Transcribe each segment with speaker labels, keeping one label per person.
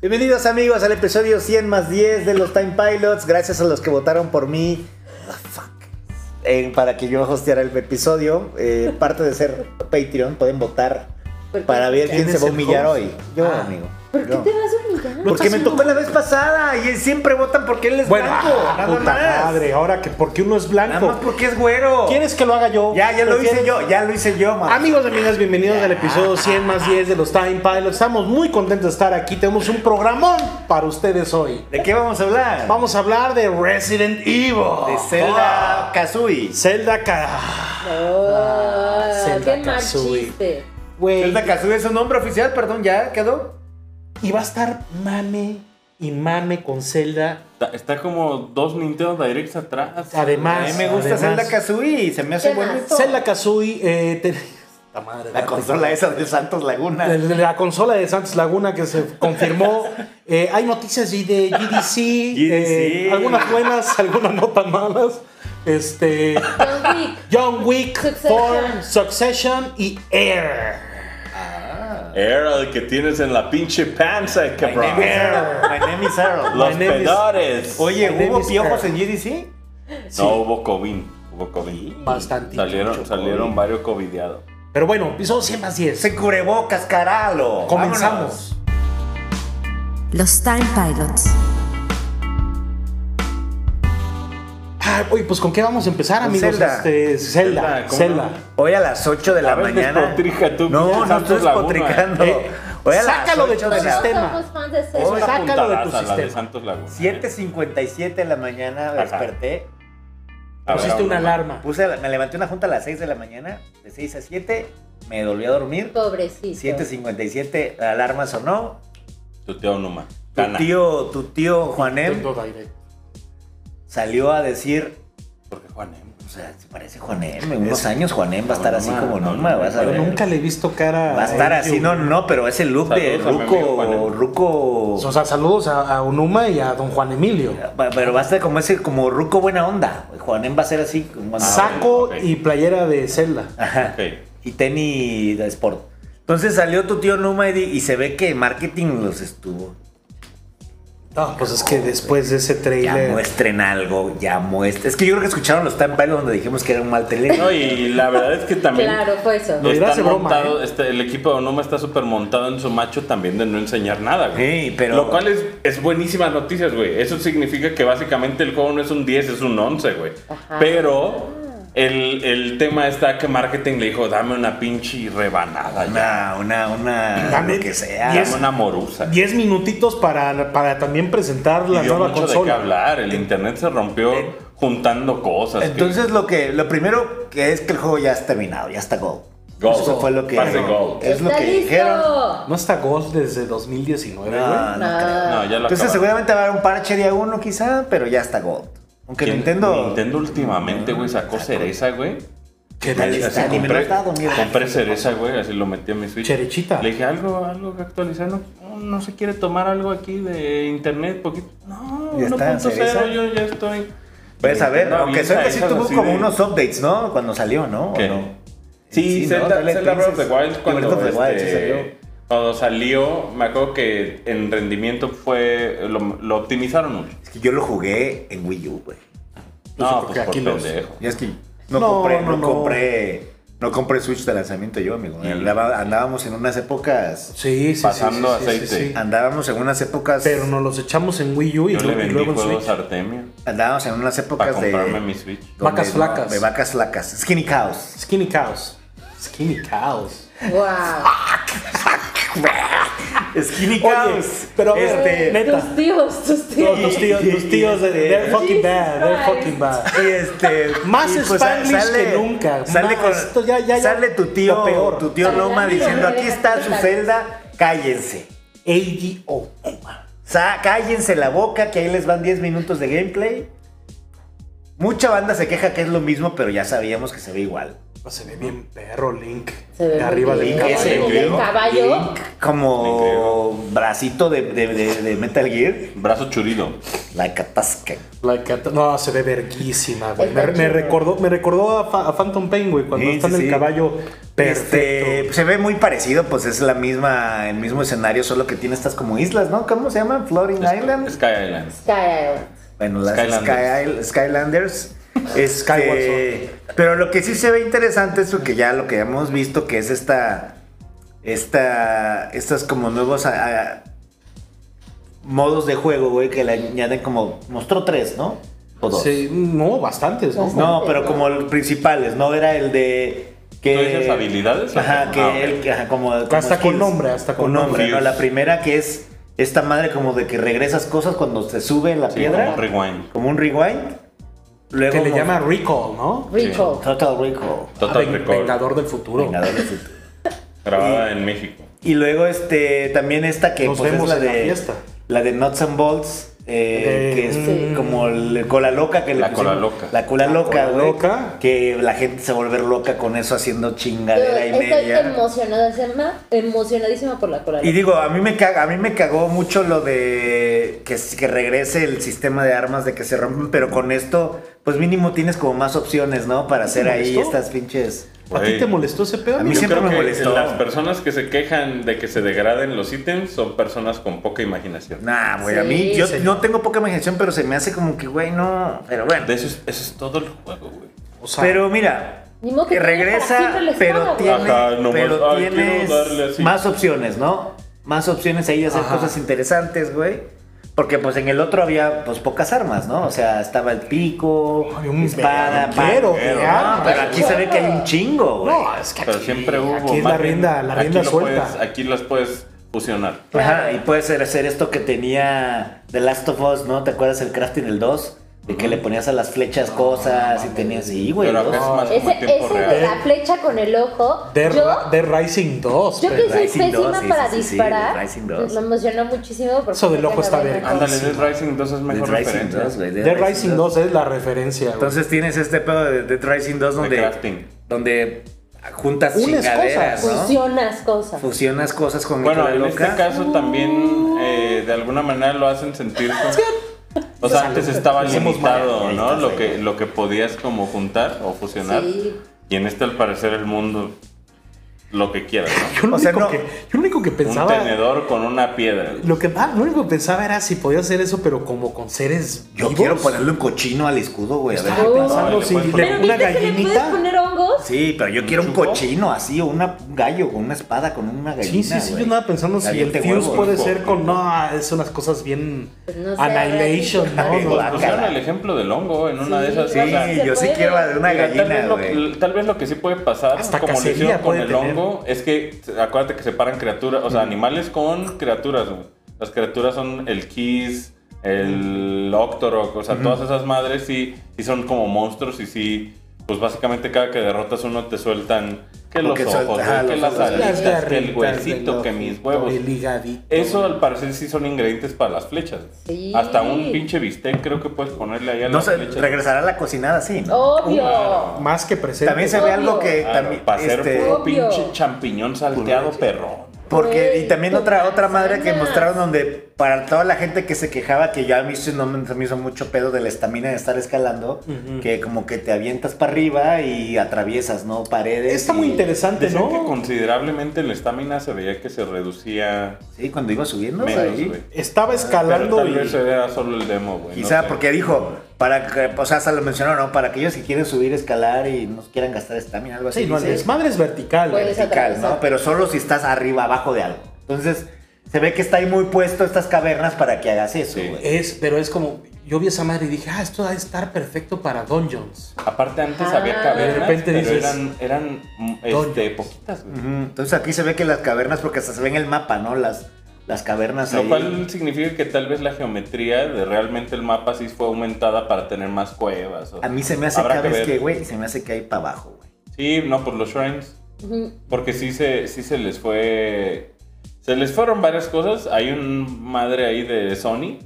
Speaker 1: Bienvenidos amigos al episodio 100 más 10 de los Time Pilots. Gracias a los que votaron por mí. Ah, Fuck. Eh, para que yo hosteara el episodio. Eh, parte de ser Patreon, pueden votar para ver quién,
Speaker 2: ¿Quién
Speaker 1: se
Speaker 2: es
Speaker 1: va a
Speaker 2: el
Speaker 1: humillar
Speaker 2: host?
Speaker 1: hoy. Yo,
Speaker 2: Ah.
Speaker 1: amigo.
Speaker 3: ¿Por qué
Speaker 1: Yo.
Speaker 3: te vas a humillar?
Speaker 1: Porque me tocó la vez pasada y siempre votan porque él es
Speaker 2: Bueno,
Speaker 1: blanco.
Speaker 2: ah,
Speaker 1: nada
Speaker 2: puta
Speaker 1: más.
Speaker 2: madre, ahora que porque uno es
Speaker 1: Nada
Speaker 2: blanco.
Speaker 1: más porque es güero.
Speaker 2: ¿Quieres que lo haga yo?
Speaker 1: Ya, ya lo
Speaker 2: ¿Prefieres?
Speaker 1: hice yo, ya lo hice yo, mamá.
Speaker 2: Amigos y amigas, bienvenidos al episodio 100 más 10 de los Time Pilots. Estamos muy contentos de estar aquí. Tenemos un programón para ustedes hoy.
Speaker 1: ¿De qué vamos a hablar?
Speaker 2: Vamos a hablar de Resident Evil.
Speaker 1: de Zelda Kazooie.
Speaker 2: Zelda Ca-
Speaker 3: Oh,
Speaker 2: Zelda
Speaker 3: qué mal
Speaker 2: Kazooie.
Speaker 3: chiste.
Speaker 2: Güey.
Speaker 1: Zelda Kazooie es su nombre oficial, perdón, ya quedó.
Speaker 2: Y va a estar mame y mame con Zelda.
Speaker 4: Está, está como dos Nintendo Directs atrás.
Speaker 2: Además.
Speaker 1: A mí me gusta
Speaker 2: además,
Speaker 1: Zelda Kazooie y se me hace
Speaker 3: ¿Qué
Speaker 1: bonito.
Speaker 3: más?
Speaker 2: Zelda Kazooie. eh, te- Puta madre,
Speaker 1: La
Speaker 2: date.
Speaker 1: consola esa de Santos Laguna.
Speaker 2: De- de la consola de Santos Laguna que se confirmó. Eh, hay noticias de de GDC, eh,
Speaker 1: GDC.
Speaker 2: algunas buenas, algunas no tan malas. Este,
Speaker 3: John Wick.
Speaker 2: John Wick,
Speaker 3: Succession.
Speaker 2: Thor, Succession y Air.
Speaker 4: Era el que tienes en la pinche panza,
Speaker 1: My
Speaker 4: cabrón.
Speaker 1: name is Earl. My name is Earl.
Speaker 4: Los
Speaker 2: My name is-
Speaker 4: pedores.
Speaker 1: Oye,
Speaker 2: My name
Speaker 1: ¿hubo
Speaker 2: is
Speaker 1: piojos
Speaker 2: Earl.
Speaker 1: en GDC?
Speaker 4: No hubo COVID. Hubo COVID.
Speaker 2: Bastante.
Speaker 4: Salieron, salieron varios covideados.
Speaker 2: Pero bueno, episodio 100 más 10.
Speaker 1: Se cubrebocas, caralo. Vámonos.
Speaker 2: Comenzamos.
Speaker 5: Los Time Pilots.
Speaker 2: Ah, oye, pues con qué vamos a empezar,
Speaker 1: Con
Speaker 2: amigos.
Speaker 1: Zelda.
Speaker 2: Este, Zelda,
Speaker 4: Zelda, ¿cómo
Speaker 2: Zelda.
Speaker 4: no?
Speaker 1: Hoy a las 8 de la
Speaker 4: A ver,
Speaker 1: mañana.
Speaker 4: despotrija tú,
Speaker 1: no,
Speaker 4: pinche
Speaker 1: no estoy
Speaker 4: Santos Laguna.
Speaker 1: despotricando.
Speaker 2: Eh,
Speaker 1: Hoy a las
Speaker 2: sácalo de
Speaker 1: 8
Speaker 2: tu
Speaker 1: la-
Speaker 2: sistema.
Speaker 3: No somos fans de
Speaker 4: Es
Speaker 3: Zelda.
Speaker 4: una
Speaker 2: sácalo de tu
Speaker 4: puntadaza la de
Speaker 2: sistema.
Speaker 4: Santos Laguna.
Speaker 1: 7.57 de la mañana
Speaker 4: Ajá.
Speaker 1: desperté.
Speaker 4: A ver,
Speaker 2: Pusiste una
Speaker 4: vámonos.
Speaker 2: alarma.
Speaker 1: Puse, me levanté una junta a las 6 de la mañana, de 6 a 7. Me volví a dormir.
Speaker 3: Pobrecito.
Speaker 1: 7.57, la alarma sonó.
Speaker 4: Tu tío Numa.
Speaker 1: Tu
Speaker 4: Cana.
Speaker 1: tío, tu tío Juanem
Speaker 2: Nintendo Direct.
Speaker 1: salió a decir,
Speaker 4: Porque Juan M.
Speaker 1: o sea, se parece Juanem, en unos años Juanem va a estar así
Speaker 4: no,
Speaker 1: como
Speaker 4: no,
Speaker 1: Norma,
Speaker 4: no,
Speaker 1: vas a
Speaker 2: Pero
Speaker 1: ver.
Speaker 2: nunca le he visto cara.
Speaker 1: Va a estar
Speaker 2: eh,
Speaker 1: así, no, no, pero ese look de
Speaker 4: Saludos a mi amigo
Speaker 1: Ruco,
Speaker 4: Juanem.
Speaker 2: O
Speaker 1: Ruco,
Speaker 2: sea, saludos a, a Unuma y a don Juan Emilio.
Speaker 4: Ah,
Speaker 1: va- pero va a estar como ese, como Ruco buena onda. Juanem va a ser así, como
Speaker 2: Saco
Speaker 4: ok, ok.
Speaker 2: y playera de Zelda.
Speaker 1: Ajá.
Speaker 4: Ok.
Speaker 1: y tenis de sport. Entonces salió tu tío Numa y, di- y se ve que marketing los estuvo.
Speaker 2: No, pues es que después de ese
Speaker 1: Ya
Speaker 2: trailer.
Speaker 1: muestren algo, ya muestren. Es que yo creo que escucharon los Time Pilots donde dijimos que era un mal tele.
Speaker 4: No, y la verdad es que también.
Speaker 3: Claro, fue eso.
Speaker 2: Lo dirás
Speaker 4: Está
Speaker 2: de broma,
Speaker 4: montado,
Speaker 2: ¿eh?
Speaker 4: este, el equipo de Onuma está súper montado en su macho también de no enseñar nada, güey.
Speaker 1: Sí, pero-
Speaker 4: Lo cual es, es buenísimas noticias, güey. Eso significa que básicamente el juego no es un 10, es un 11, güey.
Speaker 3: Ajá.
Speaker 4: Pero el, el tema está que marketing le dijo, dame una pinche rebanada, ya.
Speaker 1: Una, una, una,
Speaker 2: Dame
Speaker 1: lo que sea.
Speaker 2: diez-
Speaker 4: Dame una morusa.
Speaker 2: 10 minutitos para, para también presentar
Speaker 4: Y
Speaker 2: la
Speaker 4: dio
Speaker 2: nueva
Speaker 4: mucho de qué
Speaker 2: consola.
Speaker 4: hablar. El internet se rompió juntando cosas. que-
Speaker 1: Entonces lo que, lo primero que es que el juego ya está terminado, ya está gold.
Speaker 4: Gold.
Speaker 1: Eso fue lo que,
Speaker 4: Pase gold.
Speaker 1: es lo
Speaker 3: ¡Está
Speaker 1: que
Speaker 3: listo!
Speaker 1: dijeron.
Speaker 2: No está Ghost desde 2019, güey.
Speaker 1: No, no creo.
Speaker 3: Ah.
Speaker 4: no, ya lo
Speaker 1: Entonces
Speaker 4: acabaron.
Speaker 1: seguramente va a haber un parche día uno quizá, pero ya está gold. Aunque
Speaker 4: ¿Quién-
Speaker 1: Nintendo,
Speaker 4: Nintendo últimamente, güey, sacó cereza, güey.
Speaker 2: Que
Speaker 1: Ahí
Speaker 4: Así
Speaker 1: está, ni me lo
Speaker 4: compré-
Speaker 1: has dado, mira.
Speaker 4: Compré cereza, güey, así lo metí a mi Switch.
Speaker 2: Cherechita.
Speaker 4: Le dije algo, algo que actualizar. No, no, no se quiere tomar algo aquí de internet. Poquito. No,
Speaker 1: Ya está,
Speaker 4: 1.0,
Speaker 1: cereza.
Speaker 4: yo ya estoy.
Speaker 1: Pues a ver,
Speaker 4: Nintendo
Speaker 1: aunque
Speaker 4: avisa
Speaker 1: Zelda sí
Speaker 4: esas
Speaker 1: tuvo
Speaker 4: así
Speaker 1: como
Speaker 4: de-
Speaker 1: unos updates, ¿no? Cuando salió, ¿no? ¿O
Speaker 4: ¿Qué?
Speaker 1: no?
Speaker 4: Sí,
Speaker 1: ¿no?
Speaker 4: Zelda,
Speaker 1: Twilight
Speaker 4: Zelda Breath of the
Speaker 1: Princess.
Speaker 4: Wild cuando,
Speaker 1: Breath of the Wild, sí
Speaker 4: este,
Speaker 1: salió.
Speaker 4: cuando salió, me acuerdo que en rendimiento fue lo, lo optimizaron mucho.
Speaker 1: Es que yo lo jugué en Wii U, güey.
Speaker 4: No,
Speaker 2: porque
Speaker 4: pues por
Speaker 2: aquí los-
Speaker 4: pendejo.
Speaker 1: Y es que no,
Speaker 2: No,
Speaker 1: compré, no,
Speaker 2: no, no.
Speaker 1: compré, no compré Switch de lanzamiento yo, amigo.
Speaker 4: Y-
Speaker 1: Andaba- andábamos en unas épocas,
Speaker 2: Sí, sí, sí,
Speaker 4: Pasando
Speaker 2: sí, sí, sí,
Speaker 4: aceite.
Speaker 2: sí.
Speaker 1: andábamos en unas épocas,
Speaker 2: Pero nos los echamos en Wii U y,
Speaker 4: Yo le
Speaker 2: luego- y
Speaker 4: vendí
Speaker 2: luego en
Speaker 4: juegos
Speaker 2: Switch.
Speaker 4: a Artemia
Speaker 1: andábamos en unas
Speaker 4: para
Speaker 1: épocas de
Speaker 4: comprarme mi Switch.
Speaker 1: donde
Speaker 2: Vacas
Speaker 1: no-
Speaker 2: flacas.
Speaker 1: de vacas flacas, skinny cows.
Speaker 2: Skinny Cows. Skinny Cows.
Speaker 3: Wow.
Speaker 1: Skinny
Speaker 2: Oye, pero a ver,
Speaker 1: Este,
Speaker 2: neta.
Speaker 3: Tus tíos, tus tíos.
Speaker 2: Todos tus tíos, tus tíos, de- they're fucking bad, they're fucking bad.
Speaker 1: Y este
Speaker 2: Más
Speaker 1: y
Speaker 2: Spanglish que nunca.
Speaker 1: Sale,
Speaker 2: Más.
Speaker 1: con-
Speaker 2: Esto ya- ya- ya-
Speaker 1: sale tu tío,
Speaker 2: lo peor.
Speaker 1: tu tío Loma diciendo, aquí está su celda, cállense.
Speaker 2: Eiji Okuma.
Speaker 1: Sa- cállense la boca, que ahí les van 10 minutos de gameplay. Mucha banda se queja que es lo mismo, pero ya sabíamos que se ve igual.
Speaker 2: Se ve bien perro Link.
Speaker 3: Se ve
Speaker 2: De arriba
Speaker 3: muy
Speaker 2: del
Speaker 1: Link,
Speaker 3: bien.
Speaker 1: ese
Speaker 3: Con
Speaker 2: caballo.
Speaker 4: Link.
Speaker 3: el
Speaker 4: creo.
Speaker 3: caballo.
Speaker 1: Como bracito de, de- de- de Metal Gear.
Speaker 4: Brazo churido.
Speaker 1: La catasca.
Speaker 2: Like a- no, se ve verguísima, güey. Me,
Speaker 3: Está
Speaker 2: me
Speaker 3: chido.
Speaker 2: recordó, me recordó a, Fa- a Phantom Pain, güey, cuando
Speaker 1: Sí,
Speaker 2: está
Speaker 1: sí,
Speaker 2: en el
Speaker 1: sí.
Speaker 2: caballo perfecto.
Speaker 1: Este, se ve muy parecido, pues es la misma, el mismo escenario, solo que tiene estas como islas, ¿no? ¿Cómo se llaman? Floating
Speaker 4: Pues,
Speaker 1: Island.
Speaker 4: Sky Islands.
Speaker 3: Sky-
Speaker 1: Bueno, las
Speaker 4: Skylanders.
Speaker 1: Sky- Skylanders. Es
Speaker 2: Skyward
Speaker 1: que- pero lo que sí se ve interesante es lo que ya lo que hemos visto, que es esta. Esta. Estas como nuevos a- a- modos de juego, güey, que le añaden como. Mostró tres, ¿no? O pues, dos.
Speaker 2: Sí, no, bastantes, Pues ¿no?
Speaker 1: No, pero como los principales, ¿no? Era el de. Que,
Speaker 4: ¿No dices habilidades?
Speaker 1: Ajá, que
Speaker 4: Ah, ok.
Speaker 1: él- que- ajá, como, como
Speaker 2: Hasta con nombre, hasta con
Speaker 1: nombre.
Speaker 4: nombre.
Speaker 1: ¿no? La primera que es esta madre como de que regresas cosas cuando se sube la
Speaker 4: Sí,
Speaker 1: piedra.
Speaker 4: como un rewind.
Speaker 1: Como un rewind. Luego
Speaker 2: Que le
Speaker 1: mos-
Speaker 2: llama Recall, ¿no?
Speaker 3: Rico.
Speaker 1: Total Recall.
Speaker 4: Total
Speaker 2: Ah, Ven-
Speaker 4: Recall.
Speaker 2: Vengador del futuro.
Speaker 1: Vengador del futuro.
Speaker 4: Grabada en México.
Speaker 1: Y luego este también esta que
Speaker 2: Nos
Speaker 1: pues, es
Speaker 2: vemos
Speaker 1: la
Speaker 2: en la
Speaker 1: de
Speaker 2: fiesta.
Speaker 1: la de Nuts and Bolts. eh,
Speaker 2: Eh,
Speaker 1: que es
Speaker 3: sí.
Speaker 1: como el cola loca que le
Speaker 4: La cola
Speaker 1: pusimos-
Speaker 4: loca.
Speaker 1: La cola
Speaker 2: La
Speaker 1: loca,
Speaker 2: cola
Speaker 1: güey,
Speaker 2: loca.
Speaker 1: Que la gente se va a volver loca con eso haciendo
Speaker 3: Yo
Speaker 1: chingadera y
Speaker 3: Estoy
Speaker 1: media.
Speaker 3: emocionadísima, emocionadísima por la cola.
Speaker 1: Y digo, a mí me caga, a mí me cagó mucho lo de que, s- que regrese el sistema de armas de que se rompen, pero con esto, pues mínimo tienes como más opciones, ¿no? Para hacer
Speaker 2: ¿Te
Speaker 1: ahí
Speaker 2: molestó?
Speaker 1: estas pinches.
Speaker 2: ¿A ti
Speaker 4: Güey.
Speaker 2: te molestó ese pedo?
Speaker 1: A mí
Speaker 4: Yo
Speaker 1: siempre
Speaker 4: creo
Speaker 1: me
Speaker 4: que
Speaker 1: molestó.
Speaker 4: Las personas que se quejan de que se degraden los ítems son personas con poca imaginación.
Speaker 1: Nah, güey, a
Speaker 3: Sí,
Speaker 1: mí yo
Speaker 2: sí.
Speaker 1: no tengo poca imaginación, pero se me hace como que, güey, no. Pero bueno.
Speaker 4: De eso es, eso es todo el juego, güey.
Speaker 2: O sea,
Speaker 1: pero mira,
Speaker 3: Ni modo que
Speaker 1: que
Speaker 3: tenga para
Speaker 1: regresa,
Speaker 3: siempre la espada,
Speaker 1: pero
Speaker 3: güey.
Speaker 1: tiene,
Speaker 4: Ajá, nomás,
Speaker 1: pero
Speaker 4: ay, quiero
Speaker 1: tienes
Speaker 4: darle así.
Speaker 1: más opciones, ¿no? Más opciones ahí de hacer
Speaker 2: Ajá.
Speaker 1: cosas interesantes, güey. Porque pues en el otro había pues pocas armas, ¿no? O sea, estaba el pico,
Speaker 2: Ay, un
Speaker 1: espada,
Speaker 2: verguero
Speaker 1: pan-
Speaker 2: de
Speaker 1: No,
Speaker 2: armas.
Speaker 1: pero aquí se ve que hay un chingo, güey.
Speaker 2: pues, no, es que
Speaker 4: Pero
Speaker 2: aquí-
Speaker 4: siempre hubo.
Speaker 2: Aquí es
Speaker 4: más
Speaker 2: la
Speaker 4: bien,
Speaker 2: rienda, la
Speaker 4: aquí
Speaker 2: rienda
Speaker 4: lo
Speaker 2: suelta.
Speaker 4: puedes- aquí las puedes fusionar.
Speaker 1: Ajá, y puede ser hacer esto que tenía The Last of Us, ¿no? ¿Te acuerdas el crafting del 2? De que le ponías a las flechas cosas y tenías. Sí, güey.
Speaker 4: Pero
Speaker 1: ¿no?
Speaker 4: acá es más como en
Speaker 3: Ese,
Speaker 4: tiempo
Speaker 3: ese de
Speaker 4: real.
Speaker 3: la flecha con el ojo.
Speaker 2: The,
Speaker 3: yo,
Speaker 2: The Rising 2.
Speaker 3: yo que
Speaker 2: pero-
Speaker 3: soy
Speaker 1: Rising
Speaker 3: pésima
Speaker 1: dos, sí,
Speaker 3: para
Speaker 1: sí, sí, sí, The
Speaker 3: disparar.
Speaker 1: Rising dos.
Speaker 3: me emocionó muchísimo. porque
Speaker 2: Eso del
Speaker 3: creo que
Speaker 2: ojo está
Speaker 3: me
Speaker 2: bien.
Speaker 3: voy a
Speaker 4: Ándale,
Speaker 2: Sí.
Speaker 4: Dead Rising 2 es mejor
Speaker 1: Dead Rising
Speaker 4: referencia.
Speaker 1: 2, güey, Dead
Speaker 2: The Rising 2 es la referencia. güey.
Speaker 1: Entonces tienes este pedo de Dead Rising 2 donde,
Speaker 4: crafting.
Speaker 1: donde juntas
Speaker 2: Unes
Speaker 1: chingaderas,
Speaker 2: cosas,
Speaker 1: ¿no?
Speaker 3: Fusionas cosas.
Speaker 1: Fusionas cosas con
Speaker 4: Bueno,
Speaker 1: Nicola
Speaker 4: en
Speaker 1: loca.
Speaker 4: este caso también eh, de alguna manera lo hacen sentir como... O sea, antes estaba
Speaker 1: Hicimos
Speaker 4: limitado,
Speaker 1: mal.
Speaker 4: ¿no? Lo que, lo que podías como juntar o fusionar.
Speaker 3: Sí.
Speaker 4: Y en este al parecer el mundo lo que quieras, ¿no?
Speaker 2: yo, lo
Speaker 1: o sea,
Speaker 2: único
Speaker 1: no-
Speaker 2: que, yo lo único que pensaba.
Speaker 4: Un tenedor con una piedra.
Speaker 2: Lo que ah, lo único que pensaba era si podía hacer eso, pero como con seres
Speaker 1: Yo
Speaker 2: vivos.
Speaker 1: quiero ponerle un cochino al escudo, güey. a ver qué
Speaker 2: Estaba
Speaker 3: Oh.
Speaker 1: pasa.
Speaker 2: pensando
Speaker 4: Vale,
Speaker 2: si
Speaker 4: pues,
Speaker 2: le-
Speaker 3: Pero ¿viste que
Speaker 2: una
Speaker 3: le puedes
Speaker 2: gallinita.
Speaker 3: poner hongos?
Speaker 1: Sí, pero yo quiero un
Speaker 4: chupo?
Speaker 1: cochino así, o una, un gallo con una espada, con una gallina.
Speaker 2: Sí, sí, sí, yo
Speaker 1: güey.
Speaker 2: andaba pensando si el
Speaker 1: Caliente
Speaker 2: fuse
Speaker 1: huevo,
Speaker 2: puede
Speaker 1: ¿no?
Speaker 2: ser con. No, es unas cosas bien.
Speaker 3: Pues no sé,
Speaker 2: annihilation,
Speaker 1: realmente.
Speaker 2: ¿no? No,
Speaker 1: Guau.
Speaker 2: no.
Speaker 4: Pusieron Pues el ejemplo del hongo en una de esas.
Speaker 1: Sí,
Speaker 4: o sea,
Speaker 3: Se
Speaker 1: yo sí
Speaker 3: puede.
Speaker 1: quiero la de una
Speaker 4: Mira, tal,
Speaker 1: gallina,
Speaker 4: vez lo
Speaker 1: güey.
Speaker 4: que, tal vez lo que sí puede pasar,
Speaker 2: Hasta
Speaker 4: como lo
Speaker 2: cacería
Speaker 4: hicieron con
Speaker 2: puede
Speaker 4: el
Speaker 2: tener. Mm.
Speaker 4: hongo, es que acuérdate que separan criaturas, o sea, animales con criaturas. güey. Las criaturas son el Kiss, el
Speaker 2: Mm.
Speaker 4: Octorok, o sea, todas esas madres sí, sí son como monstruos y sí, pues básicamente cada que derrotas uno te sueltan que
Speaker 1: Lo
Speaker 4: los
Speaker 1: que
Speaker 4: ojos,
Speaker 1: suelta,
Speaker 4: güey,
Speaker 1: ajá,
Speaker 4: que
Speaker 1: los
Speaker 4: las
Speaker 1: ojos.
Speaker 4: alitas, que el
Speaker 2: garritas,
Speaker 4: huesito,
Speaker 2: el
Speaker 4: que mis
Speaker 2: ojito,
Speaker 4: huevos.
Speaker 2: El higadito.
Speaker 4: Eso
Speaker 2: güey.
Speaker 4: al parecer sí son ingredientes para las flechas.
Speaker 3: Sí.
Speaker 4: Hasta un pinche bistec creo que puedes ponerle ahí a
Speaker 1: No
Speaker 4: las
Speaker 1: sé,
Speaker 4: flechas.
Speaker 1: regresará la cocinada así, ¿no?
Speaker 3: Obvio.
Speaker 2: Más que presente.
Speaker 1: También se ve
Speaker 3: Obvio.
Speaker 1: algo que...
Speaker 4: Claro,
Speaker 1: también,
Speaker 4: Ah, para hacer
Speaker 1: este,
Speaker 4: puro
Speaker 3: Obvio.
Speaker 4: pinche champiñón salteado perro.
Speaker 1: Porque,
Speaker 3: Güey,
Speaker 1: y también
Speaker 3: tu
Speaker 1: otra, otra madre que
Speaker 3: manzana.
Speaker 1: mostraron donde para toda la gente que se quejaba que ya a mí sí no me, se me hizo mucho pedo de la estamina de estar escalando, que como que te avientas para arriba y atraviesas, ¿no? Paredes.
Speaker 2: Está
Speaker 1: y-
Speaker 2: muy interesante,
Speaker 4: Decían que
Speaker 2: ¿no?
Speaker 4: considerablemente la estamina se veía que se reducía
Speaker 1: Sí, cuando iba subiendo.
Speaker 4: menos,
Speaker 1: ahí.
Speaker 4: güey.
Speaker 2: Estaba
Speaker 4: Pero
Speaker 2: escalando
Speaker 4: tal
Speaker 2: y.
Speaker 4: vez era solo el demo, güey. no
Speaker 1: Quizá
Speaker 4: sé.
Speaker 1: porque dijo, para que, o sea, hasta lo mencionó, ¿no? Para aquellos que quieren subir, escalar y no quieran gastar estamina, algo así.
Speaker 2: Sí, no, el
Speaker 1: dice,
Speaker 2: desmadre es vertical.
Speaker 3: Puede
Speaker 2: güey.
Speaker 3: ser.
Speaker 1: vertical, ¿no? Pero solo si estás arriba, abajo de algo. Entonces, se ve que está ahí muy puesto estas cavernas para que hagas eso,
Speaker 4: Sí.
Speaker 1: güey.
Speaker 2: Es, pero es como. Yo vi esa madre y dije, ah, esto va a estar perfecto para dungeons.
Speaker 4: Aparte antes
Speaker 3: Ah.
Speaker 4: había cavernas,
Speaker 2: De repente
Speaker 4: pero
Speaker 2: dices-
Speaker 4: eran, eran mm, este,
Speaker 2: Dungeons.
Speaker 4: poquitas, güey.
Speaker 1: Ujú, Entonces aquí se ve que las cavernas, porque hasta se ve en el mapa, ¿no? Las, las cavernas ahí.
Speaker 4: Lo cual significa que tal vez la geometría de realmente el mapa sí fue aumentada para tener más cuevas. o-
Speaker 1: A mí se me hace
Speaker 4: Habrá
Speaker 1: cada vez
Speaker 4: ver.
Speaker 1: que, güey, se me hace que hay para abajo, güey.
Speaker 4: Sí, no, por los shrines.
Speaker 3: Ujú.
Speaker 4: Porque sí se, sí se les fue. Se les fueron varias cosas. Hay un madre ahí de Sony.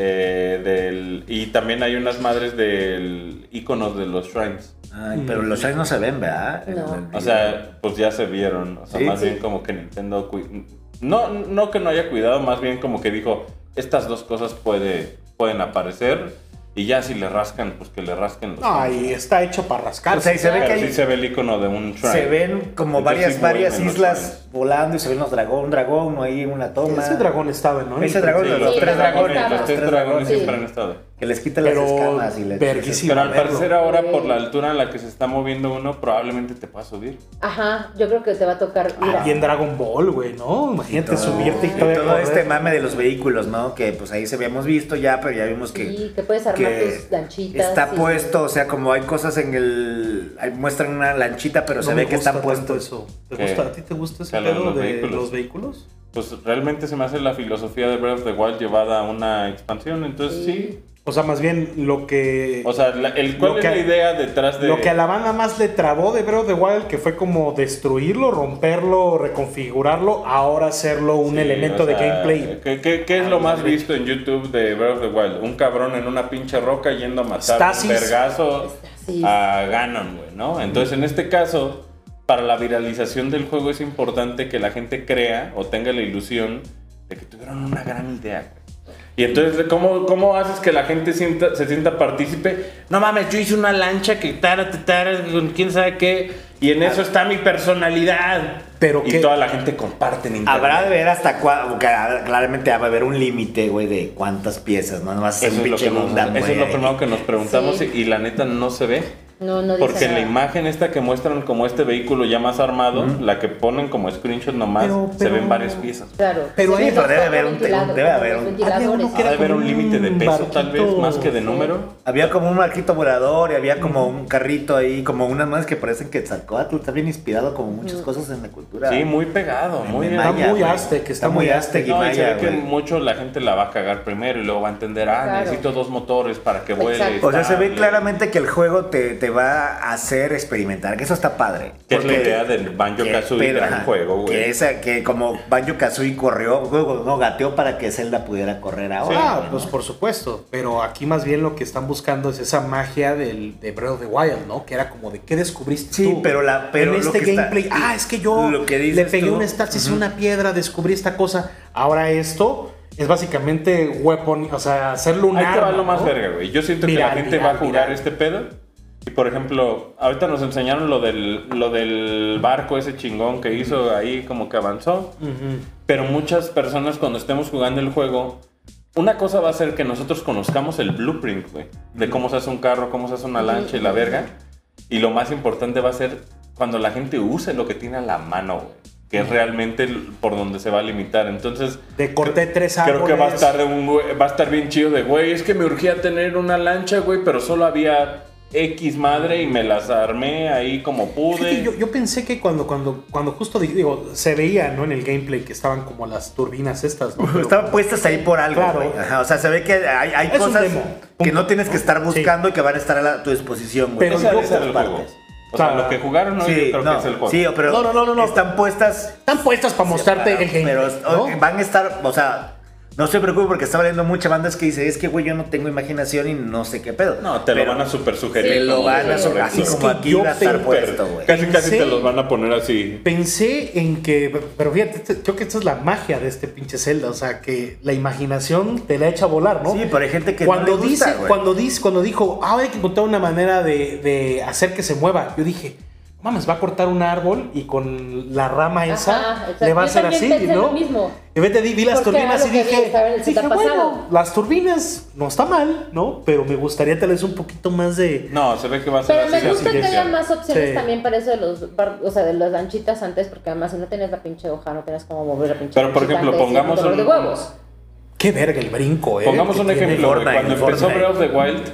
Speaker 4: eh, del, y también hay unas madres del iconos de los shrines.
Speaker 1: Ay, pero los Shines no se ven, ¿verdad?
Speaker 3: No.
Speaker 1: En el-
Speaker 4: O sea, pues ya se vieron. O sea,
Speaker 1: Sí,
Speaker 4: más
Speaker 1: sí.
Speaker 4: bien como que Nintendo. cui- No, no que no haya cuidado, más bien como que dijo: estas dos cosas puede, pueden aparecer. Y ya si le rascan, pues que le rasquen los
Speaker 2: Ay, está hecho para rascar.
Speaker 1: O sea, y se ve
Speaker 4: Pero
Speaker 1: que
Speaker 4: sí
Speaker 1: hay-
Speaker 4: se ve el icono de un shrine.
Speaker 1: se ven como
Speaker 4: Entonces,
Speaker 1: varias,
Speaker 4: sí
Speaker 1: varias
Speaker 4: mueven los
Speaker 1: islas
Speaker 4: shrines.
Speaker 1: volando y se ven los dragón, un dragón, no hay una toma.
Speaker 2: Ese dragón estaba, ¿no?
Speaker 1: Ese dragón,
Speaker 4: Sí,
Speaker 1: los,
Speaker 3: Sí,
Speaker 1: tres
Speaker 3: los
Speaker 1: dragones.
Speaker 3: dragones
Speaker 4: Los tres
Speaker 1: tres
Speaker 4: dragones
Speaker 3: Sí.
Speaker 4: siempre han estado.
Speaker 1: Que les quita las
Speaker 2: Pero
Speaker 1: escamas y les...
Speaker 2: verguísima
Speaker 4: Pero al
Speaker 2: verlo.
Speaker 4: parecer ahora por
Speaker 3: Sí.
Speaker 4: la altura en la que se está moviendo uno, probablemente te pueda subir.
Speaker 3: Ajá, yo creo que te va a tocar.
Speaker 1: Ah,
Speaker 3: Mira.
Speaker 2: Y en Dragon Ball, güey, ¿no? Imagínate subirte y
Speaker 1: y
Speaker 2: todavía
Speaker 1: todo
Speaker 2: correr.
Speaker 1: este mame de los vehículos, ¿no? Que pues ahí se habíamos visto ya, pero ya vimos que...
Speaker 3: Sí, que puedes armar tus lanchitas.
Speaker 1: Está
Speaker 3: sí.
Speaker 1: puesto, o sea, como hay cosas en el. ahí Muestran una lanchita, pero
Speaker 2: No
Speaker 1: se
Speaker 2: me
Speaker 1: ve que
Speaker 2: gusta
Speaker 1: están
Speaker 2: tanto
Speaker 1: puestos.
Speaker 2: Eso. ¿Te
Speaker 4: ¿Qué?
Speaker 2: gusta? ¿A ti te gusta ese
Speaker 4: Que lo de
Speaker 2: pedo
Speaker 4: los
Speaker 2: de
Speaker 4: vehículos.
Speaker 2: los vehículos?
Speaker 4: Pues realmente se me hace la filosofía de Breath of the Wild llevada a una expansión. Entonces sí.
Speaker 2: O sea, más bien lo que.
Speaker 4: O sea, la- el, ¿cuál
Speaker 2: Lo
Speaker 4: es
Speaker 2: que-
Speaker 4: la idea detrás de...?
Speaker 2: Lo que a la banda más le trabó de Breath of the Wild, que fue como destruirlo, romperlo, reconfigurarlo, ahora hacerlo un
Speaker 4: Sí,
Speaker 2: elemento
Speaker 4: o
Speaker 2: de
Speaker 4: sea,
Speaker 2: gameplay.
Speaker 4: ¿Qué, qué- qué es lo más visto en YouTube de Breath of the Wild? Un cabrón en una pinche roca yendo a matar
Speaker 2: Stasis.
Speaker 4: un vergazo
Speaker 3: Stasis.
Speaker 4: a Ganon, güey, ¿no? Entonces, en este caso, para la viralización del juego es importante que la gente crea o tenga la ilusión de que tuvieron una gran idea, güey. Y entonces, ¿cómo, ¿cómo haces que la gente sienta, se sienta partícipe? No mames, yo hice una lancha que tara, tara, con quién sabe qué. Y en eso está mi personalidad.
Speaker 2: Pero
Speaker 4: y
Speaker 2: qué-
Speaker 4: toda la gente comparte en internet.
Speaker 1: Habrá de ver hasta cuándo. Claramente va a haber un límite, güey, de cuántas piezas, ¿no? Nomás es
Speaker 4: Eso
Speaker 1: un
Speaker 4: es, lo
Speaker 1: pinche
Speaker 4: que nos,
Speaker 1: Gundam,
Speaker 4: eso es
Speaker 1: güey,
Speaker 4: lo
Speaker 1: ahí.
Speaker 4: primero que nos preguntamos
Speaker 3: Sí.
Speaker 4: y, y la neta no se ve.
Speaker 3: No, no dice
Speaker 4: Porque la
Speaker 3: nada.
Speaker 4: imagen esta que muestran como este vehículo ya más armado, la que ponen como screenshot nomás,
Speaker 2: Pero-
Speaker 4: se ven
Speaker 2: pero-
Speaker 4: varias piezas.
Speaker 3: Claro.
Speaker 2: Pero
Speaker 3: se
Speaker 2: ahí-
Speaker 3: ven
Speaker 1: pero
Speaker 3: los
Speaker 1: debe haber un-
Speaker 3: ventiladores,
Speaker 1: debe haber
Speaker 3: los
Speaker 1: un-
Speaker 3: ventiladores.
Speaker 2: Había Ah, uno que
Speaker 4: Ha
Speaker 2: era
Speaker 4: de haber
Speaker 2: como
Speaker 4: un límite de
Speaker 2: un
Speaker 4: peso tal vez,
Speaker 2: barquito.
Speaker 4: más que de
Speaker 2: Sí.
Speaker 4: número.
Speaker 1: Había como un marquito volador y había como un carrito ahí, como unas manos que parecen que Tlacoatl está bien inspirado como muchas cosas en la cultura.
Speaker 4: Sí, muy pegado, muy
Speaker 1: de
Speaker 4: bien.
Speaker 1: Maya,
Speaker 2: Está muy
Speaker 1: güey.
Speaker 2: aztec, está
Speaker 1: Está muy
Speaker 2: muy
Speaker 1: aztec y
Speaker 4: No, y se
Speaker 1: maya,
Speaker 4: ve que
Speaker 1: este güey.
Speaker 4: mucho la gente la va a cagar primero y luego va a entender, ah,
Speaker 3: Claro.
Speaker 4: necesito dos motores para que vuele.
Speaker 3: Exacto.
Speaker 1: O sea, se ve
Speaker 4: estable".
Speaker 1: claramente que el juego te, te va a hacer experimentar, que eso está padre.
Speaker 4: Que es la
Speaker 1: Porque-
Speaker 4: idea del Banjo Kazooie,
Speaker 1: pero,
Speaker 4: gran
Speaker 1: ajá,
Speaker 4: juego, güey.
Speaker 1: Que, esa, que como Banjo Kazooie corrió, juego, no, gateó para que Zelda pudiera correr ahora.
Speaker 2: Ah,
Speaker 1: güey,
Speaker 2: pues
Speaker 1: ¿no?
Speaker 2: por supuesto. Pero aquí más bien lo que están buscando es esa magia del, de Breath of the Wild, ¿no? Que era como de qué descubriste
Speaker 1: Sí,
Speaker 2: tú?
Speaker 1: pero la- pero
Speaker 2: en
Speaker 1: lo
Speaker 2: este
Speaker 1: que está-
Speaker 2: gameplay. ah, es que yo
Speaker 1: lo que dices
Speaker 2: le pegué
Speaker 1: tú.
Speaker 2: una estasis, una piedra, descubrí esta cosa. Ahora esto es básicamente weapon, o sea, hacerlo un
Speaker 4: Ahí te va
Speaker 2: arma,
Speaker 4: lo más
Speaker 2: ¿no?
Speaker 4: verga, güey. Yo siento que
Speaker 2: Viral,
Speaker 4: la gente
Speaker 2: viral,
Speaker 4: va a jugar
Speaker 2: viral.
Speaker 4: este pedo. Y por ejemplo, ahorita nos enseñaron lo del, lo del barco ese chingón que hizo ahí, como que avanzó.
Speaker 2: Ujú.
Speaker 4: Pero muchas personas cuando estemos jugando el juego, una cosa va a ser que nosotros conozcamos el blueprint, güey. De cómo se hace un carro, cómo se hace una lancha y la verga. Y lo más importante va a ser cuando la gente use lo que tiene a la mano, güey. Que es realmente el- por donde se va a limitar. Entonces,
Speaker 2: De corté tres árboles.
Speaker 4: Creo que va a estar de un güey- va a estar bien chido de güey, es que me urgía tener una lancha, güey, pero solo había X madre y me las armé ahí como
Speaker 2: Fíjate,
Speaker 4: pude.
Speaker 2: yo, yo pensé que cuando, cuando, cuando justo di- digo, se veía, ¿no? En el gameplay que estaban como las turbinas estas, ¿no? Pero-
Speaker 1: Estaban puestas ahí por algo,
Speaker 2: Claro.
Speaker 1: güey. Ajá, o sea, se ve que hay, hay
Speaker 2: Es un
Speaker 1: cosas
Speaker 2: demo.
Speaker 1: que no tienes que estar buscando y que van a estar a, la- a tu disposición, güey.
Speaker 2: Pero
Speaker 1: en
Speaker 4: Ese-
Speaker 2: yo-
Speaker 1: todas
Speaker 4: ese era
Speaker 1: las
Speaker 4: el juego.
Speaker 1: partes.
Speaker 4: O sea,
Speaker 2: Claro.
Speaker 4: lo que jugaron hoy
Speaker 1: Ah, Sí,
Speaker 4: yo creo que
Speaker 1: no,
Speaker 4: es el juego.
Speaker 1: sí, pero
Speaker 2: No, no, no, no, no.
Speaker 1: están puestas
Speaker 2: Están puestas para mostrarte el gameplay.
Speaker 1: Pero
Speaker 2: ¿no?
Speaker 1: o- van a estar, o sea, no se preocupe porque estaba leyendo mucha bandas que dice, es que güey, yo no tengo imaginación y no sé qué pedo.
Speaker 4: No, te
Speaker 1: Pero
Speaker 4: lo van a super sugerir.
Speaker 1: Te lo
Speaker 3: Sí,
Speaker 1: van a
Speaker 3: güey.
Speaker 1: sobre- así
Speaker 2: Es
Speaker 1: como
Speaker 2: que
Speaker 1: aquí
Speaker 2: yo
Speaker 1: va a estar
Speaker 2: te-
Speaker 1: puesto, güey.
Speaker 4: Casi casi
Speaker 2: Pensé-
Speaker 4: te los van a poner así.
Speaker 2: Pensé en que, pero fíjate, este- creo que esta es la magia de este pinche Zelda, o sea, que la imaginación te la echa a volar, ¿no?
Speaker 1: Sí, pero hay gente que no
Speaker 2: cuando
Speaker 1: le gusta,
Speaker 2: dice,
Speaker 1: güey.
Speaker 2: cuando dice, cuando dijo, ah, hay que encontrar una manera de, de hacer que se mueva, yo dije, mames, va a cortar un árbol y con la rama esa
Speaker 3: Ajá, exacto.
Speaker 2: le va a
Speaker 3: Yo
Speaker 2: hacer
Speaker 3: también
Speaker 2: así,
Speaker 3: pensé
Speaker 2: ¿no?
Speaker 3: lo mismo.
Speaker 2: Y vete, di- vi las
Speaker 3: Porque era
Speaker 2: turbinas y
Speaker 3: lo que vi,
Speaker 2: dije,
Speaker 3: estaba en el
Speaker 2: dije,
Speaker 3: Zelda
Speaker 2: bueno,
Speaker 3: pasado.
Speaker 2: las turbinas no está mal, ¿no? Pero me gustaría tal vez un poquito más de...
Speaker 4: No, se ve que va a ser
Speaker 3: Pero
Speaker 4: así.
Speaker 3: me
Speaker 4: la
Speaker 3: gusta que
Speaker 4: siguiente.
Speaker 3: haya más opciones
Speaker 2: Sí.
Speaker 3: también para eso de los bar- o sea, de las lanchitas antes, porque además si no tenías la pinche hoja, no tenías cómo mover la pinche
Speaker 4: Pero, por
Speaker 3: lanchita
Speaker 4: ejemplo,
Speaker 3: antes,
Speaker 4: pongamos
Speaker 3: dolor de
Speaker 4: un-
Speaker 3: huevos.
Speaker 2: Qué verga el brinco, ¿eh?
Speaker 4: Pongamos
Speaker 2: que
Speaker 4: un
Speaker 2: tiene.
Speaker 4: ejemplo, güey.
Speaker 1: Fortnite,
Speaker 4: Cuando empezó
Speaker 1: Fortnite.
Speaker 4: Breath of the Wild,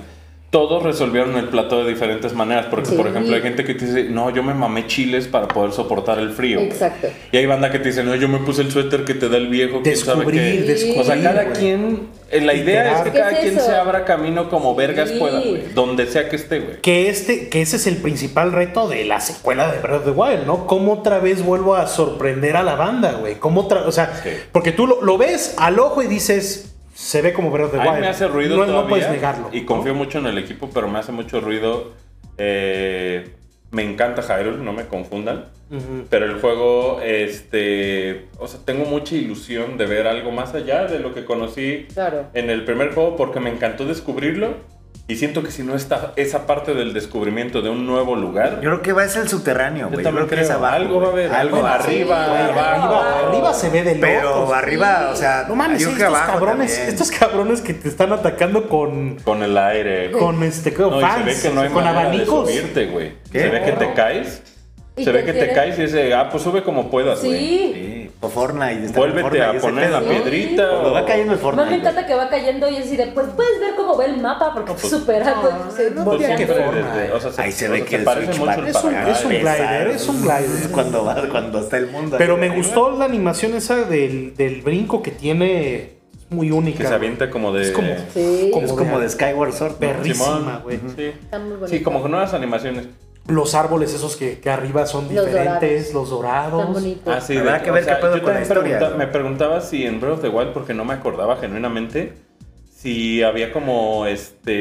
Speaker 4: todos resolvieron el plato de diferentes maneras. Porque,
Speaker 3: Sí.
Speaker 4: por ejemplo, hay gente que te dice, no, yo me mamé chiles para poder soportar el frío. güey".
Speaker 3: Exacto.
Speaker 4: Y hay banda que te dice, no, yo me puse el suéter que te da el viejo. quién sabe
Speaker 2: Descubrir,
Speaker 4: qué".
Speaker 2: descubrir,
Speaker 4: O sea, cada
Speaker 2: güey.
Speaker 4: quien, eh, la idea es
Speaker 2: Literal.
Speaker 4: que
Speaker 3: ¿Qué
Speaker 4: cada
Speaker 3: es
Speaker 4: quien
Speaker 3: eso?
Speaker 4: se abra camino como vergas
Speaker 3: Sí.
Speaker 4: pueda, güey. Donde sea que esté, güey.
Speaker 2: Que, este, que ese es el principal reto de la secuela de Breath of the Wild, ¿no? ¿Cómo otra vez vuelvo a sorprender a la banda, güey? ¿Cómo otra, o sea,
Speaker 4: Sí.
Speaker 2: porque tú lo, lo ves al ojo y dices, se ve como Breath of the
Speaker 4: A mí
Speaker 2: Wild.
Speaker 4: me hace ruido
Speaker 2: Pues no, no
Speaker 4: todavía.
Speaker 2: puedes negarlo.
Speaker 4: Y
Speaker 2: ¿no?
Speaker 4: confío mucho en el equipo, pero me hace mucho ruido eh, me encanta Hyrule, no me confundan. Pero el juego, este, o sea, tengo mucha ilusión de ver algo más allá de lo que conocí
Speaker 3: Claro.
Speaker 4: en el primer juego porque me encantó descubrirlo y siento que si no está esa parte del descubrimiento de un nuevo lugar,
Speaker 1: Yo creo que va a ser el subterráneo, güey. Yo creo que es abajo.
Speaker 4: algo va a haber,
Speaker 1: güey. Algo
Speaker 4: algo
Speaker 1: va a haber.
Speaker 4: arriba,
Speaker 3: Sí,
Speaker 4: abajo.
Speaker 2: Arriba, arriba se ve de locos.
Speaker 1: Pero arriba, o sea,
Speaker 2: No mames,
Speaker 1: yo creo
Speaker 2: estos
Speaker 1: que abajo
Speaker 2: cabrones,
Speaker 1: también.
Speaker 2: estos cabrones que te están atacando con
Speaker 4: con el aire.
Speaker 2: con este con
Speaker 4: No, y
Speaker 2: fans,
Speaker 4: se ve que no hay
Speaker 2: con
Speaker 4: manera
Speaker 2: abanicos.
Speaker 4: de subirte, güey.
Speaker 1: ¿Qué?
Speaker 4: Se ve que te caes.
Speaker 3: Y
Speaker 4: Se ve que te
Speaker 3: tienen-
Speaker 4: caes y dice, ah, pues sube como puedas, güey.
Speaker 3: Sí.
Speaker 1: Sí, o Fortnite. está
Speaker 4: Vuélvete
Speaker 1: Fortnite,
Speaker 4: a
Speaker 1: ese
Speaker 4: poner la
Speaker 1: pedo, ¿no?
Speaker 4: piedrita.
Speaker 1: Cuando
Speaker 4: o-
Speaker 1: va cayendo el Fortnite.
Speaker 3: Más me encanta que va cayendo y es así de, pues puedes ver cómo ve el mapa porque es súper alto. se-
Speaker 4: Pues
Speaker 2: tiene
Speaker 4: siempre
Speaker 2: que forma.
Speaker 4: desde- o sea,
Speaker 1: ¿eh? Ahí se
Speaker 4: o
Speaker 1: ve
Speaker 4: sea,
Speaker 1: que el
Speaker 4: parece
Speaker 1: Switch
Speaker 4: mucho
Speaker 1: va-
Speaker 4: el
Speaker 2: Es un-
Speaker 4: Paraguay.
Speaker 2: es un glider, es un glider.
Speaker 1: Cuando va, cuando está el mundo.
Speaker 2: Pero
Speaker 1: ahí
Speaker 2: me
Speaker 1: arriba.
Speaker 2: gustó la animación esa del, del brinco que tiene, es muy única.
Speaker 4: Que se avienta como de...
Speaker 2: Es como-
Speaker 3: Sí,
Speaker 1: Es como de Skyward Sword. ¿no?
Speaker 2: Berri- perrísima, güey.
Speaker 4: Sí.
Speaker 3: está muy bonito.
Speaker 4: Sí, como con nuevas animaciones.
Speaker 2: Los árboles esos que, que arriba son
Speaker 3: Los
Speaker 2: diferentes, los dorados.
Speaker 3: Está bonito.
Speaker 4: Ah, sí,
Speaker 1: Habrá
Speaker 4: de-
Speaker 1: que
Speaker 4: o
Speaker 1: ver
Speaker 4: sea,
Speaker 1: qué pedo
Speaker 4: yo
Speaker 1: con la
Speaker 4: también
Speaker 1: historia,
Speaker 4: pregunta-
Speaker 1: ¿no?
Speaker 4: Me preguntaba si en Breath of the Wild, porque no me acordaba genuinamente, si había como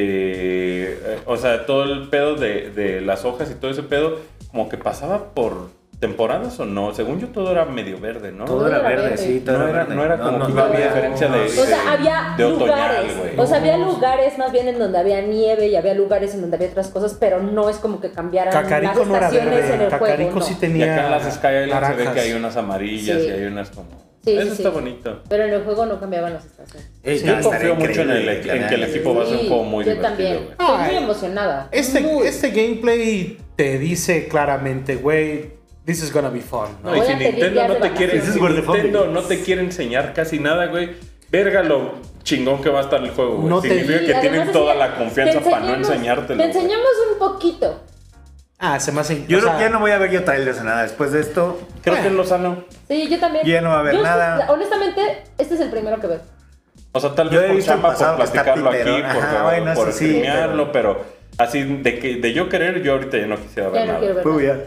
Speaker 4: este. eh, o sea, todo el pedo de, de las hojas y todo ese pedo, como que pasaba por temporadas o no. Según yo, todo era medio verde, ¿no?
Speaker 1: Todo era verde, sí. todo
Speaker 4: no, era,
Speaker 1: verde.
Speaker 4: no era como que
Speaker 3: no
Speaker 4: una
Speaker 3: había-
Speaker 4: diferencia de.
Speaker 3: O sea,
Speaker 4: de-
Speaker 3: había
Speaker 4: de otoñal,
Speaker 3: lugares.
Speaker 4: güey.
Speaker 3: o sea, había lugares más bien en donde había nieve y había lugares en donde había otras cosas, pero no es como que cambiaran
Speaker 2: Cacarico
Speaker 3: las
Speaker 2: no era
Speaker 3: estaciones en
Speaker 2: verde,
Speaker 3: el
Speaker 2: Cacarico
Speaker 3: juego. no.
Speaker 2: sí
Speaker 4: Y
Speaker 2: tenía
Speaker 4: acá en las Skylands se ve
Speaker 2: naranjas.
Speaker 4: que hay unas amarillas
Speaker 3: Sí.
Speaker 4: y hay unas como.
Speaker 3: Sí,
Speaker 4: Eso
Speaker 3: sí,
Speaker 4: está
Speaker 3: sí.
Speaker 4: bonito.
Speaker 3: Pero en el juego no cambiaban las estaciones.
Speaker 1: Ey,
Speaker 2: Sí,
Speaker 1: va a
Speaker 4: Yo
Speaker 1: estar
Speaker 4: confío mucho en, el,
Speaker 1: Eh, increíble,
Speaker 4: equi- en que el
Speaker 1: caray.
Speaker 4: equipo va a ser un
Speaker 3: Sí,
Speaker 4: juego muy
Speaker 3: yo
Speaker 4: divertido.
Speaker 3: también.
Speaker 4: güey.
Speaker 3: Estoy muy
Speaker 2: Ay.
Speaker 3: emocionada.
Speaker 2: Este,
Speaker 3: Muy.
Speaker 2: este gameplay te dice claramente, güey, this is gonna be fun. ¿no?
Speaker 4: No, y
Speaker 3: Voy
Speaker 4: si
Speaker 3: a pedir
Speaker 4: Nintendo
Speaker 3: ya
Speaker 4: no te
Speaker 3: rebajas.
Speaker 4: quiere,
Speaker 1: Ese es
Speaker 4: si
Speaker 1: Word of
Speaker 4: Nintendo
Speaker 1: Honor.
Speaker 4: no te quiere enseñar casi nada, güey. Verga lo chingón que va a estar el juego, güey.
Speaker 2: No te-
Speaker 4: Significa
Speaker 3: Sí,
Speaker 4: que
Speaker 3: además
Speaker 4: tienen
Speaker 3: así
Speaker 4: toda
Speaker 3: de,
Speaker 4: la confianza
Speaker 3: te
Speaker 4: para no
Speaker 3: enseñamos-
Speaker 4: enseñártelo.
Speaker 3: Te
Speaker 4: güey.
Speaker 3: enseñamos un poquito.
Speaker 2: Ah, se me hace...
Speaker 1: Yo creo
Speaker 2: o sea,
Speaker 1: que ya no voy a ver yo trailers de nada. Después de esto,
Speaker 4: Creo que es lo sano.
Speaker 3: Sí, yo también.
Speaker 1: Ya no va a haber
Speaker 3: Yo,
Speaker 1: nada.
Speaker 3: Honestamente, este es el primero que veo.
Speaker 4: O sea, tal
Speaker 1: Yo
Speaker 4: vez
Speaker 1: he
Speaker 4: por
Speaker 1: visto el
Speaker 4: chamba, por
Speaker 1: pasado que está
Speaker 4: platicarlo aquí,
Speaker 1: piterón.
Speaker 4: por,
Speaker 1: Ajá, bueno, eso
Speaker 4: por
Speaker 1: sí, pero-
Speaker 4: streamearlo, pero... así de, que, de yo querer, yo ahorita ya no quisiera ver
Speaker 3: Ya no
Speaker 4: nada.
Speaker 3: quiero ver.
Speaker 1: pues
Speaker 3: nada.
Speaker 1: ya.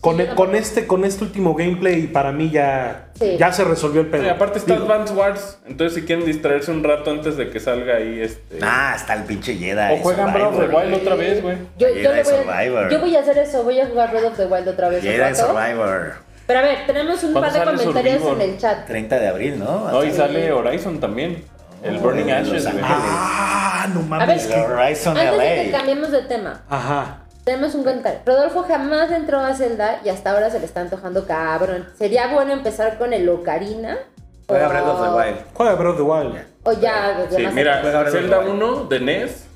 Speaker 2: Con, con este, con este último gameplay para mí ya,
Speaker 3: Sí.
Speaker 2: ya se resolvió el pedo.
Speaker 4: Y aparte está
Speaker 2: Digo,
Speaker 4: Advance Wars, entonces si quieren distraerse un rato antes de que salga ahí este...
Speaker 1: Ah, está el pinche Jedi.
Speaker 4: O juegan Breath of the
Speaker 1: Survivor.
Speaker 4: Wild otra vez, güey.
Speaker 3: Yo,
Speaker 1: Ahí
Speaker 3: yo
Speaker 1: era
Speaker 3: le voy a,
Speaker 1: Survivor.
Speaker 3: yo voy a hacer eso, voy a jugar Red of the Wild otra vez. un
Speaker 1: Jedi
Speaker 3: rato.
Speaker 1: Survivor.
Speaker 3: Pero a ver, tenemos un
Speaker 4: ¿Cuándo
Speaker 3: par de
Speaker 4: sale
Speaker 3: comentarios en
Speaker 4: Survivor?
Speaker 3: el chat.
Speaker 1: 30 de abril, ¿no?
Speaker 4: No, y sale Horizon también. El
Speaker 1: Oh,
Speaker 4: Burning
Speaker 1: de Los
Speaker 4: Ashes, güey.
Speaker 1: Ángeles.
Speaker 2: Ah, no mames.
Speaker 3: A ver,
Speaker 1: El Horizon
Speaker 3: Antes de que
Speaker 1: LA.
Speaker 3: cambiemos de tema,
Speaker 2: Ajá.
Speaker 3: tenemos un comentario. Rodolfo jamás entró a Zelda y hasta ahora se le está antojando cabrón. Sería bueno empezar con el Ocarina.
Speaker 1: Juega
Speaker 3: o-
Speaker 1: Breath of the Wild.
Speaker 2: Juega Breath of the Wild.
Speaker 3: O ya, ya
Speaker 4: Sí,
Speaker 3: más adelante.
Speaker 4: mira,
Speaker 1: Breath of the
Speaker 4: Zelda
Speaker 1: Wild.
Speaker 4: 1 de NES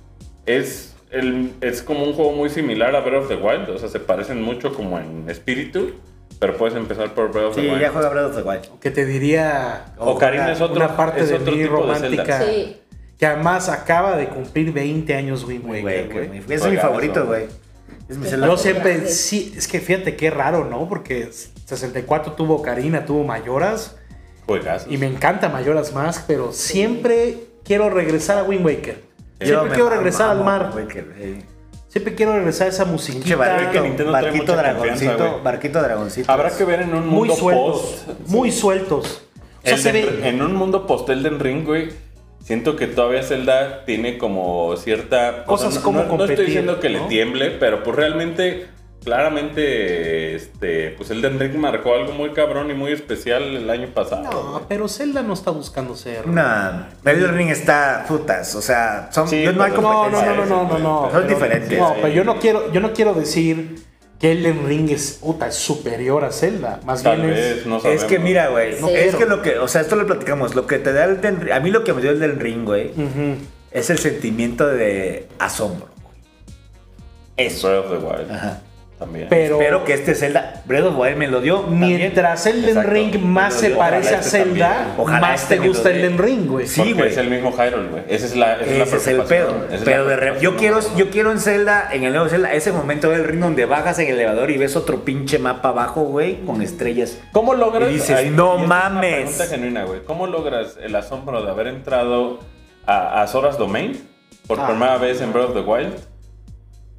Speaker 4: es, el, es como un juego muy similar a Breath of the Wild. O sea, se parecen mucho como en espíritu, pero puedes empezar por Breath of the
Speaker 1: Sí,
Speaker 4: Wild.
Speaker 1: ya juega Breath of the Wild.
Speaker 2: Que te diría
Speaker 4: Ocarina es otro,
Speaker 2: una parte
Speaker 4: es
Speaker 2: de
Speaker 4: otro
Speaker 2: mí
Speaker 4: tipo de
Speaker 2: romántica.
Speaker 4: Zelda.
Speaker 3: Sí.
Speaker 2: que además acaba de cumplir 20 años Wind
Speaker 1: Güey,
Speaker 2: Waker,
Speaker 1: güey,
Speaker 2: güey.
Speaker 1: Es mi
Speaker 4: Juegazo,
Speaker 1: favorito,
Speaker 4: güey.
Speaker 1: güey. Es mi
Speaker 3: Yo
Speaker 1: celular.
Speaker 2: Yo siempre,
Speaker 3: Grande.
Speaker 2: sí, es que fíjate qué raro, ¿no? Porque 64 tuvo Ocarina, tuvo Mayoras,
Speaker 4: Juegazos.
Speaker 2: y me encanta Mayoras más, pero siempre quiero regresar a Wind Waker.
Speaker 1: Yo
Speaker 2: Siempre
Speaker 1: me
Speaker 2: quiero regresar
Speaker 1: mamo,
Speaker 2: al mar.
Speaker 1: güey, que- sí.
Speaker 2: Siempre quiero regresar a esa
Speaker 1: Pinche
Speaker 2: musiquita.
Speaker 4: que
Speaker 1: barquito,
Speaker 4: Nintendo trae
Speaker 1: barquito
Speaker 4: mucha confianza,
Speaker 1: dragoncito,
Speaker 4: güey.
Speaker 1: barquito dragoncito.
Speaker 4: Habrá que ver en un
Speaker 2: Muy
Speaker 4: mundo
Speaker 2: sueltos.
Speaker 4: post.
Speaker 2: Muy sueltos. O sea,
Speaker 4: El
Speaker 2: se
Speaker 4: de-
Speaker 2: ve.
Speaker 4: En un mundo post Elden Ring, güey. Siento que todavía Zelda tiene como cierta. o
Speaker 2: Cosas
Speaker 4: sea, no-
Speaker 2: como
Speaker 4: no, no
Speaker 2: competir,
Speaker 4: estoy diciendo que
Speaker 2: ¿no?
Speaker 4: le tiemble, pero pues realmente, claramente, este, pues Elden Ring marcó algo muy cabrón y muy especial el año pasado.
Speaker 2: No,
Speaker 4: güey.
Speaker 2: pero Zelda no está buscando ser.
Speaker 1: Nah, Elden Ring está putas, o sea, son,
Speaker 4: Sí,
Speaker 1: yo- no hay
Speaker 4: pero-
Speaker 2: No, no,
Speaker 1: competencia.
Speaker 2: no, no, no, no, no.
Speaker 1: Son
Speaker 2: Pero-
Speaker 1: diferentes.
Speaker 2: No, pero yo no quiero, yo no quiero decir que Elden Ring es, puta, es superior a Zelda. Más
Speaker 4: Tal
Speaker 2: bien
Speaker 4: vez,
Speaker 2: es.
Speaker 4: no sabemos.
Speaker 1: pues, Es que mira, güey,
Speaker 3: No
Speaker 1: es
Speaker 2: quiero.
Speaker 1: que lo que, o sea, esto lo platicamos, lo que te da Elden Ring, a mí lo que me dio Elden Ring, güey,
Speaker 2: Ujú.
Speaker 1: es el sentimiento de asombro. Eso.
Speaker 4: Breath of the Wild.
Speaker 1: Ajá.
Speaker 4: También.
Speaker 2: Pero,
Speaker 1: Espero que este Zelda, Breath of the Wild me lo dio.
Speaker 2: mientras
Speaker 1: también.
Speaker 2: Elden
Speaker 1: Exacto.
Speaker 2: Ring más
Speaker 1: Me lo
Speaker 2: se
Speaker 1: dio. Ojalá
Speaker 2: parece a
Speaker 4: este también.
Speaker 2: Zelda,
Speaker 1: Ojalá
Speaker 2: más
Speaker 1: este
Speaker 2: te
Speaker 1: me lo
Speaker 2: gusta
Speaker 1: dé.
Speaker 2: Elden Ring, güey.
Speaker 1: Sí.
Speaker 4: Porque
Speaker 1: güey.
Speaker 4: es el mismo Hyrule, güey. Esa es la. esa es la
Speaker 1: Ese es el pedo.
Speaker 4: preocupación. Esa es la
Speaker 1: Pero de re- yo
Speaker 4: preocupación.
Speaker 1: quiero, yo quiero en Zelda, en el nuevo Zelda, ese momento del ring donde bajas en el elevador y ves otro pinche mapa abajo, güey, con estrellas.
Speaker 4: ¿Cómo logras?
Speaker 1: Y dices,
Speaker 4: Ay,
Speaker 1: "No
Speaker 4: y esta es
Speaker 1: mames".
Speaker 4: Una pregunta genuina, güey. ¿Cómo logras el asombro de haber entrado a, a Zoras Domain por
Speaker 2: Ah.
Speaker 4: primera vez en Breath of the Wild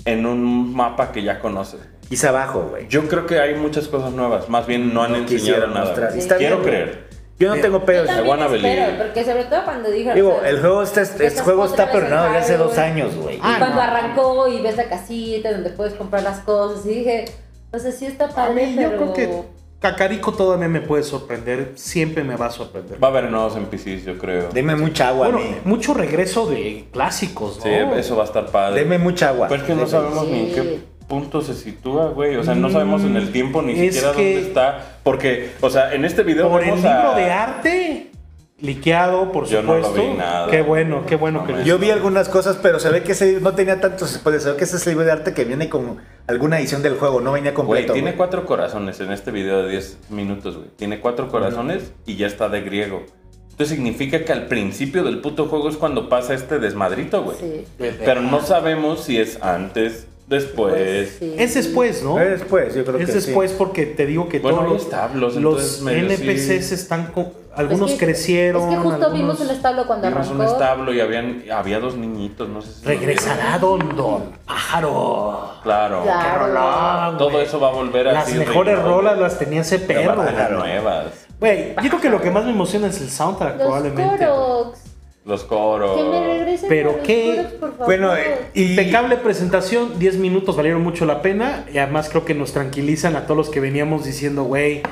Speaker 4: en un mapa que ya conoces?
Speaker 1: Quizá abajo, güey.
Speaker 4: Yo creo que hay muchas cosas nuevas. Más bien no han enseñado
Speaker 1: quisieron
Speaker 4: nada.
Speaker 1: mostrar.
Speaker 4: güey.
Speaker 1: Está
Speaker 4: Quiero
Speaker 1: bien, güey.
Speaker 4: creer.
Speaker 1: Yo no tengo
Speaker 3: Yo
Speaker 1: pedos.
Speaker 4: también.
Speaker 3: también
Speaker 4: wanna
Speaker 3: espero,
Speaker 4: believe.
Speaker 3: porque sobre todo cuando dijo...
Speaker 1: Digo, el juego está, el juego está perdonado desde hace dos años, güey.
Speaker 2: Ah,
Speaker 3: cuando
Speaker 2: no.
Speaker 3: arrancó y ves la casita donde puedes comprar las cosas y dije, no sé si está
Speaker 2: A
Speaker 3: padre,
Speaker 2: mí yo
Speaker 3: pero...
Speaker 2: creo que Cacarico todavía me puede sorprender, siempre me va a sorprender.
Speaker 4: Va a haber nuevos NPCs, yo creo.
Speaker 1: Deme mucha agua,
Speaker 2: Bueno,
Speaker 1: men.
Speaker 2: mucho regreso de clásicos, ¿no?
Speaker 4: Sí, eso va a estar padre.
Speaker 1: Deme mucha agua.
Speaker 4: Pero es que no
Speaker 1: Deme-
Speaker 4: sabemos
Speaker 3: Sí.
Speaker 4: ni en qué punto se sitúa, güey. O sea, no sabemos en el tiempo ni
Speaker 2: Mm, es
Speaker 4: siquiera
Speaker 2: que-
Speaker 4: dónde está. Porque, o sea, en este video
Speaker 2: Por el
Speaker 4: vemos
Speaker 2: libro
Speaker 4: a-
Speaker 2: de arte, liqueado, por
Speaker 4: Yo no lo
Speaker 2: supuesto.
Speaker 4: vi nada.
Speaker 2: Qué bueno, qué bueno
Speaker 4: No
Speaker 2: que
Speaker 4: me-
Speaker 1: Yo vi algunas cosas, pero se ve que ese no tenía tantos spoilers. Se ve que ese es el libro de arte que viene con alguna edición del juego, no venía
Speaker 4: Güey,
Speaker 1: completo.
Speaker 4: tiene
Speaker 1: güey.
Speaker 4: cuatro corazones en este video de 10 minutos, güey. Tiene cuatro corazones y ya está de griego. Esto significa que al principio del puto juego es cuando pasa este desmadrito,
Speaker 1: Pues,
Speaker 4: güey.
Speaker 3: Sí.
Speaker 4: Pero no sabemos si es antes, después.
Speaker 1: pues,
Speaker 3: sí.
Speaker 2: Es pues, después, ¿no?
Speaker 1: Es después, yo creo que
Speaker 2: es
Speaker 1: sí.
Speaker 2: después porque te digo que
Speaker 4: Bueno,
Speaker 2: todos
Speaker 4: hay establos,
Speaker 2: los
Speaker 4: entonces medio
Speaker 2: NPCs
Speaker 4: sí.
Speaker 2: están
Speaker 3: Pues
Speaker 2: co- algunos
Speaker 3: que-
Speaker 2: crecieron.
Speaker 3: Es que justo
Speaker 2: algunos-
Speaker 3: vimos un establo cuando
Speaker 4: Vimos
Speaker 3: arrancó.
Speaker 4: un establo y habían, había dos niñitos, no sé si. lo
Speaker 2: regresará Don Don Pájaro.
Speaker 4: vieron. Claro.
Speaker 3: Claro.
Speaker 2: rolón,
Speaker 4: Todo
Speaker 2: güey.
Speaker 4: eso va a volver a
Speaker 2: Las mejores rolas las tenía ese perro. güey.
Speaker 4: nuevas.
Speaker 2: Güey, yo creo que lo que más me emociona es el soundtrack
Speaker 3: Los
Speaker 2: probablemente.
Speaker 3: Koroks.
Speaker 4: Los coros.
Speaker 3: Que me regresen
Speaker 2: Pero
Speaker 3: a los
Speaker 2: qué-
Speaker 3: Koroks, por favor.
Speaker 1: Bueno, eh, y
Speaker 2: Impecable presentación, 10 minutos valieron mucho la pena y además creo que nos tranquilizan a todos los que veníamos diciendo, güey,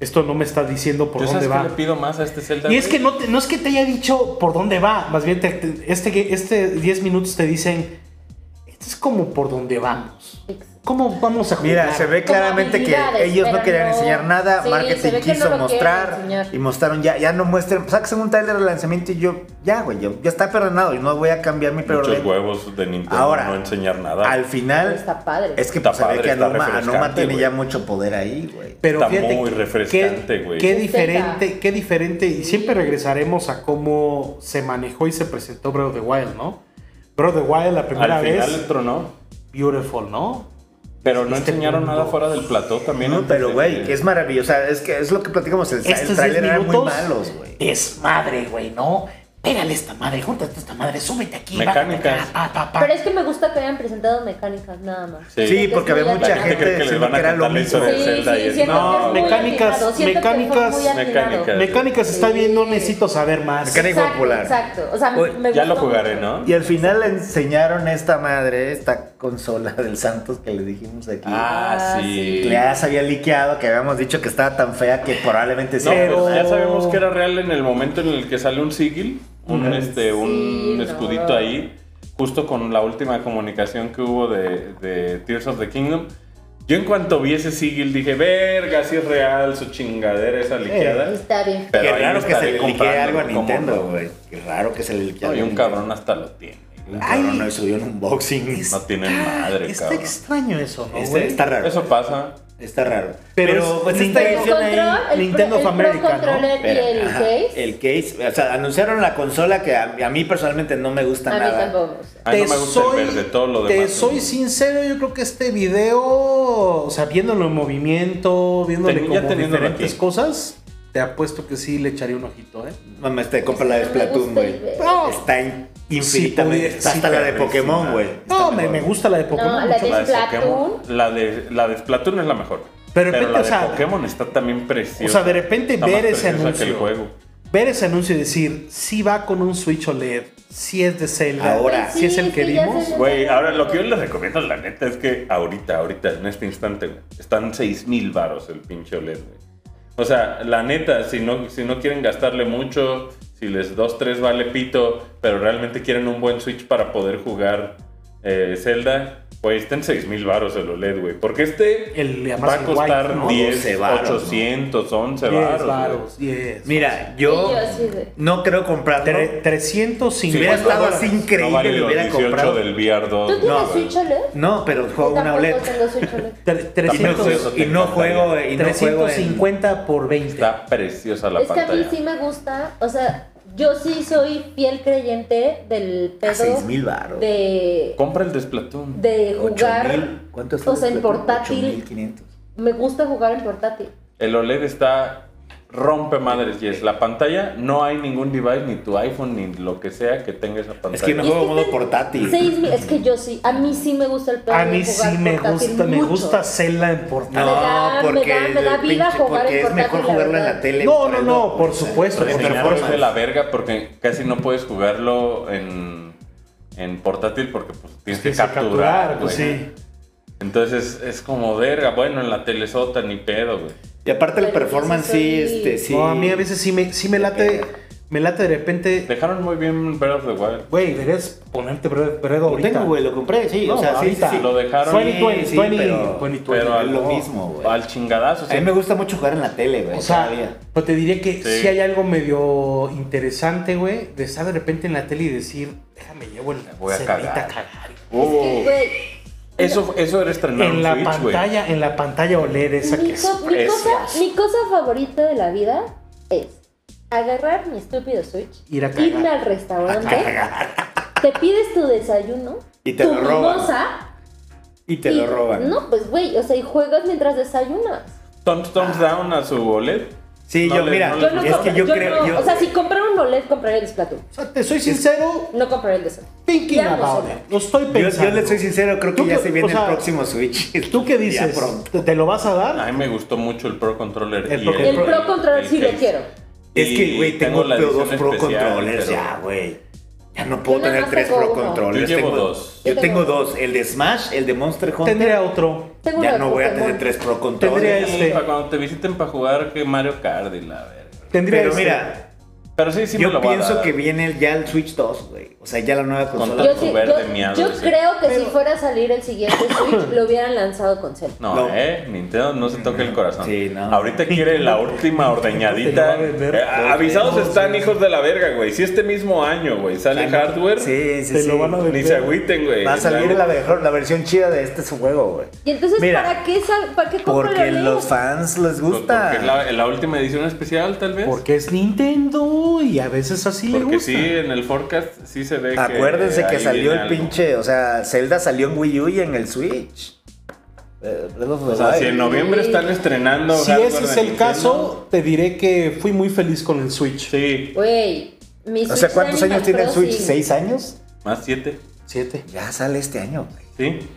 Speaker 2: esto no me está diciendo por
Speaker 4: Yo
Speaker 2: dónde
Speaker 4: sabes
Speaker 2: va.
Speaker 4: qué le pido más a este Zelda.
Speaker 2: Y es
Speaker 4: güey?
Speaker 2: que no, te- no es que te haya dicho por dónde va, más bien te- te- este, este 10 minutos te dicen, esto es como por dónde vamos. ¿Cómo vamos a jugar?
Speaker 1: Mira, se ve
Speaker 3: Como
Speaker 1: claramente que
Speaker 3: habilidades,
Speaker 1: ellos no
Speaker 3: pero
Speaker 1: querían
Speaker 3: no-
Speaker 1: enseñar nada,
Speaker 3: Sí, se
Speaker 1: marketing
Speaker 3: ve que
Speaker 1: quiso
Speaker 3: no lo quieren
Speaker 1: mostrar
Speaker 3: enseñar.
Speaker 1: y mostraron ya, ya no muestren, pues, ah, saquen un trailer de lanzamiento y yo, ya güey, yo- ya está perdonado y no voy a cambiar mi
Speaker 4: Muchos
Speaker 1: preorden.
Speaker 4: huevos de Nintendo
Speaker 1: Ahora,
Speaker 4: no enseñar nada.
Speaker 1: Al final,
Speaker 3: Está padre.
Speaker 1: Ah, es que
Speaker 4: Está
Speaker 1: pues, se ve
Speaker 4: padre,
Speaker 1: que
Speaker 4: está
Speaker 1: Anoma,
Speaker 4: refrescante,
Speaker 1: Anoma tiene
Speaker 4: güey.
Speaker 1: ya mucho poder ahí, güey.
Speaker 2: Pero
Speaker 4: Está
Speaker 2: fíjate,
Speaker 4: muy
Speaker 2: qué-
Speaker 4: refrescante,
Speaker 2: qué-
Speaker 4: güey.
Speaker 2: Qué
Speaker 3: Sí,
Speaker 2: diferente,
Speaker 3: está.
Speaker 2: qué diferente. Y siempre
Speaker 3: Sí.
Speaker 2: regresaremos a cómo se manejó y se presentó Breath of the Wild, ¿no? Breath of the Wild la
Speaker 1: Pues
Speaker 2: primera
Speaker 4: Al
Speaker 2: vez,
Speaker 4: final entró, ¿no?
Speaker 2: beautiful, ¿no?
Speaker 4: Pero no
Speaker 2: Este
Speaker 4: enseñaron
Speaker 2: mundo.
Speaker 4: nada fuera del plató también.
Speaker 1: No,
Speaker 4: antes
Speaker 1: pero
Speaker 4: de-
Speaker 1: güey, es maravilloso, o sea, es que es lo que platicamos, el, el
Speaker 2: Estos 10
Speaker 1: trailer era muy
Speaker 2: minutos
Speaker 1: malos, güey.
Speaker 2: es madre, güey, ¿no? Pégale esta madre, júntate esta madre, súbete aquí.
Speaker 4: Mecánicas.
Speaker 2: bájate acá, pa, pa, pa.
Speaker 3: Pero es que me gusta que hayan presentado mecánicas nada más.
Speaker 4: Sí.
Speaker 1: Sí, porque había
Speaker 3: La
Speaker 1: mucha
Speaker 3: gente
Speaker 1: gente
Speaker 4: cree que les
Speaker 1: diciendo
Speaker 4: van a
Speaker 1: que era lo
Speaker 4: contar la
Speaker 1: mismo.
Speaker 4: historia.
Speaker 3: Sí,
Speaker 4: Zelda y
Speaker 3: sí,
Speaker 4: el-
Speaker 3: siento
Speaker 2: No,
Speaker 3: que es muy
Speaker 2: mecánicas,
Speaker 3: atinado, siento que fue
Speaker 2: mecánicas,
Speaker 3: muy atinado.
Speaker 4: mecánicas.
Speaker 2: Mecánicas está
Speaker 3: Sí.
Speaker 2: bien, no necesito saber más.
Speaker 1: Mecánica
Speaker 3: Exacto,
Speaker 1: popular.
Speaker 3: Exacto. O sea, me,
Speaker 1: Oye,
Speaker 3: me
Speaker 4: Ya lo
Speaker 3: gustó
Speaker 4: jugaré,
Speaker 3: mucho.
Speaker 4: ¿no?
Speaker 1: Y al final le enseñaron esta madre, esta consola del Santos que le dijimos aquí.
Speaker 4: Ah, sí.
Speaker 1: Que Ya se había liqueado, que habíamos dicho que estaba tan fea que probablemente sí.
Speaker 4: No,
Speaker 2: Pero-
Speaker 4: pues ya sabemos que era real en el momento en el que sale un sigil, un,
Speaker 1: Ujú.
Speaker 4: este, un
Speaker 3: Sí, no.
Speaker 4: escudito ahí, justo con la última comunicación que hubo de, de Tears of the Kingdom. Yo en cuanto vi ese sigil dije, verga, si es real, su chingadera esa liqueada.
Speaker 3: Está bien.
Speaker 4: Pero
Speaker 1: Eh, Qué
Speaker 4: ahí
Speaker 1: raro
Speaker 4: me
Speaker 1: que se
Speaker 4: estaré
Speaker 1: le liquee
Speaker 4: comprando,
Speaker 1: algo a
Speaker 4: ¿cómo
Speaker 1: Nintendo,
Speaker 4: no?
Speaker 1: güey. Qué raro que se le liquee
Speaker 4: No,
Speaker 1: algo
Speaker 4: y
Speaker 1: a
Speaker 4: un
Speaker 1: Nintendo.
Speaker 4: cabrón hasta lo tiene.
Speaker 1: Un
Speaker 2: Ay.
Speaker 1: cabrón no subió un unboxing.
Speaker 4: No tiene madre,
Speaker 2: está
Speaker 4: cabrón.
Speaker 2: extraño eso, ¿no?
Speaker 1: Está,
Speaker 2: güey?
Speaker 1: está raro.
Speaker 4: Eso pasa.
Speaker 1: Está raro. pues,
Speaker 2: Pero es- Nintendo-
Speaker 3: El
Speaker 1: edición ahí-
Speaker 3: control, el
Speaker 2: Nintendo
Speaker 3: Pro- el
Speaker 2: of America,
Speaker 3: Pro Controller y
Speaker 1: Espera,
Speaker 3: el
Speaker 1: ajá,
Speaker 3: case.
Speaker 1: El case. O sea, anunciaron la consola que a, a mí personalmente no me gusta
Speaker 3: A mí
Speaker 1: nada.
Speaker 3: tampoco. o sea.
Speaker 4: Ay, no me gusta el verde, todo lo
Speaker 2: te
Speaker 4: demás.
Speaker 2: soy sincero, yo creo que este video, o sea, viéndolo en movimiento, viéndole
Speaker 4: Ten- ya
Speaker 2: como
Speaker 4: teniéndolo
Speaker 2: diferentes
Speaker 4: aquí.
Speaker 2: cosas, te apuesto que sí le echaría un ojito, ¿eh?
Speaker 1: Mamá, este, compra la de
Speaker 3: No me
Speaker 1: Splatoon,
Speaker 3: gusta el
Speaker 1: güey.
Speaker 3: verde.
Speaker 2: No,
Speaker 1: Está in- infinitamente.
Speaker 2: Sí,
Speaker 1: está
Speaker 2: sí,
Speaker 1: hasta la de
Speaker 4: perrísima.
Speaker 1: Pokémon, güey.
Speaker 2: no, me, me gusta la de Pokémon.
Speaker 3: la
Speaker 2: mucho.
Speaker 3: de-
Speaker 4: La de
Speaker 3: Splatoon.
Speaker 4: Pokémon- La de, la de Splatoon es la mejor.
Speaker 2: Pero
Speaker 4: Pero,
Speaker 2: de repente,
Speaker 4: la
Speaker 2: o
Speaker 4: de
Speaker 2: sea,
Speaker 4: Pokémon está también preciosa.
Speaker 2: o sea, de repente
Speaker 4: Está
Speaker 2: ver
Speaker 4: más
Speaker 2: ese
Speaker 4: preciosa que el
Speaker 2: anuncio.
Speaker 4: juego.
Speaker 2: Ver ese anuncio y decir, si va con un Switch OLED, si es de Zelda,
Speaker 1: Ahora.
Speaker 2: si es el que
Speaker 3: Sí, sí, ya
Speaker 2: vimos.
Speaker 3: sé.
Speaker 4: Güey, ahora lo que yo les recomiendo, la neta, es que ahorita, ahorita, en este instante, güey, están 6000 varos el pinche OLED, güey. O sea, la neta, si no, si no quieren gastarle mucho, si les dos, tres vale pito, pero realmente quieren un buen Switch para poder jugar eh, Zelda, güey, está en 6000 varos el OLED, güey. Porque este
Speaker 2: El- además
Speaker 4: va a
Speaker 2: el
Speaker 4: costar
Speaker 2: white, ¿no?
Speaker 1: 12
Speaker 4: 10,
Speaker 1: varos, ¿no?
Speaker 4: 800, 11
Speaker 2: 10
Speaker 4: varos. güey.
Speaker 2: varos, 10.
Speaker 1: Mira, yo
Speaker 3: Sí, yo sí, güey.
Speaker 1: no creo comprarlo.
Speaker 2: Tre- 350.
Speaker 1: Si hubiera estado así increíble,
Speaker 4: no vale
Speaker 1: lo
Speaker 4: los
Speaker 1: hubiera
Speaker 4: 18
Speaker 1: comprado.
Speaker 4: del VR 2.
Speaker 3: ¿Tú
Speaker 4: güey.
Speaker 3: tienes
Speaker 1: No.
Speaker 3: Switch OLED?
Speaker 1: No, pero juego
Speaker 3: Yo
Speaker 1: una
Speaker 3: tampoco
Speaker 1: OLED.
Speaker 3: tengo Switch OLED.
Speaker 2: Tre-
Speaker 1: Y no,
Speaker 4: Eso
Speaker 2: 300,
Speaker 4: te
Speaker 1: y no
Speaker 4: encantaría.
Speaker 1: juego, y no juego en-
Speaker 2: 350 por 20.
Speaker 4: Está preciosa la
Speaker 3: es que a
Speaker 4: pantalla.
Speaker 3: mí sí me gusta, o sea, yo sí soy fiel creyente del
Speaker 1: a
Speaker 3: pedo
Speaker 1: 6,000 baros.
Speaker 3: de,
Speaker 4: Compra el de Splatoon.
Speaker 3: de jugar.
Speaker 1: 8,000. ¿Cuánto está?
Speaker 3: O sea, en
Speaker 1: Splatoon?
Speaker 3: portátil.
Speaker 1: 8,500.
Speaker 3: Me gusta jugar en portátil.
Speaker 4: El OLED E está rompe madres, Jess. La pantalla, no hay ningún device, ni tu iPhone, ni lo que sea que tenga esa pantalla.
Speaker 6: Es que no juego modo portátil.
Speaker 3: Seis mil- es que yo sí, a mí sí me gusta el plan
Speaker 2: A
Speaker 3: de
Speaker 2: mí
Speaker 3: jugar
Speaker 2: sí me
Speaker 3: portátil
Speaker 2: gusta, me
Speaker 3: mucho.
Speaker 2: gusta hacerla en portátil.
Speaker 3: Me da-
Speaker 6: No,
Speaker 3: me
Speaker 6: porque,
Speaker 3: da- me da
Speaker 6: el
Speaker 3: vida jugar en
Speaker 6: porque es
Speaker 3: portátil,
Speaker 6: mejor
Speaker 3: la
Speaker 6: jugarlo en la
Speaker 3: verdad.
Speaker 6: tele.
Speaker 2: No, no,
Speaker 6: por
Speaker 2: no,
Speaker 6: algo,
Speaker 2: por
Speaker 6: o sea,
Speaker 2: supuesto, por
Speaker 6: enseñar
Speaker 4: Reseñarlo
Speaker 2: supuesto.
Speaker 6: más.
Speaker 4: de la verga porque casi no puedes jugarlo en, en portátil porque pues, tienes que,
Speaker 2: Sí, sí,
Speaker 4: capturar,
Speaker 2: pues,
Speaker 4: güey.
Speaker 2: sí.
Speaker 4: Entonces es como verga, bueno, en la telesota ni pedo, güey.
Speaker 6: Y aparte el
Speaker 3: Pero yo
Speaker 6: performance
Speaker 3: soy-
Speaker 6: sí, este, sí.
Speaker 2: No, a mí a veces sí me, sí me late, me late de repente,
Speaker 4: Dejaron muy bien Breath of the Wild.
Speaker 2: güey, deberías ponerte Bredo
Speaker 6: Lo
Speaker 2: ahorita.
Speaker 6: tengo, güey, lo compré, sí.
Speaker 2: No,
Speaker 6: o sea, sí, sí,
Speaker 2: ahorita.
Speaker 6: sí.
Speaker 4: Lo dejaron.
Speaker 2: Suena- 20,
Speaker 6: Sí,
Speaker 2: 20,
Speaker 6: pero-
Speaker 2: 20,
Speaker 6: pero
Speaker 4: al-
Speaker 6: es lo mismo, güey.
Speaker 4: Al chingadazo. o
Speaker 6: A
Speaker 4: sea,
Speaker 6: mí me gusta mucho jugar en la tele, güey.
Speaker 2: O sea,
Speaker 6: todavía.
Speaker 2: pero te diría que
Speaker 4: Sí.
Speaker 2: sí hay algo medio interesante, güey, de estar de repente en la tele y decir, déjame llevo el
Speaker 4: voy a
Speaker 2: cerdita
Speaker 4: cagar".
Speaker 2: a cagar.
Speaker 4: oh,
Speaker 3: Es que, güey,
Speaker 4: eso, eso era estrenar
Speaker 2: En la
Speaker 4: Switch, güey.
Speaker 2: pantalla, en la pantalla OLED esa
Speaker 3: mi,
Speaker 2: que es.
Speaker 3: co- mi cosa,
Speaker 4: precioso.
Speaker 3: mi cosa favorita de la vida es agarrar mi estúpido Switch,
Speaker 2: Ir a cagar.
Speaker 3: irme al restaurante, te pides tu desayuno,
Speaker 6: Y te
Speaker 3: tu
Speaker 6: lo roban.
Speaker 3: mimosa,
Speaker 6: Y te
Speaker 3: y-
Speaker 6: lo roban.
Speaker 3: No, pues güey, o sea, y juegas mientras desayunas.
Speaker 4: Thumbs, thumbs down a su OLED.
Speaker 6: Sí,
Speaker 4: No
Speaker 6: yo,
Speaker 4: le-
Speaker 6: mira,
Speaker 4: no le
Speaker 3: Yo no
Speaker 6: es que
Speaker 3: compro-
Speaker 6: yo,
Speaker 3: yo
Speaker 6: creo.
Speaker 3: no-
Speaker 6: yo-
Speaker 3: O sea, si comprara un OLED, compraría el Splatoon.
Speaker 2: O sea, te soy sincero,
Speaker 3: No compraría el de Sony.
Speaker 2: thinking
Speaker 3: Ya no
Speaker 2: about
Speaker 3: sé.
Speaker 2: it. Lo estoy
Speaker 6: yo,
Speaker 2: pensando.
Speaker 6: yo le soy sincero, creo que
Speaker 2: ¿Tú
Speaker 6: ya
Speaker 2: qué-
Speaker 6: se viene
Speaker 2: o sea,
Speaker 6: el próximo Switch.
Speaker 2: ¿Tú qué
Speaker 6: Ya
Speaker 2: dices?
Speaker 6: pronto.
Speaker 2: ¿Te, te lo vas a dar?
Speaker 4: A mí me gustó mucho el Pro Controller.
Speaker 2: El
Speaker 4: y
Speaker 2: Pro
Speaker 3: El
Speaker 2: Controller.
Speaker 3: Pro Controller
Speaker 4: el
Speaker 3: sí lo
Speaker 4: case.
Speaker 3: quiero.
Speaker 6: Es que,
Speaker 4: Y
Speaker 6: güey, tengo,
Speaker 4: la
Speaker 6: dos
Speaker 4: edición
Speaker 6: Pro
Speaker 4: especial,
Speaker 6: Controllers
Speaker 4: pero-
Speaker 6: ya, güey. Ya no puedo
Speaker 3: Yo nada
Speaker 6: tener
Speaker 3: más
Speaker 6: tres
Speaker 3: tengo
Speaker 6: Pro
Speaker 3: uno.
Speaker 6: Controllers.
Speaker 4: Yo llevo
Speaker 6: tengo-
Speaker 4: dos.
Speaker 6: Yo
Speaker 3: Yo
Speaker 6: tengo
Speaker 3: tengo
Speaker 6: dos. El de Smash, el de Monster Hunter.
Speaker 2: Tendría otro.
Speaker 3: Tengo uno
Speaker 6: Ya
Speaker 3: de
Speaker 6: no voy a
Speaker 3: Pokémon.
Speaker 6: tener tres Pro
Speaker 2: Tendría
Speaker 6: Controllers.
Speaker 2: ese.
Speaker 4: Sí,
Speaker 2: Este.
Speaker 4: para cuando te visiten para jugar que Mario Kart y la verga.
Speaker 2: Tendría este.
Speaker 6: Pero
Speaker 2: ese.
Speaker 6: mira,
Speaker 4: Pero sí, sí me
Speaker 6: yo
Speaker 4: lo voy a
Speaker 6: pienso
Speaker 4: dar.
Speaker 6: que viene el- ya el Switch 2, güey. O sea, ya la nueva consola.
Speaker 3: Yo,
Speaker 4: Con
Speaker 3: sí-
Speaker 4: tu verde
Speaker 3: yo-
Speaker 4: miado,
Speaker 3: yo
Speaker 4: sí.
Speaker 3: creo que si fuera a salir el siguiente Switch, lo hubieran lanzado con Zelda.
Speaker 4: No,
Speaker 6: No.
Speaker 4: eh, Nintendo no se toca el corazón.
Speaker 6: Sí, no.
Speaker 4: Ahorita quiere la última
Speaker 2: Te lo va
Speaker 4: ordeñadita.
Speaker 2: a vender.
Speaker 4: Eh, avisados están, hijos de la verga, güey. Si este mismo año, güey, sale hardware,
Speaker 6: Sí, sí,
Speaker 2: Te
Speaker 6: sí.
Speaker 2: lo van a
Speaker 4: ni se agüiten, güey.
Speaker 1: Va a salir la, mejor- la versión chida de este su juego, güey.
Speaker 3: Y entonces,
Speaker 1: Mira,
Speaker 3: ¿para qué, sa- ¿para qué compro
Speaker 1: Porque
Speaker 3: el OLED?
Speaker 1: los fans les
Speaker 4: Pues
Speaker 1: gusta.
Speaker 4: Porque es la, la última edición especial, tal vez.
Speaker 2: Porque es Nintendo y a veces así le
Speaker 4: Porque
Speaker 2: gusta.
Speaker 4: sí, en el forecast sí se ve que.
Speaker 1: Acuérdense que
Speaker 4: ahí
Speaker 1: salió
Speaker 4: viene
Speaker 1: el
Speaker 4: algo.
Speaker 1: pinche, o sea, Zelda salió en Wii U y en el Switch. Eh, Breath of the
Speaker 4: O sea,
Speaker 1: Wild.
Speaker 4: si en noviembre están estrenando.
Speaker 2: Si
Speaker 4: hardware
Speaker 2: ese es
Speaker 4: de
Speaker 2: el
Speaker 4: Nintendo,
Speaker 2: caso, te diré que fui muy feliz con el Switch.
Speaker 4: Sí,
Speaker 3: Güey, mi
Speaker 1: O
Speaker 3: Switch
Speaker 1: sea, ¿cuántos
Speaker 3: de Animal
Speaker 1: años tiene el Switch?
Speaker 3: Crossing.
Speaker 1: ¿Seis años?
Speaker 4: más siete.
Speaker 2: Siete.
Speaker 1: Ya sale este año, güey.
Speaker 4: Sí.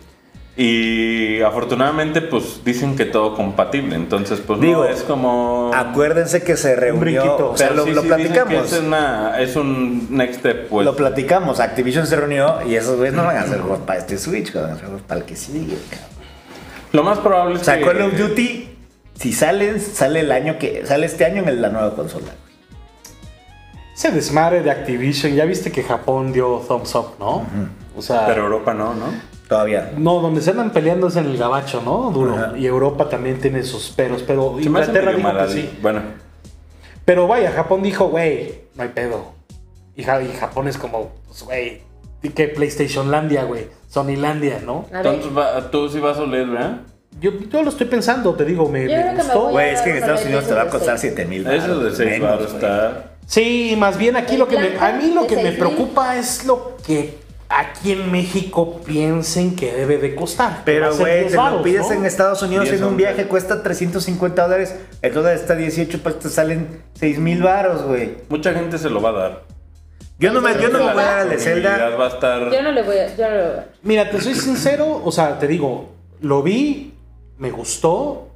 Speaker 4: Y afortunadamente, pues dicen que todo compatible. Entonces, pues
Speaker 1: Digo,
Speaker 4: no es como.
Speaker 1: Acuérdense que se reunió.
Speaker 2: brinquito.
Speaker 1: O sea,
Speaker 4: Pero
Speaker 1: lo,
Speaker 4: sí,
Speaker 1: lo
Speaker 4: sí dicen que
Speaker 1: platicamos.
Speaker 4: Es, una- es un next step, pues.
Speaker 1: Lo platicamos. Activision se reunió y esos güeyes no van a hacer juegos para este Switch, güey, van a hacer juegos para el que sigue, cabrón.
Speaker 4: Lo más probable es
Speaker 1: O sea,
Speaker 4: que.
Speaker 1: Call of Duty, si sale, sale el año que. Sale este año en la nueva consola. güey.
Speaker 2: Se desmadre de Activision. Ya viste que Japón dio thumbs up, ¿no? O sea,
Speaker 4: Pero Europa no, ¿no?
Speaker 1: Todavía.
Speaker 2: no, donde se andan peleando es en el gabacho, ¿no? Duro.
Speaker 1: Ajá.
Speaker 2: Y Europa también tiene sus peros, pero
Speaker 4: Se me hace
Speaker 2: Inglaterra
Speaker 4: medio
Speaker 2: dijo
Speaker 4: mala
Speaker 2: que
Speaker 4: li-
Speaker 2: sí.
Speaker 4: Bueno,
Speaker 2: Pero vaya, Japón dijo, güey, no hay pedo. Y, Ja- y Japón es como, pues, güey, y que PlayStation Landia, güey, Sonylandia, ¿no?
Speaker 3: A ver,
Speaker 4: entonces va- tú sí vas a oler, ¿verdad?
Speaker 2: Yo, yo lo estoy pensando, te digo, me,
Speaker 3: Yo
Speaker 2: me
Speaker 3: creo que me
Speaker 2: gustó.
Speaker 3: voy
Speaker 1: Güey, es que en
Speaker 3: Ahora
Speaker 1: Estados
Speaker 3: con
Speaker 1: Unidos
Speaker 3: el
Speaker 1: te va a
Speaker 3: de
Speaker 1: costar
Speaker 3: seis.
Speaker 1: 7 mil
Speaker 4: Eso de 6 baros está.
Speaker 2: Sí, más bien aquí lo que me, a mí lo que me
Speaker 3: ¿El plan
Speaker 2: preocupa es lo que aquí en México piensen que debe de costar. Va a
Speaker 1: Pero,
Speaker 2: ser
Speaker 1: güey,
Speaker 2: 10
Speaker 1: te lo
Speaker 2: varos,
Speaker 1: pides
Speaker 2: ¿no?
Speaker 1: en Estados Unidos
Speaker 4: 10
Speaker 1: en un
Speaker 4: onzas.
Speaker 1: viaje, cuesta 350 dólares. El dólar está a 18, pues te salen 6 mil baros, güey.
Speaker 4: Mucha gente se lo va a dar.
Speaker 1: Yo no, me, yo no me
Speaker 3: La
Speaker 1: voy a dar al de
Speaker 4: disponibilidad
Speaker 1: Zelda.
Speaker 4: va a estar.
Speaker 3: yo no le voy a... Yo no le voy a...
Speaker 2: Mira, te soy sincero, o sea, te digo, lo vi, me gustó,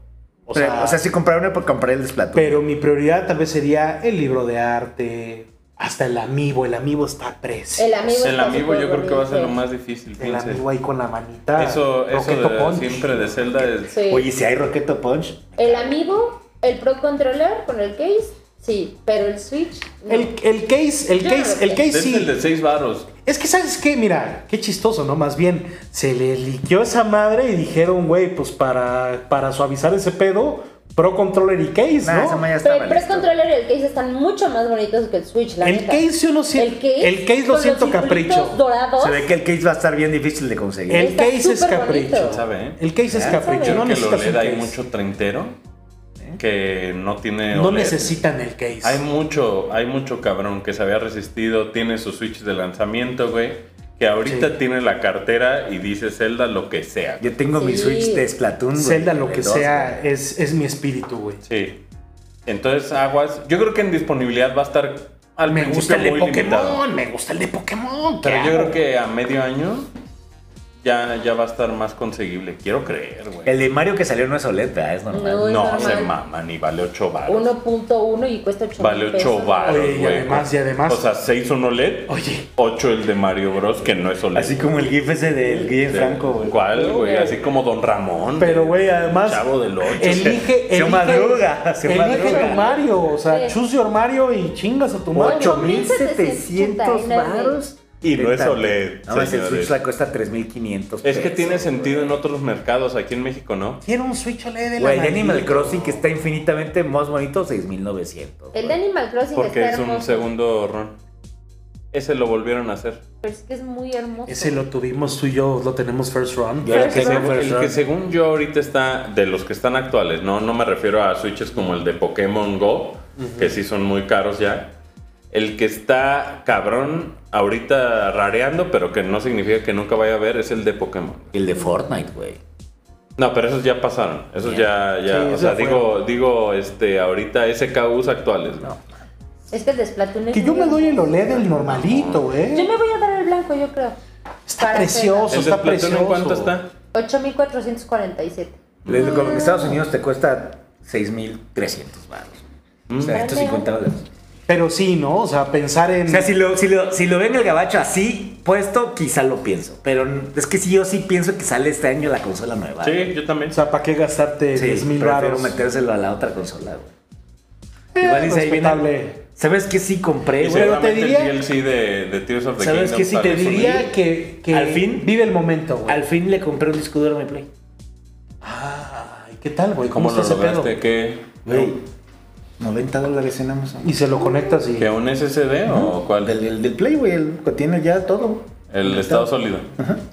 Speaker 2: o
Speaker 1: Pero,
Speaker 2: sea,
Speaker 1: si comprar uno, pues compraré el de Splatoon.
Speaker 2: pero mi prioridad tal vez sería el libro de arte, hasta el amiibo, el amiibo está precio.
Speaker 3: El amigo
Speaker 4: El
Speaker 3: está
Speaker 4: amigo yo
Speaker 3: súper
Speaker 4: creo que va a ser lo
Speaker 3: bonito.
Speaker 4: más difícil.
Speaker 2: El
Speaker 4: fíjense.
Speaker 2: amigo ahí con la manita.
Speaker 4: Eso, eso
Speaker 2: Roqueto
Speaker 4: de-
Speaker 2: Punch.
Speaker 4: siempre de Zelda es.
Speaker 3: Sí.
Speaker 1: Oye, si hay Roqueto Punch,
Speaker 3: El amigo, el Pro Controller con el case, sí, pero el Switch... no.
Speaker 2: El, el case, el
Speaker 3: Yo
Speaker 2: case,
Speaker 3: creo
Speaker 2: el
Speaker 3: que-
Speaker 2: case
Speaker 4: Desde
Speaker 2: sí.
Speaker 4: el de 6 varos.
Speaker 2: Es que, ¿sabes qué? Mira, qué chistoso, ¿no? Más bien, se le liqueó esa madre y dijeron, güey, pues para, para suavizar ese pedo, Pro Controller y Case,
Speaker 1: nah, esa
Speaker 2: ¿no?
Speaker 1: madre ya
Speaker 3: Pero
Speaker 1: estaba
Speaker 3: el Pro
Speaker 1: listo.
Speaker 3: Controller y el case están mucho más bonitos que el Switch, la
Speaker 2: El
Speaker 3: neta.
Speaker 2: case yo no siento- el case lo
Speaker 3: con
Speaker 2: siento
Speaker 3: los circulitos
Speaker 2: capricho.
Speaker 3: dorados.
Speaker 1: Se ve que el case va a estar bien difícil de conseguir.
Speaker 2: El
Speaker 3: Está
Speaker 2: case es
Speaker 3: súper
Speaker 2: capricho.
Speaker 3: bonito.
Speaker 4: ¿Sabe, eh?
Speaker 2: El case es
Speaker 1: Ya
Speaker 2: capricho.
Speaker 3: sabe.
Speaker 2: No
Speaker 4: Creo que lo
Speaker 2: necesitas
Speaker 4: OLED
Speaker 2: un
Speaker 4: hay
Speaker 2: case.
Speaker 4: mucho treintero que no tiene
Speaker 2: No
Speaker 4: OLED.
Speaker 2: necesitan el case.
Speaker 4: Hay mucho, hay mucho cabrón que se había resistido, tiene su switch de lanzamiento, güey, que ahorita
Speaker 2: Sí.
Speaker 4: tiene la cartera y dice Zelda lo que sea.
Speaker 1: Yo tengo mi
Speaker 3: Sí.
Speaker 1: Switch de Splatoon, güey.
Speaker 2: Zelda, lo
Speaker 1: de
Speaker 2: que
Speaker 1: dos,
Speaker 2: sea,
Speaker 1: güey.
Speaker 2: es, es mi espíritu, güey.
Speaker 4: Sí. Entonces, aguas. Yo creo que en disponibilidad va a estar al
Speaker 2: Me
Speaker 4: principio
Speaker 2: gusta el de
Speaker 4: muy
Speaker 2: Pokémon,
Speaker 4: limitado.
Speaker 2: me gusta el de Pokémon.
Speaker 4: Pero
Speaker 2: ¿qué
Speaker 4: yo
Speaker 2: hago?
Speaker 4: creo que a medio año ya, ya va a estar más conseguible. Quiero creer, güey.
Speaker 1: El de Mario que salió no es OLED, ¿verdad? es normal.
Speaker 3: No, es
Speaker 4: No,
Speaker 3: normal.
Speaker 4: se mama, ni vale 8 baros.
Speaker 3: 1.1 y cuesta 8
Speaker 4: Vale 8 baros,
Speaker 2: Oye,
Speaker 4: güey.
Speaker 2: y además, y además.
Speaker 4: O sea, 6 un OLED,
Speaker 2: Oye.
Speaker 4: 8 el de Mario Bros, que no es OLED.
Speaker 6: Así como el gif ese del Guillén
Speaker 4: De-
Speaker 6: Franco, güey.
Speaker 4: ¿Cuál, güey? Así como Don Ramón.
Speaker 2: Pero, güey, además.
Speaker 4: Chavo del Ocho.
Speaker 2: Elige.
Speaker 6: Se
Speaker 2: elige-
Speaker 6: madruga, se
Speaker 2: Elige
Speaker 6: madruga.
Speaker 2: tu Mario. O sea,
Speaker 3: Sí.
Speaker 2: choose your Mario y chingas a tu Mario.
Speaker 1: 8.700 varos.
Speaker 4: Y no es
Speaker 1: Neta.
Speaker 4: OLED,
Speaker 1: No, es el
Speaker 4: señores.
Speaker 1: Switch la cuesta 3.500
Speaker 4: Es que
Speaker 1: pesos,
Speaker 4: tiene
Speaker 1: güey.
Speaker 4: sentido en otros mercados, aquí en México, ¿no?
Speaker 2: Quiero un Switch OLED de la
Speaker 1: Güey, el Animal Crossing que está infinitamente más bonito, 6.900.
Speaker 3: El de
Speaker 1: güey.
Speaker 3: Animal Crossing
Speaker 4: Porque
Speaker 3: está
Speaker 4: es un
Speaker 3: hermoso,
Speaker 4: segundo run. Ese lo volvieron a hacer.
Speaker 3: Pero es que es muy hermoso.
Speaker 2: Ese lo tuvimos tú y yo, lo tenemos first run.
Speaker 1: Yo lo
Speaker 4: Que
Speaker 1: tengo
Speaker 4: según-
Speaker 1: first
Speaker 4: el
Speaker 1: run.
Speaker 4: que según yo ahorita está, de los que están actuales, no, no me refiero a switches como el de Pokémon Go, que sí son muy caros ya. El que está cabrón ahorita rareando, pero que no significa que nunca vaya a ver, es el de Pokémon.
Speaker 1: El de Fortnite, güey.
Speaker 4: No, pero esos ya pasaron. Esos ya, ya,
Speaker 2: Sí,
Speaker 4: o
Speaker 2: eso
Speaker 4: sea,
Speaker 2: fue.
Speaker 4: digo, digo, este, ahorita SKUs actuales. ¿no?
Speaker 3: Mm. Es que el de Splatoon es
Speaker 2: Que yo
Speaker 3: muy
Speaker 2: me doy el
Speaker 3: hermoso.
Speaker 2: OLED el
Speaker 3: Yo
Speaker 2: normalito, ¿eh?
Speaker 3: me voy a dar el blanco, yo creo.
Speaker 2: Está
Speaker 3: Para
Speaker 2: precioso,
Speaker 4: El de
Speaker 2: está
Speaker 4: Splatoon,
Speaker 2: precioso.
Speaker 4: ¿en cuánto está?
Speaker 3: 8447.
Speaker 1: Les- como que Estados Unidos te cuesta 6.300 baros. O sea, 150 dólares.
Speaker 2: Pero sí, ¿no? O sea, pensar en.
Speaker 1: O sea, si lo, si, lo, si lo ven el gabacho así puesto, quizá lo pienso. Pero es que sí, yo sí pienso que sale este año la consola nueva.
Speaker 4: Sí, yo también.
Speaker 2: O sea, ¿para qué gastarte
Speaker 1: Sí,
Speaker 2: 10 mil
Speaker 1: prefiero
Speaker 2: baros?
Speaker 1: metérselo a la otra consola, güey.
Speaker 2: Eh,
Speaker 1: Igual y si ahí viene-
Speaker 2: respetable.
Speaker 1: ¿Sabes qué sí compré,
Speaker 4: Y
Speaker 1: güey?
Speaker 2: Pero te
Speaker 4: seguramente
Speaker 2: diría-
Speaker 4: el DLC de, de Tears of the
Speaker 1: ¿Sabes
Speaker 4: Kingdom
Speaker 1: qué? Sí,
Speaker 4: tal
Speaker 1: te
Speaker 4: vez son
Speaker 1: diría
Speaker 2: Diría que, que
Speaker 1: Al fin-
Speaker 2: vive el momento, güey.
Speaker 1: Al fin le compré un disco duro a mi Play.
Speaker 2: Ay, ¿qué tal, güey? ¿Cómo,
Speaker 4: ¿Cómo lo
Speaker 2: está ese pedo?
Speaker 4: lograste? ¿Qué?
Speaker 6: Güey, 90 dólares en Amazon.
Speaker 2: Y se lo conectas y.
Speaker 4: ¿Que un SSD o cuál?
Speaker 6: Del, del, del Play, güey, el que tiene ya todo.
Speaker 4: El estado sólido.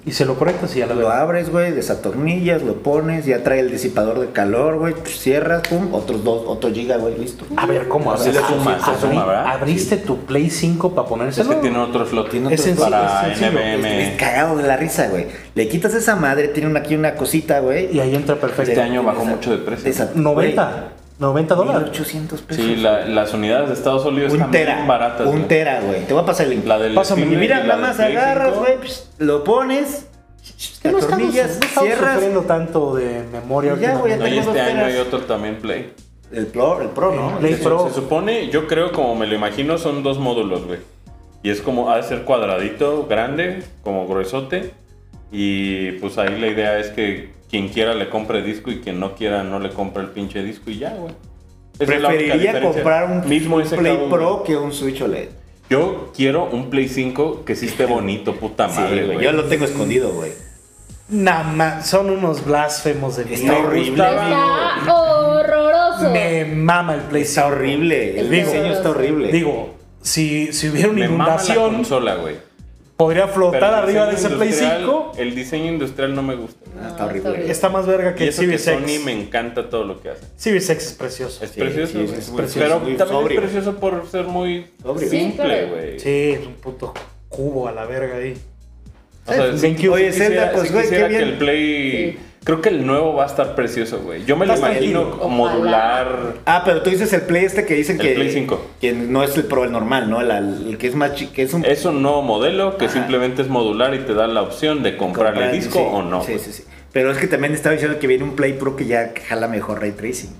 Speaker 2: Y se lo conectas y ya la
Speaker 6: Lo
Speaker 2: verdad.
Speaker 6: abres, güey, desatornillas, lo pones, ya trae el disipador de calor, güey, pues, cierras, pum, otros dos, otro giga, güey, listo.
Speaker 2: A ver, ¿cómo
Speaker 4: Así le
Speaker 2: abres?
Speaker 4: suma, se suma, ¿verdad?
Speaker 2: ¿Abriste tu Play 5 para
Speaker 4: Es
Speaker 2: ponérselo?
Speaker 4: que tiene otro slot.
Speaker 6: Tiene
Speaker 2: Es
Speaker 6: otro
Speaker 2: sencillo,
Speaker 4: para
Speaker 2: es sencillo.
Speaker 6: Es
Speaker 4: NBM.
Speaker 6: cagado de la risa, güey. Le quitas esa madre, tiene una- aquí una cosita, güey.
Speaker 2: Y ahí entra
Speaker 4: Este
Speaker 2: perfecto.
Speaker 4: año bajó mucho de precio.
Speaker 6: Esa-
Speaker 2: 90. 90 dólares.
Speaker 6: 800 pesos.
Speaker 4: Sí, la- las unidades de estado sólido
Speaker 6: un
Speaker 4: están
Speaker 6: tera.
Speaker 4: bien baratas.
Speaker 6: un
Speaker 4: güey.
Speaker 6: tera, güey. Te voy a pasar el link.
Speaker 4: La del
Speaker 2: Pásame,
Speaker 4: Steam
Speaker 6: Y mira,
Speaker 4: y la
Speaker 6: nada
Speaker 4: del
Speaker 6: más
Speaker 4: Play
Speaker 6: agarras,
Speaker 4: cinco.
Speaker 6: güey, pues, lo pones,
Speaker 2: Que no estamos, no
Speaker 6: atornillas,
Speaker 2: estamos
Speaker 6: cierras.
Speaker 2: sufriendo tanto de memoria.
Speaker 6: Y ya, güey,
Speaker 4: No, y
Speaker 2: últimamente.
Speaker 6: tengo
Speaker 4: este
Speaker 6: dos
Speaker 4: año
Speaker 6: teras.
Speaker 4: hay otro también Play.
Speaker 6: El Pro, el Pro, ¿no?
Speaker 2: Play
Speaker 4: Se-
Speaker 2: Pro.
Speaker 4: Se supone, yo creo, como me lo imagino, son dos módulos, güey. Y es como, ha de ser cuadradito, grande, como gruesote. Y pues ahí la idea es que quien quiera le compre disco y quien no quiera no le compre el pinche disco y ya, güey. Esa es la única
Speaker 6: Preferiría
Speaker 4: diferencia.
Speaker 6: comprar un,
Speaker 4: Mismo
Speaker 6: un
Speaker 4: ese
Speaker 6: Play
Speaker 4: cabo,
Speaker 6: Pro
Speaker 4: güey.
Speaker 6: que un Switch OLED.
Speaker 4: Yo quiero un Play 5 que sí esté bonito, puta madre, güey.
Speaker 6: yo lo tengo escondido, güey.
Speaker 2: Nah, ma- son unos blasfemos de
Speaker 6: Está
Speaker 2: mí.
Speaker 6: horrible.
Speaker 3: Está horroroso.
Speaker 2: Me mama el Play
Speaker 6: Está
Speaker 2: 5.
Speaker 6: horrible. El
Speaker 3: Digo-
Speaker 6: diseño está horrible. Ah,
Speaker 2: Digo, si, si hubiera una
Speaker 4: Me mama la
Speaker 2: inundación,
Speaker 4: consola, güey.
Speaker 2: podría
Speaker 4: Pero
Speaker 2: flotar
Speaker 4: el
Speaker 2: arriba de ese
Speaker 4: diseño
Speaker 2: Play
Speaker 4: industrial-
Speaker 2: 5.
Speaker 4: El diseño industrial no me gusta.
Speaker 6: Ah, está horrible.
Speaker 2: Está más verga
Speaker 4: Y
Speaker 2: que el
Speaker 4: eso que
Speaker 2: Series
Speaker 4: Sony
Speaker 2: X.
Speaker 4: me Este encanta todo lo que hace.
Speaker 2: Series X es precioso.
Speaker 4: Es precioso,
Speaker 6: sí,
Speaker 4: güey.
Speaker 6: es muy-
Speaker 4: Pero
Speaker 6: es muy
Speaker 4: también
Speaker 6: sobrio.
Speaker 4: es precioso por ser muy
Speaker 6: Sobrio.
Speaker 3: Sí,
Speaker 4: simple,
Speaker 3: claro.
Speaker 4: güey.
Speaker 2: Sí, es un puto cubo a la verga ahí.
Speaker 4: O sea,
Speaker 2: Thank
Speaker 4: sí
Speaker 2: you.
Speaker 4: quisiera-
Speaker 6: Oye, Zelda,
Speaker 4: sí
Speaker 6: pues, güey,
Speaker 4: quisiera
Speaker 6: qué bien.
Speaker 4: que el Play... Creo que el nuevo va a estar precioso, güey. Yo me lo
Speaker 2: Está
Speaker 4: imagino
Speaker 2: tranquilo.
Speaker 4: como modular...
Speaker 6: Ah, pero tú dices el Play este que dicen
Speaker 4: El
Speaker 6: que.
Speaker 4: Play 5.
Speaker 6: Que no es el Pro, el normal, ¿no? El, el que es más chico. Que es un.
Speaker 4: Es un nuevo modelo que simplemente es modular y te da la opción de comprar el disco
Speaker 6: sí,
Speaker 4: o no.
Speaker 6: Sí,
Speaker 4: güey.
Speaker 6: sí, sí. Pero es que también estaba diciendo que viene un Play Pro que ya jala mejor Ray Tracing.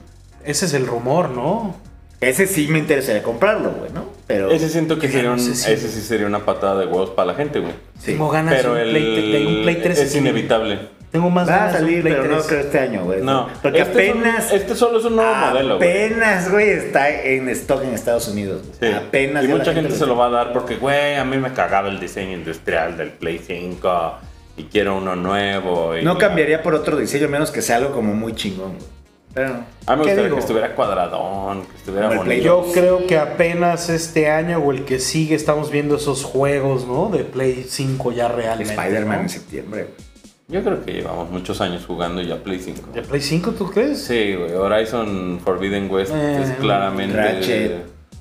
Speaker 2: Ese es el rumor, ¿no?
Speaker 6: Ese sí me interesaría comprarlo, güey, ¿no? Pero.
Speaker 4: Ese siento que
Speaker 2: Ya
Speaker 4: sería
Speaker 2: no
Speaker 4: un-
Speaker 2: sé si-
Speaker 4: ese sí sería una patada de huevos para la gente, güey.
Speaker 6: Sí.
Speaker 2: Tengo ganas
Speaker 4: Pero
Speaker 2: de un
Speaker 4: el,
Speaker 2: Play, de un Play 3.
Speaker 4: es inevitable.
Speaker 2: Tengo más
Speaker 6: Va a
Speaker 2: ganas de
Speaker 6: salir,
Speaker 2: un Play
Speaker 6: pero no
Speaker 2: 3.
Speaker 6: creo este año, güey.
Speaker 4: No.
Speaker 6: Porque
Speaker 4: Este es un-
Speaker 6: apenas.
Speaker 4: este solo es un nuevo modelo, güey.
Speaker 6: Apenas, güey, está en stock en Estados Unidos.
Speaker 4: Sí.
Speaker 6: güey. Apenas.
Speaker 4: Y
Speaker 6: ya la
Speaker 4: mucha gente se
Speaker 6: lo-
Speaker 4: lo va a dar porque, güey, a mí me cagaba el diseño industrial del Play 5 y quiero uno nuevo. y-
Speaker 6: No cambiaría por otro diseño, a menos que sea algo como muy chingón, güey. Pero no.
Speaker 4: A mí me
Speaker 2: ¿Qué
Speaker 4: gustaría
Speaker 2: digo?
Speaker 4: que estuviera cuadradón, que estuviera
Speaker 6: Como el Play
Speaker 4: bonito.
Speaker 2: Yo creo que apenas este año o el que sigue estamos viendo esos juegos, ¿no? De Play 5 ya realmente.
Speaker 6: Spider-Man
Speaker 2: ¿no?
Speaker 6: en septiembre, güey.
Speaker 4: Yo creo que llevamos muchos años jugando ya Play 5.
Speaker 2: ¿De Play 5 tú crees?
Speaker 4: Sí, güey. Horizon Forbidden West
Speaker 2: Eh,
Speaker 4: es claramente.
Speaker 6: Ratchet.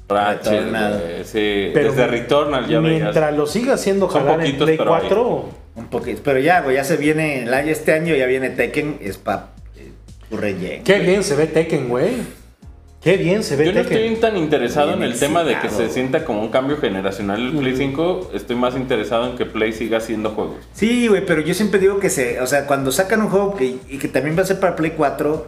Speaker 4: Ratchet,
Speaker 6: Returnal.
Speaker 4: güey, Sí,
Speaker 2: Pero
Speaker 4: desde Returnal ya
Speaker 2: Mientras
Speaker 4: veías.
Speaker 2: lo siga haciendo
Speaker 4: Son
Speaker 2: jalar en
Speaker 4: poquitos,
Speaker 2: Play
Speaker 4: pero ahí.
Speaker 2: 4,
Speaker 6: Un poquito. Pero ya, güey, ya se viene el año, este año ya viene Tekken, es pa' eh, Urreyen.
Speaker 2: qué bien se ve Tekken, güey. Qué bien se ve
Speaker 4: Yo no
Speaker 2: Tekken.
Speaker 4: estoy tan interesado en el tema de que se
Speaker 1: excitado.
Speaker 4: sienta como un cambio generacional el Play 5. Estoy más interesado en que Play siga haciendo juegos.
Speaker 1: Sí, güey, pero yo siempre digo que se. O sea, cuando sacan un juego que, y que también va a ser para Play 4,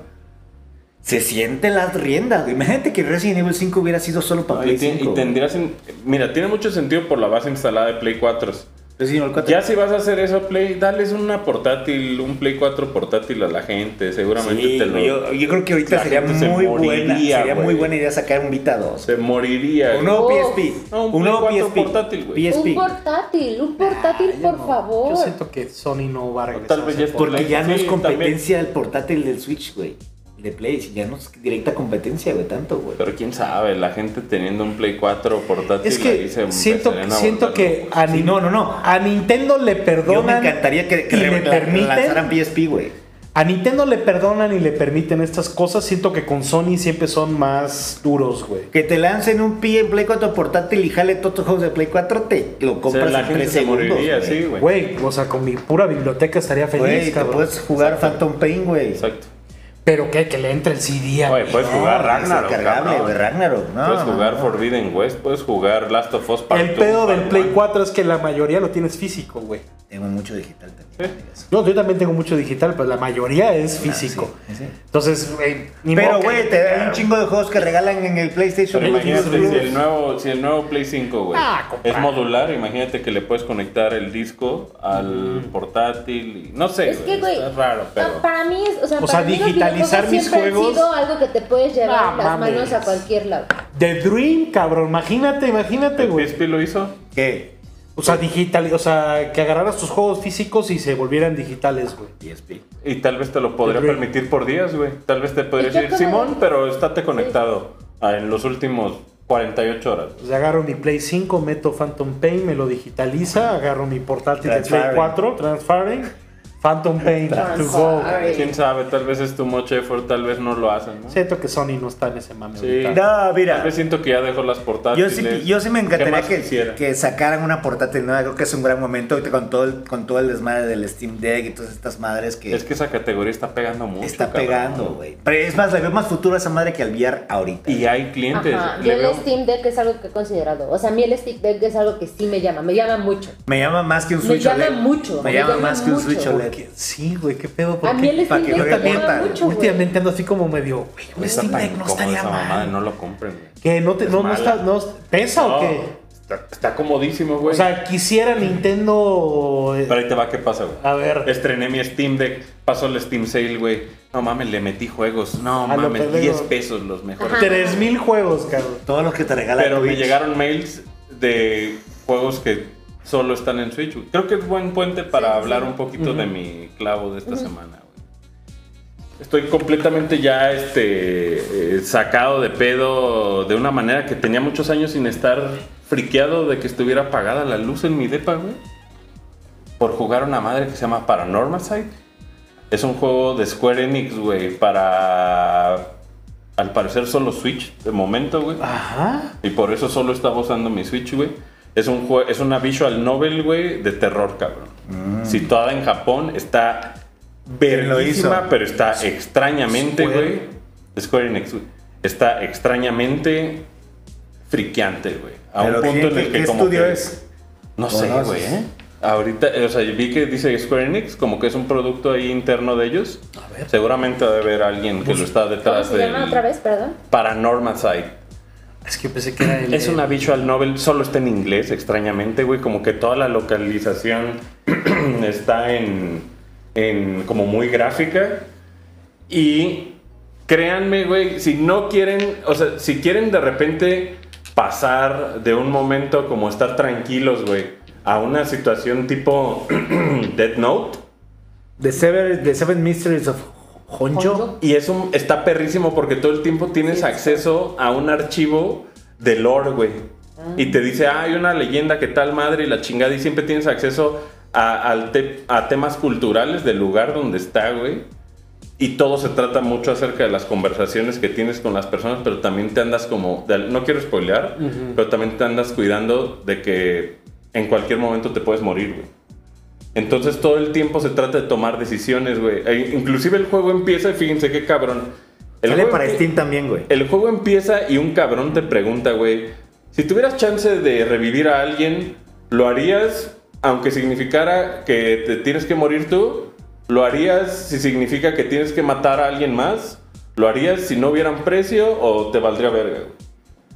Speaker 1: se sienten las riendas, güey. Imagínate que Resident Evil 5 hubiera sido solo para
Speaker 4: Ah,
Speaker 1: Play
Speaker 4: y, ti-
Speaker 1: 5.
Speaker 4: y
Speaker 1: güey.
Speaker 4: tendrías. en- mira, tiene mucho sentido por la base instalada de Play 4.
Speaker 1: Resident Evil 4.
Speaker 4: Ya si vas a hacer eso, Play, dales una portátil, un Play 4 portátil a la gente. Seguramente
Speaker 1: Sí,
Speaker 4: te lo.
Speaker 1: güey, yo, yo creo que ahorita
Speaker 4: la
Speaker 1: sería
Speaker 4: gente se
Speaker 1: muy
Speaker 4: moriría,
Speaker 1: buena. Sería muy
Speaker 4: güey.
Speaker 1: buena idea sacar un Vita 2.
Speaker 4: Se moriría.
Speaker 1: Un nuevo
Speaker 3: Oh.
Speaker 1: PSP.
Speaker 4: No, un
Speaker 1: un
Speaker 4: Play
Speaker 1: nuevo
Speaker 4: 4
Speaker 1: PSP.
Speaker 4: portátil, güey.
Speaker 3: Un
Speaker 1: PSP.
Speaker 3: portátil, un portátil, por favor.
Speaker 2: Yo siento que Sony no va a regresar.
Speaker 4: Tal vez
Speaker 2: a ese
Speaker 4: ya-
Speaker 2: punto.
Speaker 1: Porque ya no
Speaker 4: Sí,
Speaker 1: es competencia el portátil del Switch, güey. De Play, si ya no es directa competencia, güey, tanto, güey.
Speaker 4: Pero quién sabe, la gente teniendo un Play 4 portátil.
Speaker 2: Es
Speaker 4: ahí se
Speaker 2: que siento,
Speaker 4: empezarían a
Speaker 2: siento
Speaker 4: volver
Speaker 2: que
Speaker 4: locos.
Speaker 2: a, Ni- no, no, no. a Nintendo le
Speaker 1: Yo me
Speaker 2: perdonan.
Speaker 1: encantaría que, que
Speaker 2: y le
Speaker 1: re-
Speaker 2: permiten-
Speaker 1: lanzaran PSP, güey.
Speaker 2: A Nintendo le perdonan y le permiten estas cosas. Siento que con Sony siempre son más duros, güey.
Speaker 1: Que te lancen un pie en Play 4 portátil y jale todos los juegos de Play 4, te lo
Speaker 4: O sea,
Speaker 1: compras
Speaker 4: la
Speaker 1: en
Speaker 4: gente
Speaker 1: 3
Speaker 4: se
Speaker 1: segundos.
Speaker 4: moriría,
Speaker 1: güey.
Speaker 4: sí, güey.
Speaker 2: Güey, o sea, con mi pura biblioteca estaría feliz,
Speaker 1: Güey, te
Speaker 2: cabrón.
Speaker 1: puedes jugar Phantom Pain, güey.
Speaker 4: Exacto.
Speaker 2: Pero que, que le entre el CD a
Speaker 4: Oye,
Speaker 2: mí.
Speaker 4: puedes jugar Ragnarok.
Speaker 1: Cargable,
Speaker 4: cabrón.
Speaker 1: güey, Ragnarok. No,
Speaker 4: puedes
Speaker 1: no,
Speaker 4: jugar
Speaker 1: no.
Speaker 4: Forbidden West, puedes jugar Last of Us Part
Speaker 2: El
Speaker 4: Two,
Speaker 2: pedo del
Speaker 4: Part
Speaker 2: Play
Speaker 4: One.
Speaker 2: 4 es que la mayoría lo tienes físico, güey.
Speaker 1: Tengo mucho digital también. amigas.
Speaker 2: No, yo también tengo mucho digital, pero la mayoría es físico.
Speaker 1: Ah, sí, sí.
Speaker 2: Entonces, güey, ni modo
Speaker 1: Pero,
Speaker 2: que-
Speaker 1: güey, te dan un chingo de juegos que regalan en el PlayStation.
Speaker 4: Pero
Speaker 1: Plus.
Speaker 4: imagínate si el nuevo, si el nuevo Play 5, güey,
Speaker 2: Ah, compadre.
Speaker 4: es modular, imagínate que le puedes conectar el disco al portátil y no sé,
Speaker 3: Mm. Es que,
Speaker 4: güey,
Speaker 3: güey,
Speaker 4: está raro, pero
Speaker 3: no, para mí es, o sea,
Speaker 2: O
Speaker 3: para
Speaker 2: sea,
Speaker 3: mí los
Speaker 2: digitalizar
Speaker 3: videojuegos
Speaker 2: mis
Speaker 3: siempre han
Speaker 2: juegos-
Speaker 3: sido algo que te puedes llevar
Speaker 2: No
Speaker 3: en las
Speaker 2: mames.
Speaker 3: manos a cualquier lado.
Speaker 2: The Dream, cabrón. Imagínate, imagínate,
Speaker 4: el
Speaker 2: güey.
Speaker 4: PSP lo hizo.
Speaker 1: ¿Qué?
Speaker 2: O sea, digital, o sea, que agarraras tus juegos físicos y se volvieran digitales, güey.
Speaker 1: PSP.
Speaker 4: Y tal vez te lo podría
Speaker 2: El Dream.
Speaker 4: permitir por días, güey. Tal vez te podría
Speaker 3: ¿Y qué
Speaker 4: decir,
Speaker 3: acaba de-
Speaker 4: Simón, pero estate conectado a- en los últimos 48 horas.
Speaker 2: Pues agarro mi Play 5, meto Phantom Pain, me lo digitaliza, agarro mi portátil de Play
Speaker 1: Transferring.
Speaker 2: 4, transferring, Phantom Pain to go.
Speaker 3: Transferring. Ay.
Speaker 4: Quién sabe, tal vez es too much effort, tal vez no lo hacen, ¿no?
Speaker 2: Siento que Sony no está en ese mame
Speaker 4: Sí.
Speaker 2: ahorita.
Speaker 1: No,
Speaker 4: Tal
Speaker 1: mira.
Speaker 4: vez siento que ya dejó las
Speaker 1: Yo
Speaker 4: portátiles.
Speaker 1: sí, yo sí me
Speaker 4: ¿Qué
Speaker 1: encantaría
Speaker 4: más
Speaker 1: que,
Speaker 4: quisiera?
Speaker 1: que sacaran una portátil nueva. Creo que es un gran momento ahorita con todo el, con todo el desmadre del Steam Deck y todas estas madres que
Speaker 4: Es que esa categoría está pegando mucho.
Speaker 1: está
Speaker 4: cabrón.
Speaker 1: pegando, güey. Pero es más, le veo más futuro a esa madre que al VR ahorita.
Speaker 4: Y hay clientes.
Speaker 3: Ajá. Yo
Speaker 4: le
Speaker 3: el
Speaker 4: veo-
Speaker 3: Steam Deck es algo que he considerado. O sea, a mí el Steam Deck es algo que sí me llama, me llama mucho.
Speaker 1: Me llama más que un
Speaker 3: Me
Speaker 1: Switch
Speaker 3: llama
Speaker 1: OLED.
Speaker 3: mucho,
Speaker 1: Me
Speaker 3: me
Speaker 1: llama
Speaker 3: llama
Speaker 1: más que un
Speaker 3: mucho.
Speaker 1: Switch E
Speaker 3: ¿Por
Speaker 1: OLED.
Speaker 2: Que- Sí, güey, qué pedo. ¿por
Speaker 3: A
Speaker 2: qué?
Speaker 3: mí el
Speaker 1: para
Speaker 3: Steam
Speaker 1: que
Speaker 3: Deck
Speaker 1: juegue
Speaker 3: me llama
Speaker 1: abierta,
Speaker 3: mucho, güey.
Speaker 2: Últimamente ando así como medio, güey, un
Speaker 4: Está
Speaker 2: Steam
Speaker 4: tan
Speaker 2: Deck no
Speaker 4: incómoda
Speaker 2: estaría
Speaker 4: esa mamada,
Speaker 2: mal.
Speaker 4: no lo compren. güey.
Speaker 2: Que no te,
Speaker 4: Es
Speaker 2: no, no
Speaker 4: mala.
Speaker 2: está, no, ¿pesa o
Speaker 4: No,
Speaker 2: qué?
Speaker 4: Está, está comodísimo, güey.
Speaker 2: O sea, quisiera Nintendo. eh,
Speaker 4: pero ahí te va, ¿qué pasa, güey?
Speaker 2: A ver.
Speaker 4: Estrené mi Steam Deck, pasó el Steam Sale, güey. No mames, le metí juegos. No
Speaker 2: A lo
Speaker 4: mames,
Speaker 2: pendejo.
Speaker 4: 10 pesos los mejores.
Speaker 2: 3000 juegos, cabrón.
Speaker 1: Todos los que te regalan.
Speaker 4: Pero me
Speaker 1: Twitch.
Speaker 4: llegaron mails de juegos que solo están en Switch. güey. Creo que es buen puente para hablar un poquito de mi clavo de esta semana. güey. Estoy completamente ya este eh, sacado de pedo de una manera que tenía muchos años sin estar friqueado de que estuviera apagada la luz en mi depa, güey. Por jugar una madre que se llama Paranormal Site. Es un juego de Square Enix, güey, para al parecer solo Switch de momento, güey.
Speaker 2: Ajá.
Speaker 4: Y por eso solo estaba usando mi Switch, güey. Es, un jue- es una visual novel, güey, de terror, cabrón. Situada en Japón, está
Speaker 1: Mm. ¿Quién lo hizo?
Speaker 4: verguísima, pero está extrañamente,
Speaker 2: Square.
Speaker 4: güey. Square Enix, güey. Está extrañamente friqueante, güey. A un
Speaker 1: Pero
Speaker 4: punto
Speaker 1: ¿quién-
Speaker 4: en el
Speaker 1: qué
Speaker 4: que como
Speaker 1: estudio
Speaker 4: que-
Speaker 1: es?
Speaker 4: No sé,
Speaker 1: ¿Conoces?
Speaker 4: güey. ¿eh? Ahorita, eh, o sea, yo vi que dice Square Enix, como que es un producto ahí interno de ellos. Seguramente debe haber alguien que lo está
Speaker 3: ¿Cómo
Speaker 4: detrás
Speaker 3: se llama otra
Speaker 4: de
Speaker 3: vez? Perdón.
Speaker 4: Paranormal Side.
Speaker 2: Es que pensé que era el.
Speaker 4: Es una visual novel, solo está en inglés, extrañamente, güey. Como que toda la localización está en, en. como muy gráfica. Y créanme, güey, si no quieren. O sea, si quieren de repente pasar de un momento como estar tranquilos, güey, a una situación tipo Dead Note.
Speaker 1: The Seven, The Seven Mysteries of Honjo.
Speaker 3: Honjo.
Speaker 4: Y eso está perrísimo porque todo el tiempo tienes acceso a un archivo de lore, güey. Y te dice, ah, hay una leyenda que tal madre y la chingada. Y siempre tienes acceso a, al te- a temas culturales del lugar donde está, güey. Y todo se trata mucho acerca de las conversaciones que tienes con las personas, pero también te andas como, de- no quiero spoilear, pero también te andas cuidando de que en cualquier momento te puedes morir, güey. Entonces todo el tiempo se trata de tomar decisiones, güey. E- Inclusive el juego empieza, y fíjense qué cabrón, El
Speaker 1: Sale
Speaker 4: juego
Speaker 1: para
Speaker 4: empie-
Speaker 1: Steam también, güey.
Speaker 4: El juego empieza y un cabrón te pregunta, güey, si tuvieras chance de revivir a alguien, ¿lo harías aunque significara que te tienes que morir tú? ¿Lo harías si significa que tienes que matar a alguien más? ¿Lo harías si no hubieran precio o te valdría verga? güey?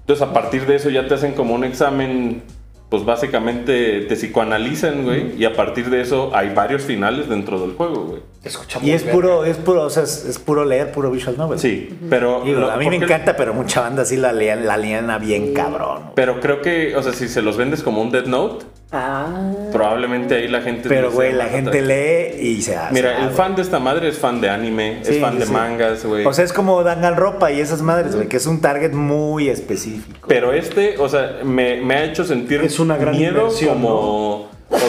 Speaker 4: Entonces a partir de eso ya te hacen como un examen, pues básicamente te psicoanalizan, güey, y a partir de eso hay varios finales dentro del juego, güey.
Speaker 2: Se escucha muy
Speaker 1: Y es
Speaker 2: verga.
Speaker 1: puro, es puro, o sea, es, es puro leer, puro visual novel.
Speaker 4: Sí, pero...
Speaker 1: Digo,
Speaker 4: lo-
Speaker 1: a mí me
Speaker 4: porque- Mm.
Speaker 1: encanta, pero mucha banda sí la lea, la liana bien cabrón. güey.
Speaker 4: Pero creo que, o sea, si se los vendes como un Dead Note,
Speaker 3: Ah.
Speaker 4: Probablemente ahí la gente.
Speaker 1: Pero,
Speaker 4: se
Speaker 1: güey, la
Speaker 4: mata.
Speaker 1: gente lee y se hace.
Speaker 4: Mira, el fan de esta madre es fan de anime, es fan de mangas, güey.
Speaker 1: O sea, es como Dangan Ropa y esas madres, güey, que es un target muy específico.
Speaker 4: pero este, o sea, me, me ha hecho sentir
Speaker 2: Es una gran
Speaker 4: miedo
Speaker 2: inversión,
Speaker 4: como. o sea,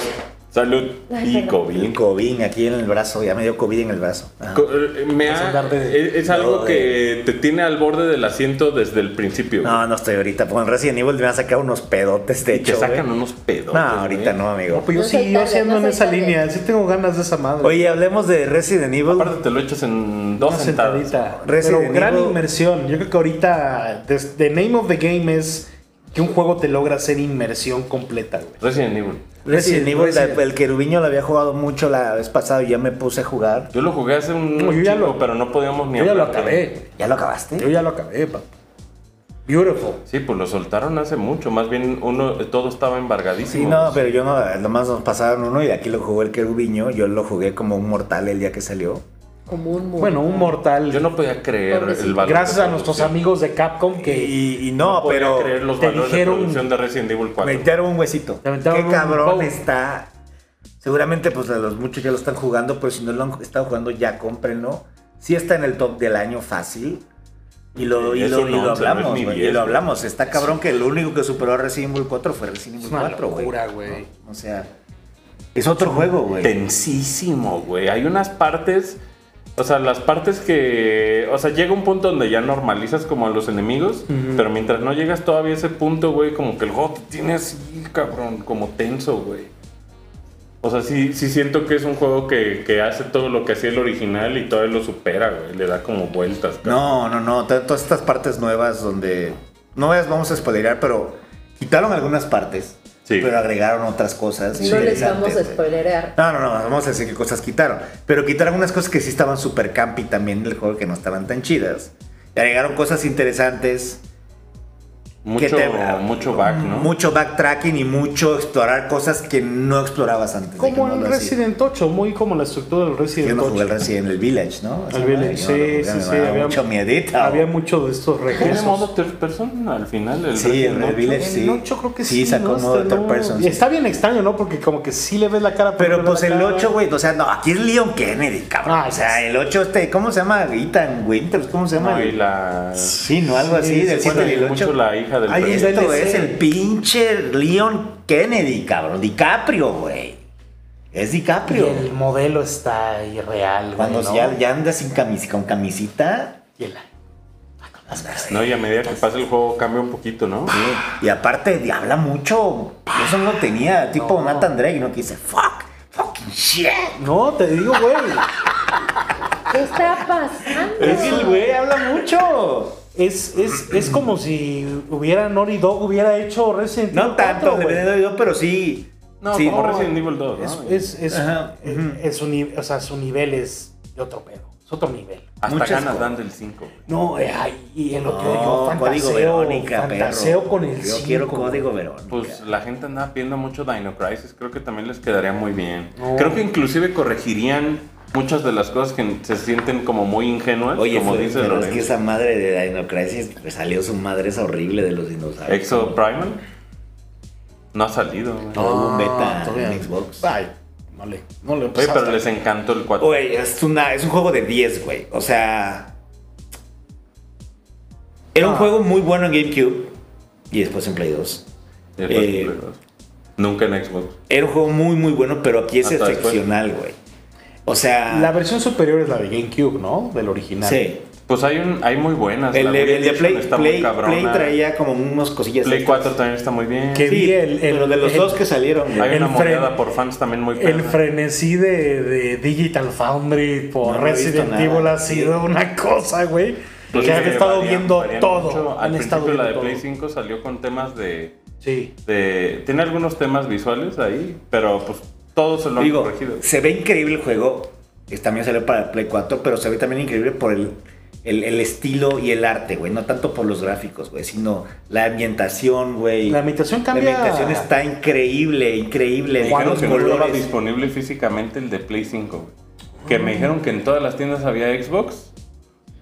Speaker 4: salud
Speaker 3: Ay,
Speaker 4: y COVID.
Speaker 1: El COVID aquí en el brazo, ya me dio COVID en el brazo. Ah. Ajá.
Speaker 4: Co- eh, me
Speaker 2: Vas a
Speaker 4: ha-
Speaker 2: andar de-
Speaker 4: es, es algo
Speaker 1: No,
Speaker 4: que te tiene al borde del asiento desde el principio. güey.
Speaker 1: eh. No, no estoy ahorita. Con Resident Evil me han sacado unos pedotes, de
Speaker 4: y te
Speaker 1: hecho.
Speaker 4: sacan
Speaker 1: güey.
Speaker 4: unos pedos.
Speaker 1: No, ahorita no, amigo.
Speaker 2: No, pues yo
Speaker 3: No soy
Speaker 2: sí, yo
Speaker 3: target,
Speaker 2: sí ando
Speaker 3: no
Speaker 2: en
Speaker 3: soy
Speaker 2: esa
Speaker 3: target.
Speaker 2: línea. Sí tengo ganas de esa madre.
Speaker 1: Oye, hablemos de Resident Evil.
Speaker 4: Aparte te lo echas en dos
Speaker 2: Una
Speaker 4: sentadas.
Speaker 2: sentadita.
Speaker 1: Resident
Speaker 2: Pero gran
Speaker 1: Evil.
Speaker 2: inmersión. Yo creo que ahorita des- the name of the game es que un juego te logra hacer inmersión completa, güey.
Speaker 4: Resident Evil.
Speaker 1: Resident Evil, la-
Speaker 2: Resident.
Speaker 1: el querubiño lo había jugado mucho la vez pasada y ya me puse a jugar.
Speaker 4: Yo lo jugué hace un
Speaker 2: No, yo ya
Speaker 4: chingo,
Speaker 2: lo-
Speaker 4: pero no podíamos ni
Speaker 2: Yo ya lo
Speaker 4: hablar de-
Speaker 2: acabé.
Speaker 1: ¿Ya lo acabaste?
Speaker 2: Yo ya lo acabé, papá. Beautiful.
Speaker 4: Sí, pues lo soltaron hace mucho. Más bien uno, todo estaba embargadísimo. Pues,
Speaker 1: Sí, no, pero yo no, nomás nos pasaron uno y aquí lo jugó el querubiño. Yo lo jugué como un mortal el día que salió.
Speaker 3: Como un mundo.
Speaker 2: Bueno, un mortal.
Speaker 4: Yo no podía creer
Speaker 3: Pobrecito.
Speaker 4: el valor.
Speaker 2: Gracias
Speaker 4: de
Speaker 2: a nuestros
Speaker 4: producción.
Speaker 2: amigos de Capcom que
Speaker 1: Y, y no,
Speaker 4: podía
Speaker 1: pero
Speaker 4: creer los
Speaker 2: te
Speaker 4: valores
Speaker 2: dijeron-
Speaker 4: de producción de Resident Evil 4.
Speaker 1: me echaron un huesito.
Speaker 2: Te aventaron
Speaker 1: Qué
Speaker 2: un
Speaker 1: cabrón
Speaker 2: bow.
Speaker 1: está. Seguramente, pues a los muchos ya lo están jugando, pero si no lo han estado jugando, ya cómprenlo. Sí está en el top del año fácil. Y lo, y
Speaker 4: Es
Speaker 1: lo,
Speaker 4: un
Speaker 1: y lo
Speaker 4: once, no es
Speaker 1: hablamos,
Speaker 4: ni
Speaker 1: güey, y
Speaker 4: diez,
Speaker 1: lo
Speaker 4: güey.
Speaker 1: hablamos. Está cabrón que lo único que superó a Resident Evil 4 fue Resident
Speaker 2: es
Speaker 1: Evil
Speaker 2: una
Speaker 1: 4, güey.
Speaker 2: locura, güey.
Speaker 1: O sea, es otro juego, güey.
Speaker 4: Tensísimo, güey. Hay unas partes. O sea, las partes que. O sea, llega un punto donde ya normalizas como a los enemigos. Pero mientras no llegas todavía a ese punto, güey, como que el juego te tiene así, cabrón, como tenso, güey. O sea, sí, sí siento que es un juego que, que hace todo lo que hacía el original y todavía lo supera, güey. Le da como vueltas, cabrón.
Speaker 1: No, no, no. to- Todas estas partes nuevas donde. No las vamos a spoilear, pero quitaron algunas partes.
Speaker 4: Sí.
Speaker 1: Pero agregaron otras cosas.
Speaker 3: No les vamos
Speaker 1: interesantes,
Speaker 3: a
Speaker 1: güey.
Speaker 3: spoilerear.
Speaker 1: No, no, no, vamos a decir qué cosas quitaron. Pero quitaron unas cosas que sí estaban super campi también del juego que no estaban tan chidas. Y agregaron cosas interesantes. que
Speaker 4: Mucho,
Speaker 1: te-
Speaker 4: mucho back, ¿no?
Speaker 1: Mucho backtracking y mucho explorar cosas que no explorabas antes.
Speaker 2: Como
Speaker 1: dejémoslo
Speaker 2: el
Speaker 1: así.
Speaker 2: Resident 8, muy como la estructura del
Speaker 1: Yo
Speaker 2: Resident
Speaker 1: no jugué
Speaker 2: 8.
Speaker 1: el Resident el Village, ¿no? Esa
Speaker 2: Al
Speaker 1: madre,
Speaker 2: Village,
Speaker 1: yo no lo
Speaker 2: sí,
Speaker 1: jugué,
Speaker 2: sí,
Speaker 1: me
Speaker 2: sí.
Speaker 1: daba
Speaker 2: Había
Speaker 1: mucho miedito.
Speaker 2: Había mucho de estos
Speaker 4: Tiene modo
Speaker 2: regresos.
Speaker 4: third person al final. El
Speaker 1: Sí, el
Speaker 4: Resident Evil.
Speaker 1: Village, sí.
Speaker 2: El 8 creo que sí.
Speaker 1: Sí, sacó
Speaker 2: ¿no?
Speaker 1: modo
Speaker 2: Está-
Speaker 1: third
Speaker 2: no.
Speaker 1: person,
Speaker 2: Y
Speaker 1: sí.
Speaker 2: está bien extraño, ¿no? Porque como que sí le ves la cara.
Speaker 1: Pero
Speaker 2: no
Speaker 1: pues
Speaker 2: ves la
Speaker 1: el
Speaker 2: cara.
Speaker 1: 8, güey, o sea, no, aquí es Leon Kennedy, cabrón.
Speaker 2: Ah,
Speaker 1: o sea, el 8 este, ¿cómo se llama? Ethan Winters, ¿cómo se llama?
Speaker 4: No, y la.
Speaker 1: Sí, no, algo así,
Speaker 2: Sí,
Speaker 1: del
Speaker 2: se
Speaker 1: 7 y el
Speaker 4: parece
Speaker 1: 8.
Speaker 4: mucho la hija del
Speaker 1: Ay,
Speaker 4: presidente.
Speaker 1: esto es
Speaker 2: DLC.
Speaker 1: el pinche Leon Kennedy, cabrón. DiCaprio, güey. Es
Speaker 2: Y
Speaker 1: DiCaprio.
Speaker 2: el modelo está irreal,
Speaker 1: Cuando
Speaker 2: güey, ¿no?
Speaker 1: ya, ya anda sin camis- con camisita.
Speaker 2: Y el-
Speaker 4: No, y a medida que pasa el juego cambia un poquito, ¿no?
Speaker 1: Y aparte, di- habla mucho. Eso no lo tenía. Tipo Nathan Drake, ¿no? Que dice, fuck, fucking shit.
Speaker 2: No, te digo, güey.
Speaker 3: ¿Qué está pasando?
Speaker 1: Es que el güey habla mucho.
Speaker 2: Es, es, es como si hubiera Nori Dog, hubiera hecho Resident Evil.
Speaker 1: No tanto,
Speaker 2: 4, güey.
Speaker 1: dependiendo de yo, pero sí.
Speaker 4: No,
Speaker 1: sí,
Speaker 4: como
Speaker 1: no.
Speaker 4: Resident Evil 2. ¿no?
Speaker 2: Es, es, es,
Speaker 1: Ajá,
Speaker 2: es- es un ni- o sea, su nivel es de otro pedo. Es otro nivel.
Speaker 4: Hasta
Speaker 1: muchas
Speaker 4: ganas
Speaker 1: cosas.
Speaker 4: dan del 5.
Speaker 2: No, eh, ay, y en lo que yo
Speaker 1: No, código
Speaker 2: fantaseo,
Speaker 1: Verónica, perro.
Speaker 2: fantaseo con el
Speaker 1: Yo quiero
Speaker 2: cinco,
Speaker 1: código
Speaker 2: güey.
Speaker 1: Verónica.
Speaker 4: Pues la gente andaba pidiendo mucho Dino Crisis. Creo que también les quedaría muy bien.
Speaker 2: No.
Speaker 4: Creo que inclusive corregirían muchas de las cosas que se sienten como muy ingenuas.
Speaker 1: Oye,
Speaker 4: como
Speaker 1: fue-
Speaker 4: dice
Speaker 1: pero es que
Speaker 4: Lorenzo.
Speaker 1: esa madre de Dino Crisis pues, salió su madre esa horrible de los dinosaurios.
Speaker 4: Exo Primal no ha salido. güey.
Speaker 1: No, hubo un beta
Speaker 2: todavía
Speaker 1: en Xbox.
Speaker 2: Ay, no le, no le
Speaker 4: Oye, pero
Speaker 2: empezaste.
Speaker 4: les encantó el 4.
Speaker 1: Güey, es, una- es un juego de 10, güey. O sea. Era un
Speaker 2: Ah.
Speaker 1: juego muy bueno en GameCube y después en Play 2. eh,
Speaker 4: Nunca en Xbox.
Speaker 1: Era un juego muy, muy bueno, pero aquí es
Speaker 4: Hasta después.
Speaker 1: excepcional, güey. O sea.
Speaker 2: La versión superior es la de GameCube, ¿no? Del original.
Speaker 1: sí.
Speaker 4: Pues hay, un, hay muy buenas.
Speaker 1: El,
Speaker 4: La
Speaker 1: el- el de
Speaker 4: Edition
Speaker 1: Play,
Speaker 4: está muy
Speaker 1: Play,
Speaker 4: cabrona.
Speaker 1: Play traía como unos cosillas.
Speaker 4: Play
Speaker 1: extras.
Speaker 4: 4 también está muy bien.
Speaker 2: Que
Speaker 1: Sí,
Speaker 2: vi el- el-
Speaker 1: pero de los
Speaker 2: el-
Speaker 1: dos que salieron, güey.
Speaker 4: Hay
Speaker 2: el
Speaker 4: una
Speaker 2: fren-
Speaker 4: moneda por fans también muy
Speaker 2: El
Speaker 4: perra.
Speaker 2: frenesí de, de Digital Foundry por
Speaker 1: No, no he visto
Speaker 2: Resident
Speaker 1: nada.
Speaker 2: Evil ha sido una cosa, güey.
Speaker 4: Pues
Speaker 2: Que han estado
Speaker 4: varían-
Speaker 2: viendo
Speaker 4: varían
Speaker 2: todo,
Speaker 4: mucho.
Speaker 2: han
Speaker 4: Al
Speaker 2: estado
Speaker 4: principio la de
Speaker 2: viendo
Speaker 4: Play
Speaker 2: todo.
Speaker 4: 5 salió con temas de,
Speaker 2: Sí.
Speaker 4: de- Tiene algunos temas visuales ahí, pero pues todo se lo han
Speaker 1: Digo,
Speaker 4: corregido.
Speaker 1: se ve increíble el juego. es- También salió para Play 4, pero se ve también increíble por el, el, el estilo y el arte, güey. No tanto por los gráficos, güey, sino la ambientación, güey.
Speaker 2: La ambientación cambia.
Speaker 1: La ambientación está increíble, increíble.
Speaker 4: Dijeron
Speaker 1: los
Speaker 4: que no estaba
Speaker 1: colores.
Speaker 4: disponible físicamente el de Play 5. güey. Que me dijeron que en todas las tiendas había Xbox,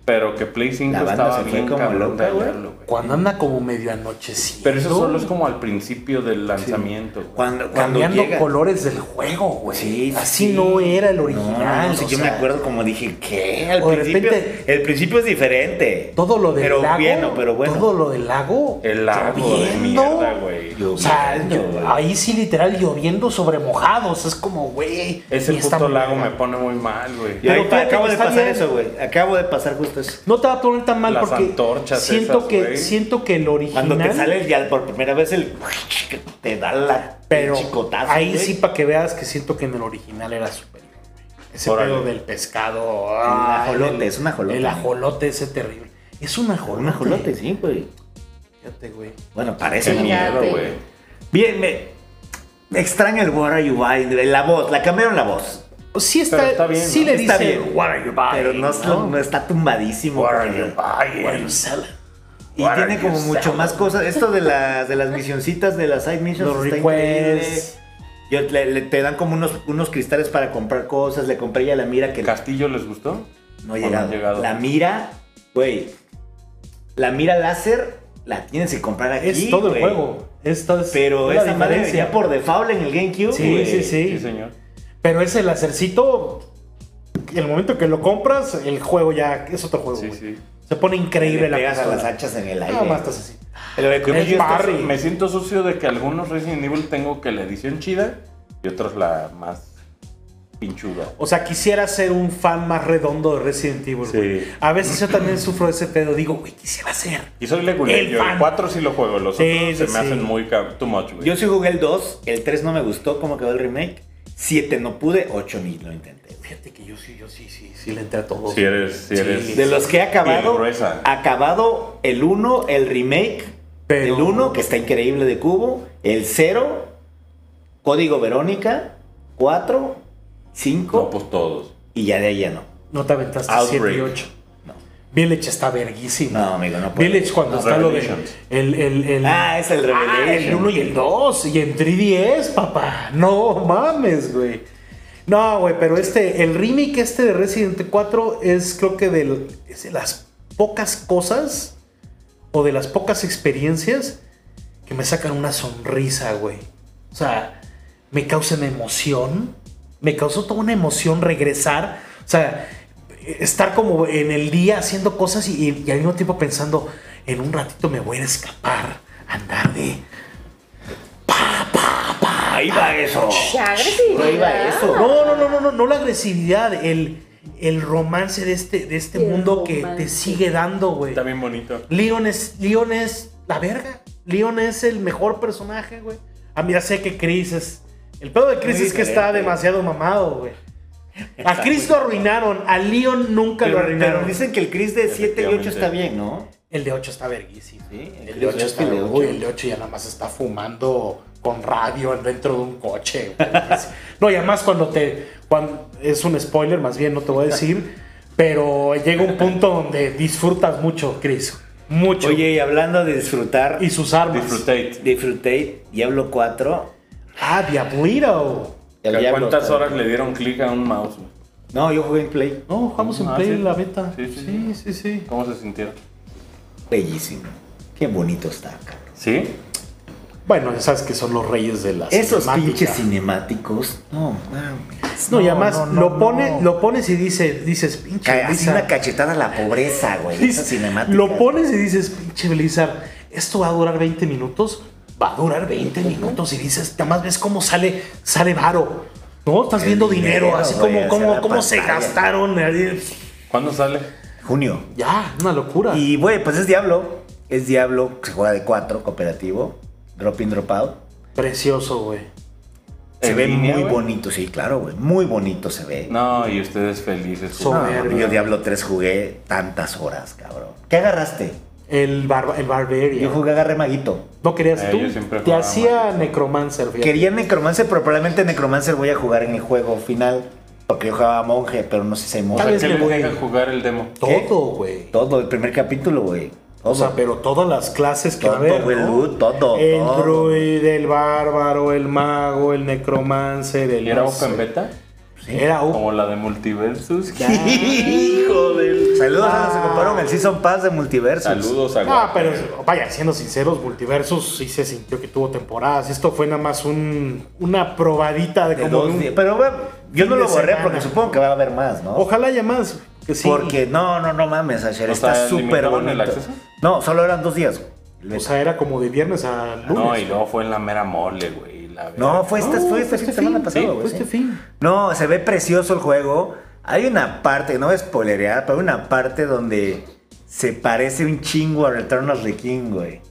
Speaker 4: pero que Play 5
Speaker 1: La banda
Speaker 4: estaba
Speaker 1: se fue
Speaker 4: bien
Speaker 1: como
Speaker 4: cabrón
Speaker 1: loca,
Speaker 4: de
Speaker 1: güey.
Speaker 4: verlo, güey.
Speaker 2: Cuando anda como medio anochecido.
Speaker 4: Pero eso solo es como al principio del lanzamiento. güey.
Speaker 1: Cuando, cuando
Speaker 2: Cambiando
Speaker 1: llega.
Speaker 2: colores del juego, güey.
Speaker 1: Sí,
Speaker 2: Así
Speaker 1: sí.
Speaker 2: no era el
Speaker 1: No,
Speaker 2: original.
Speaker 1: no, sí,
Speaker 2: o
Speaker 1: yo me
Speaker 2: sea,
Speaker 1: acuerdo como dije, ¿qué? Al
Speaker 2: o de
Speaker 1: principio,
Speaker 2: repente-
Speaker 1: el principio es diferente.
Speaker 2: Todo lo del
Speaker 1: pero
Speaker 2: lago.
Speaker 1: Bueno, pero bueno.
Speaker 2: Todo lo del lago.
Speaker 4: El lago de
Speaker 2: lloviendo.
Speaker 4: mierda, güey.
Speaker 2: O sea,
Speaker 1: Lloviendo,
Speaker 2: yo-
Speaker 1: güey.
Speaker 2: ahí sí literal lloviendo sobre mojados. Es como, güey.
Speaker 4: Ese
Speaker 2: y está
Speaker 4: puto
Speaker 2: muy
Speaker 4: lago me
Speaker 2: mal.
Speaker 4: pone muy mal, güey.
Speaker 1: Yo
Speaker 2: Pero
Speaker 1: ahorita
Speaker 2: fíjate
Speaker 1: acabo
Speaker 2: que
Speaker 1: de
Speaker 2: está
Speaker 1: pasar
Speaker 2: bien.
Speaker 1: eso, güey. Acabo de pasar justo eso.
Speaker 2: No te va a poner tan mal
Speaker 4: Las
Speaker 2: porque
Speaker 4: antorchas
Speaker 2: siento
Speaker 4: esas,
Speaker 2: que
Speaker 4: güey.
Speaker 2: siento que el original.
Speaker 1: Cuando te sale ya por primera vez el te da la
Speaker 2: pero
Speaker 1: chicotazo.
Speaker 2: ahí
Speaker 1: güey.
Speaker 2: sí para que veas que siento que en el original era superior. Ese
Speaker 4: Órale.
Speaker 2: pedo del pescado. ah,
Speaker 1: ajolote,
Speaker 2: el-
Speaker 1: es un ajolote.
Speaker 2: El ajolote ese terrible. Es un ajolote.
Speaker 1: Un ajolote, sí, güey.
Speaker 2: Fíjate, güey.
Speaker 1: Bueno,
Speaker 4: Qué
Speaker 1: parece
Speaker 3: Sí,
Speaker 1: mierda.
Speaker 3: ya.
Speaker 4: miedo,
Speaker 3: Fíjate.
Speaker 4: güey.
Speaker 1: Bien, me, me extraña el What Are You Buying, la voz, la cambiaron la voz.
Speaker 2: Sí está,
Speaker 4: Pero está bien,
Speaker 2: sí
Speaker 4: ¿no?
Speaker 2: le
Speaker 1: Está
Speaker 2: dice,
Speaker 1: bien.
Speaker 2: "What are you buying?",
Speaker 1: Pero no, es lo- no está tumbadísimo.
Speaker 2: What
Speaker 1: güey.
Speaker 2: are you buying? What are you selling?
Speaker 1: Y
Speaker 2: What
Speaker 1: tiene
Speaker 2: are
Speaker 1: como
Speaker 2: you
Speaker 1: mucho
Speaker 2: selling?
Speaker 1: más cosas. Esto de las, de las misioncitas, de las side missions,
Speaker 2: Los
Speaker 1: está
Speaker 2: requests.
Speaker 1: increíble. Yo- le- le- te dan como unos, unos cristales para comprar cosas. Le compré ya la mira que
Speaker 4: ¿Castillo les gustó?
Speaker 1: no
Speaker 4: ¿O
Speaker 1: ha llegado.
Speaker 4: han llegado?
Speaker 1: La mira, güey. La mira láser la tienes que comprar aquí.
Speaker 2: Es todo
Speaker 1: güey.
Speaker 2: el juego. Esta es
Speaker 1: Pero
Speaker 2: es la
Speaker 1: esa madre venía
Speaker 2: diferencia.
Speaker 1: por default en el GameCube.
Speaker 2: Sí,
Speaker 1: güey.
Speaker 2: sí, sí.
Speaker 4: Sí, señor.
Speaker 2: Pero ese lacercito, el momento que lo compras, el juego ya es otro juego.
Speaker 4: Sí,
Speaker 2: güey.
Speaker 4: sí.
Speaker 2: Se pone increíble
Speaker 1: Le
Speaker 2: la
Speaker 1: pegas a
Speaker 2: pistola.
Speaker 1: las hachas en el aire.
Speaker 2: Nada más estás así.
Speaker 1: Pero de que
Speaker 2: El
Speaker 1: yo estoy-
Speaker 2: Barry.
Speaker 4: Me siento sucio de que algunos Resident Evil tengo que la edición chida y otros la más pinchuda.
Speaker 2: O sea, quisiera ser un fan más redondo de Resident Evil.
Speaker 4: Sí.
Speaker 2: güey. A veces yo también sufro de ese pedo. Digo, güey, quisiera ser.
Speaker 4: Y soy legulero.
Speaker 2: El
Speaker 4: El
Speaker 2: fan.
Speaker 4: 4 sí lo juego, los
Speaker 2: Sí,
Speaker 4: otros se
Speaker 2: sí,
Speaker 4: me hacen
Speaker 2: sí.
Speaker 4: muy cab- too much, güey.
Speaker 1: Yo sí jugué el 2, el 3 no me gustó, cómo quedó el remake. 7 no pude, 8 ni lo intenté.
Speaker 2: Fíjate que yo sí, yo sí, sí, sí le entré a todos.
Speaker 4: Pues, Si eres, si eres.
Speaker 1: De los que he
Speaker 4: Piel
Speaker 1: acabado,
Speaker 4: gruesa.
Speaker 1: acabado el 1, el remake,
Speaker 2: Pero-
Speaker 1: el 1 que está increíble de cubo, el 0, código Verónica, 4, 5
Speaker 4: No, pues todos.
Speaker 1: y ya de ahí ya no.
Speaker 2: No te aventaste
Speaker 4: Outbreak.
Speaker 2: 7 y 8.
Speaker 1: No.
Speaker 2: Village está verguísimo.
Speaker 1: No, amigo, no puedo.
Speaker 2: Village cuando
Speaker 4: No,
Speaker 2: está lo de.
Speaker 4: Revelations.
Speaker 2: El, el, el,
Speaker 1: Ah, es el
Speaker 2: Ah, el
Speaker 1: Revelation.
Speaker 2: 1 y el 2. Y en 3DS, papá. No mames, güey. No, güey, pero este, el remake este de Resident 4 es creo que del- es de las pocas cosas o de las pocas experiencias que me sacan una sonrisa, güey. O sea, me causan emoción. Me causó toda una emoción regresar. O sea, estar como en el día haciendo cosas y, y- y al mismo tiempo pensando, en un ratito me voy a escapar, andar de...
Speaker 1: Ahí va eso.
Speaker 3: ¡Qué agresividad!
Speaker 1: Ahí va eso.
Speaker 2: No, no, no, no, no, no la agresividad, el, el romance de este, de este
Speaker 3: El
Speaker 2: mundo que
Speaker 3: romance.
Speaker 2: te sigue dando, güey.
Speaker 4: Está bien bonito.
Speaker 2: Leon es, Leon es la verga. Leon es el mejor personaje, güey. Ah, mira, sé que Chris es. El pedo de Chris
Speaker 1: Muy
Speaker 2: es que está
Speaker 1: diferente.
Speaker 2: demasiado mamado, güey. A Chris lo arruinaron, a Leon nunca
Speaker 1: Pero,
Speaker 2: lo arruinaron.
Speaker 1: pero dicen que el Chris de 7 y 8 está
Speaker 4: Efectivamente.
Speaker 1: bien, ¿no?
Speaker 2: El de 8 está verguísimo.
Speaker 1: Sí, el
Speaker 2: el de
Speaker 1: Chris
Speaker 2: 8 está
Speaker 1: Redfield de
Speaker 2: uy,
Speaker 1: ocho.
Speaker 2: El de 8 ya nada más está fumando con radio dentro de un coche. güey. no, y además cuando te. Cuando, es un spoiler, más bien, no te voy a decir. Pero llega un punto donde disfrutas mucho, Chris. Mucho.
Speaker 1: Oye, y hablando de disfrutar,
Speaker 2: y sus armas.
Speaker 4: Disfrutate.
Speaker 1: disfruté Diablo 4.
Speaker 2: Ah, Diablito.
Speaker 1: el Diablo
Speaker 4: ¿Cuántas
Speaker 1: 4.
Speaker 4: horas le dieron clic a un mouse? güey?
Speaker 1: No, yo jugué en Play.
Speaker 2: No, jugamos en
Speaker 4: Ah,
Speaker 2: Play
Speaker 4: sí.
Speaker 2: la beta.
Speaker 4: Sí, sí,
Speaker 2: sí, sí.
Speaker 4: ¿Cómo se sintieron?
Speaker 1: Bellísimo. Qué bonito está, cabrón.
Speaker 4: ¿Sí?
Speaker 2: Bueno, ya sabes que son los reyes de las.
Speaker 1: Esos pinches cinemáticos. No, mames.
Speaker 2: No, y además
Speaker 1: no, no,
Speaker 2: lo,
Speaker 1: no.
Speaker 2: pone, lo pones y dices, dices, pinche
Speaker 1: Ca- Así
Speaker 2: Blizzard.
Speaker 1: una cachetada a la pobreza, güey. Esas cinemáticas.
Speaker 2: Lo pones y dices, pinche Blizzard, esto va a durar 20 minutos. Va a durar 20 minutos. Y dices, nada más ves cómo sale, sale varo. No, estás
Speaker 1: El
Speaker 2: viendo
Speaker 1: dinero,
Speaker 2: dinero, así
Speaker 1: güey,
Speaker 2: como,
Speaker 1: hacia
Speaker 2: como,
Speaker 1: la
Speaker 2: cómo se
Speaker 1: pantalla.
Speaker 2: gastaron. ahí.
Speaker 4: ¿Cuándo sale?
Speaker 1: Junio.
Speaker 2: Ya, una locura.
Speaker 1: Y, güey, pues es Diablo. Es Diablo. Se juega de 4, cooperativo. Drop in, drop out.
Speaker 2: Precioso, güey.
Speaker 1: Se
Speaker 4: ¿En
Speaker 1: ve
Speaker 4: línea,
Speaker 1: muy
Speaker 4: güey?
Speaker 1: bonito, sí, claro, güey. Muy bonito se ve.
Speaker 4: No, y ustedes felices.
Speaker 2: So-
Speaker 1: No,
Speaker 2: Soberbio.
Speaker 1: yo Diablo 3 jugué tantas horas, cabrón. ¿Qué agarraste?
Speaker 2: El, barba, el Barbarian.
Speaker 1: Yo jugué agarré maguito.
Speaker 2: No querías
Speaker 4: Eh,
Speaker 2: tú.
Speaker 4: yo siempre
Speaker 2: Te
Speaker 4: jugaba
Speaker 2: hacía
Speaker 4: Mario.
Speaker 2: Necromancer. fíjate.
Speaker 1: Quería Necromancer, pero probablemente Necromancer voy a jugar en el juego final. Porque yo jugaba monje, pero no sé si hay
Speaker 4: o
Speaker 1: monje.
Speaker 2: Tal
Speaker 4: sea,
Speaker 2: vez
Speaker 4: ¿qué
Speaker 2: le
Speaker 4: les
Speaker 2: voy.
Speaker 4: dejan jugar el demo?
Speaker 1: ¿Qué?
Speaker 2: Todo, güey.
Speaker 1: Todo, el primer capítulo, güey.
Speaker 2: O sea,
Speaker 1: Todo.
Speaker 2: pero todas las clases que va a
Speaker 1: Todo,
Speaker 2: haber,
Speaker 1: güey,
Speaker 2: ¿no?
Speaker 1: loot, todo,
Speaker 2: El
Speaker 1: todo.
Speaker 2: druide, el bárbaro, el mago, el necromancer, el...
Speaker 4: ¿Y era
Speaker 2: no
Speaker 4: open
Speaker 2: sé.
Speaker 4: beta?
Speaker 2: Era open.
Speaker 4: Como la de Multiversus.
Speaker 1: Hijo del. Saludos a los que compraron el Season Pass de Multiversos.
Speaker 4: Saludos a
Speaker 2: Ah,
Speaker 4: Guapo.
Speaker 2: pero vaya, siendo sinceros, Multiversus sí se sintió que tuvo temporadas. Esto fue nada más un, una probadita de,
Speaker 1: De
Speaker 2: como...
Speaker 1: dos
Speaker 2: de un-
Speaker 1: días. Pero, güey, yo
Speaker 2: fin
Speaker 1: no
Speaker 2: de
Speaker 1: lo borré
Speaker 2: semana.
Speaker 1: porque supongo que va a haber más, ¿no?
Speaker 2: Ojalá haya más. Que sí.
Speaker 1: Porque no, no, no mames, Asher.
Speaker 4: O
Speaker 1: está
Speaker 4: sea,
Speaker 1: súper
Speaker 4: ¿limitaban el
Speaker 1: bonito.
Speaker 4: acceso?
Speaker 1: No, solo eran dos días. güey.
Speaker 2: O sea, era como de viernes a lunes.
Speaker 4: No, y luego fue en la mera mole, güey. la
Speaker 1: No,
Speaker 4: verga.
Speaker 1: fue esta, fue esta semana pasada,
Speaker 4: sí,
Speaker 1: güey.
Speaker 2: Fue este fin.
Speaker 1: No, se ve precioso el juego. Hay una parte, no voy a spoilerear, pero hay una parte donde se parece un chingo a Return of the King, güey.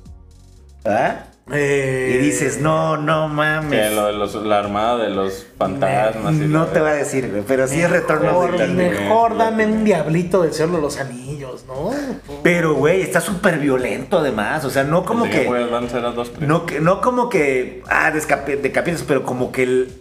Speaker 1: ¿Ah?
Speaker 2: Eh,
Speaker 1: Y dices, no, no
Speaker 4: Que
Speaker 1: mames.
Speaker 4: lo de los- la armada de los fantasmas. y
Speaker 1: No
Speaker 4: la
Speaker 1: te
Speaker 4: verga.
Speaker 1: va a decir, güey, pero sí es Return of the
Speaker 2: Mejor,
Speaker 1: King. güey.
Speaker 2: mejor dame un diablito del Señor de los Anillos, ¿no?
Speaker 1: Pero, güey, está súper violento además. O sea, no como
Speaker 4: El de Game
Speaker 1: que...
Speaker 4: Boy Advance era dos, tres.
Speaker 1: No, que- no como que. Ah, descape- decapitas, pero como que el-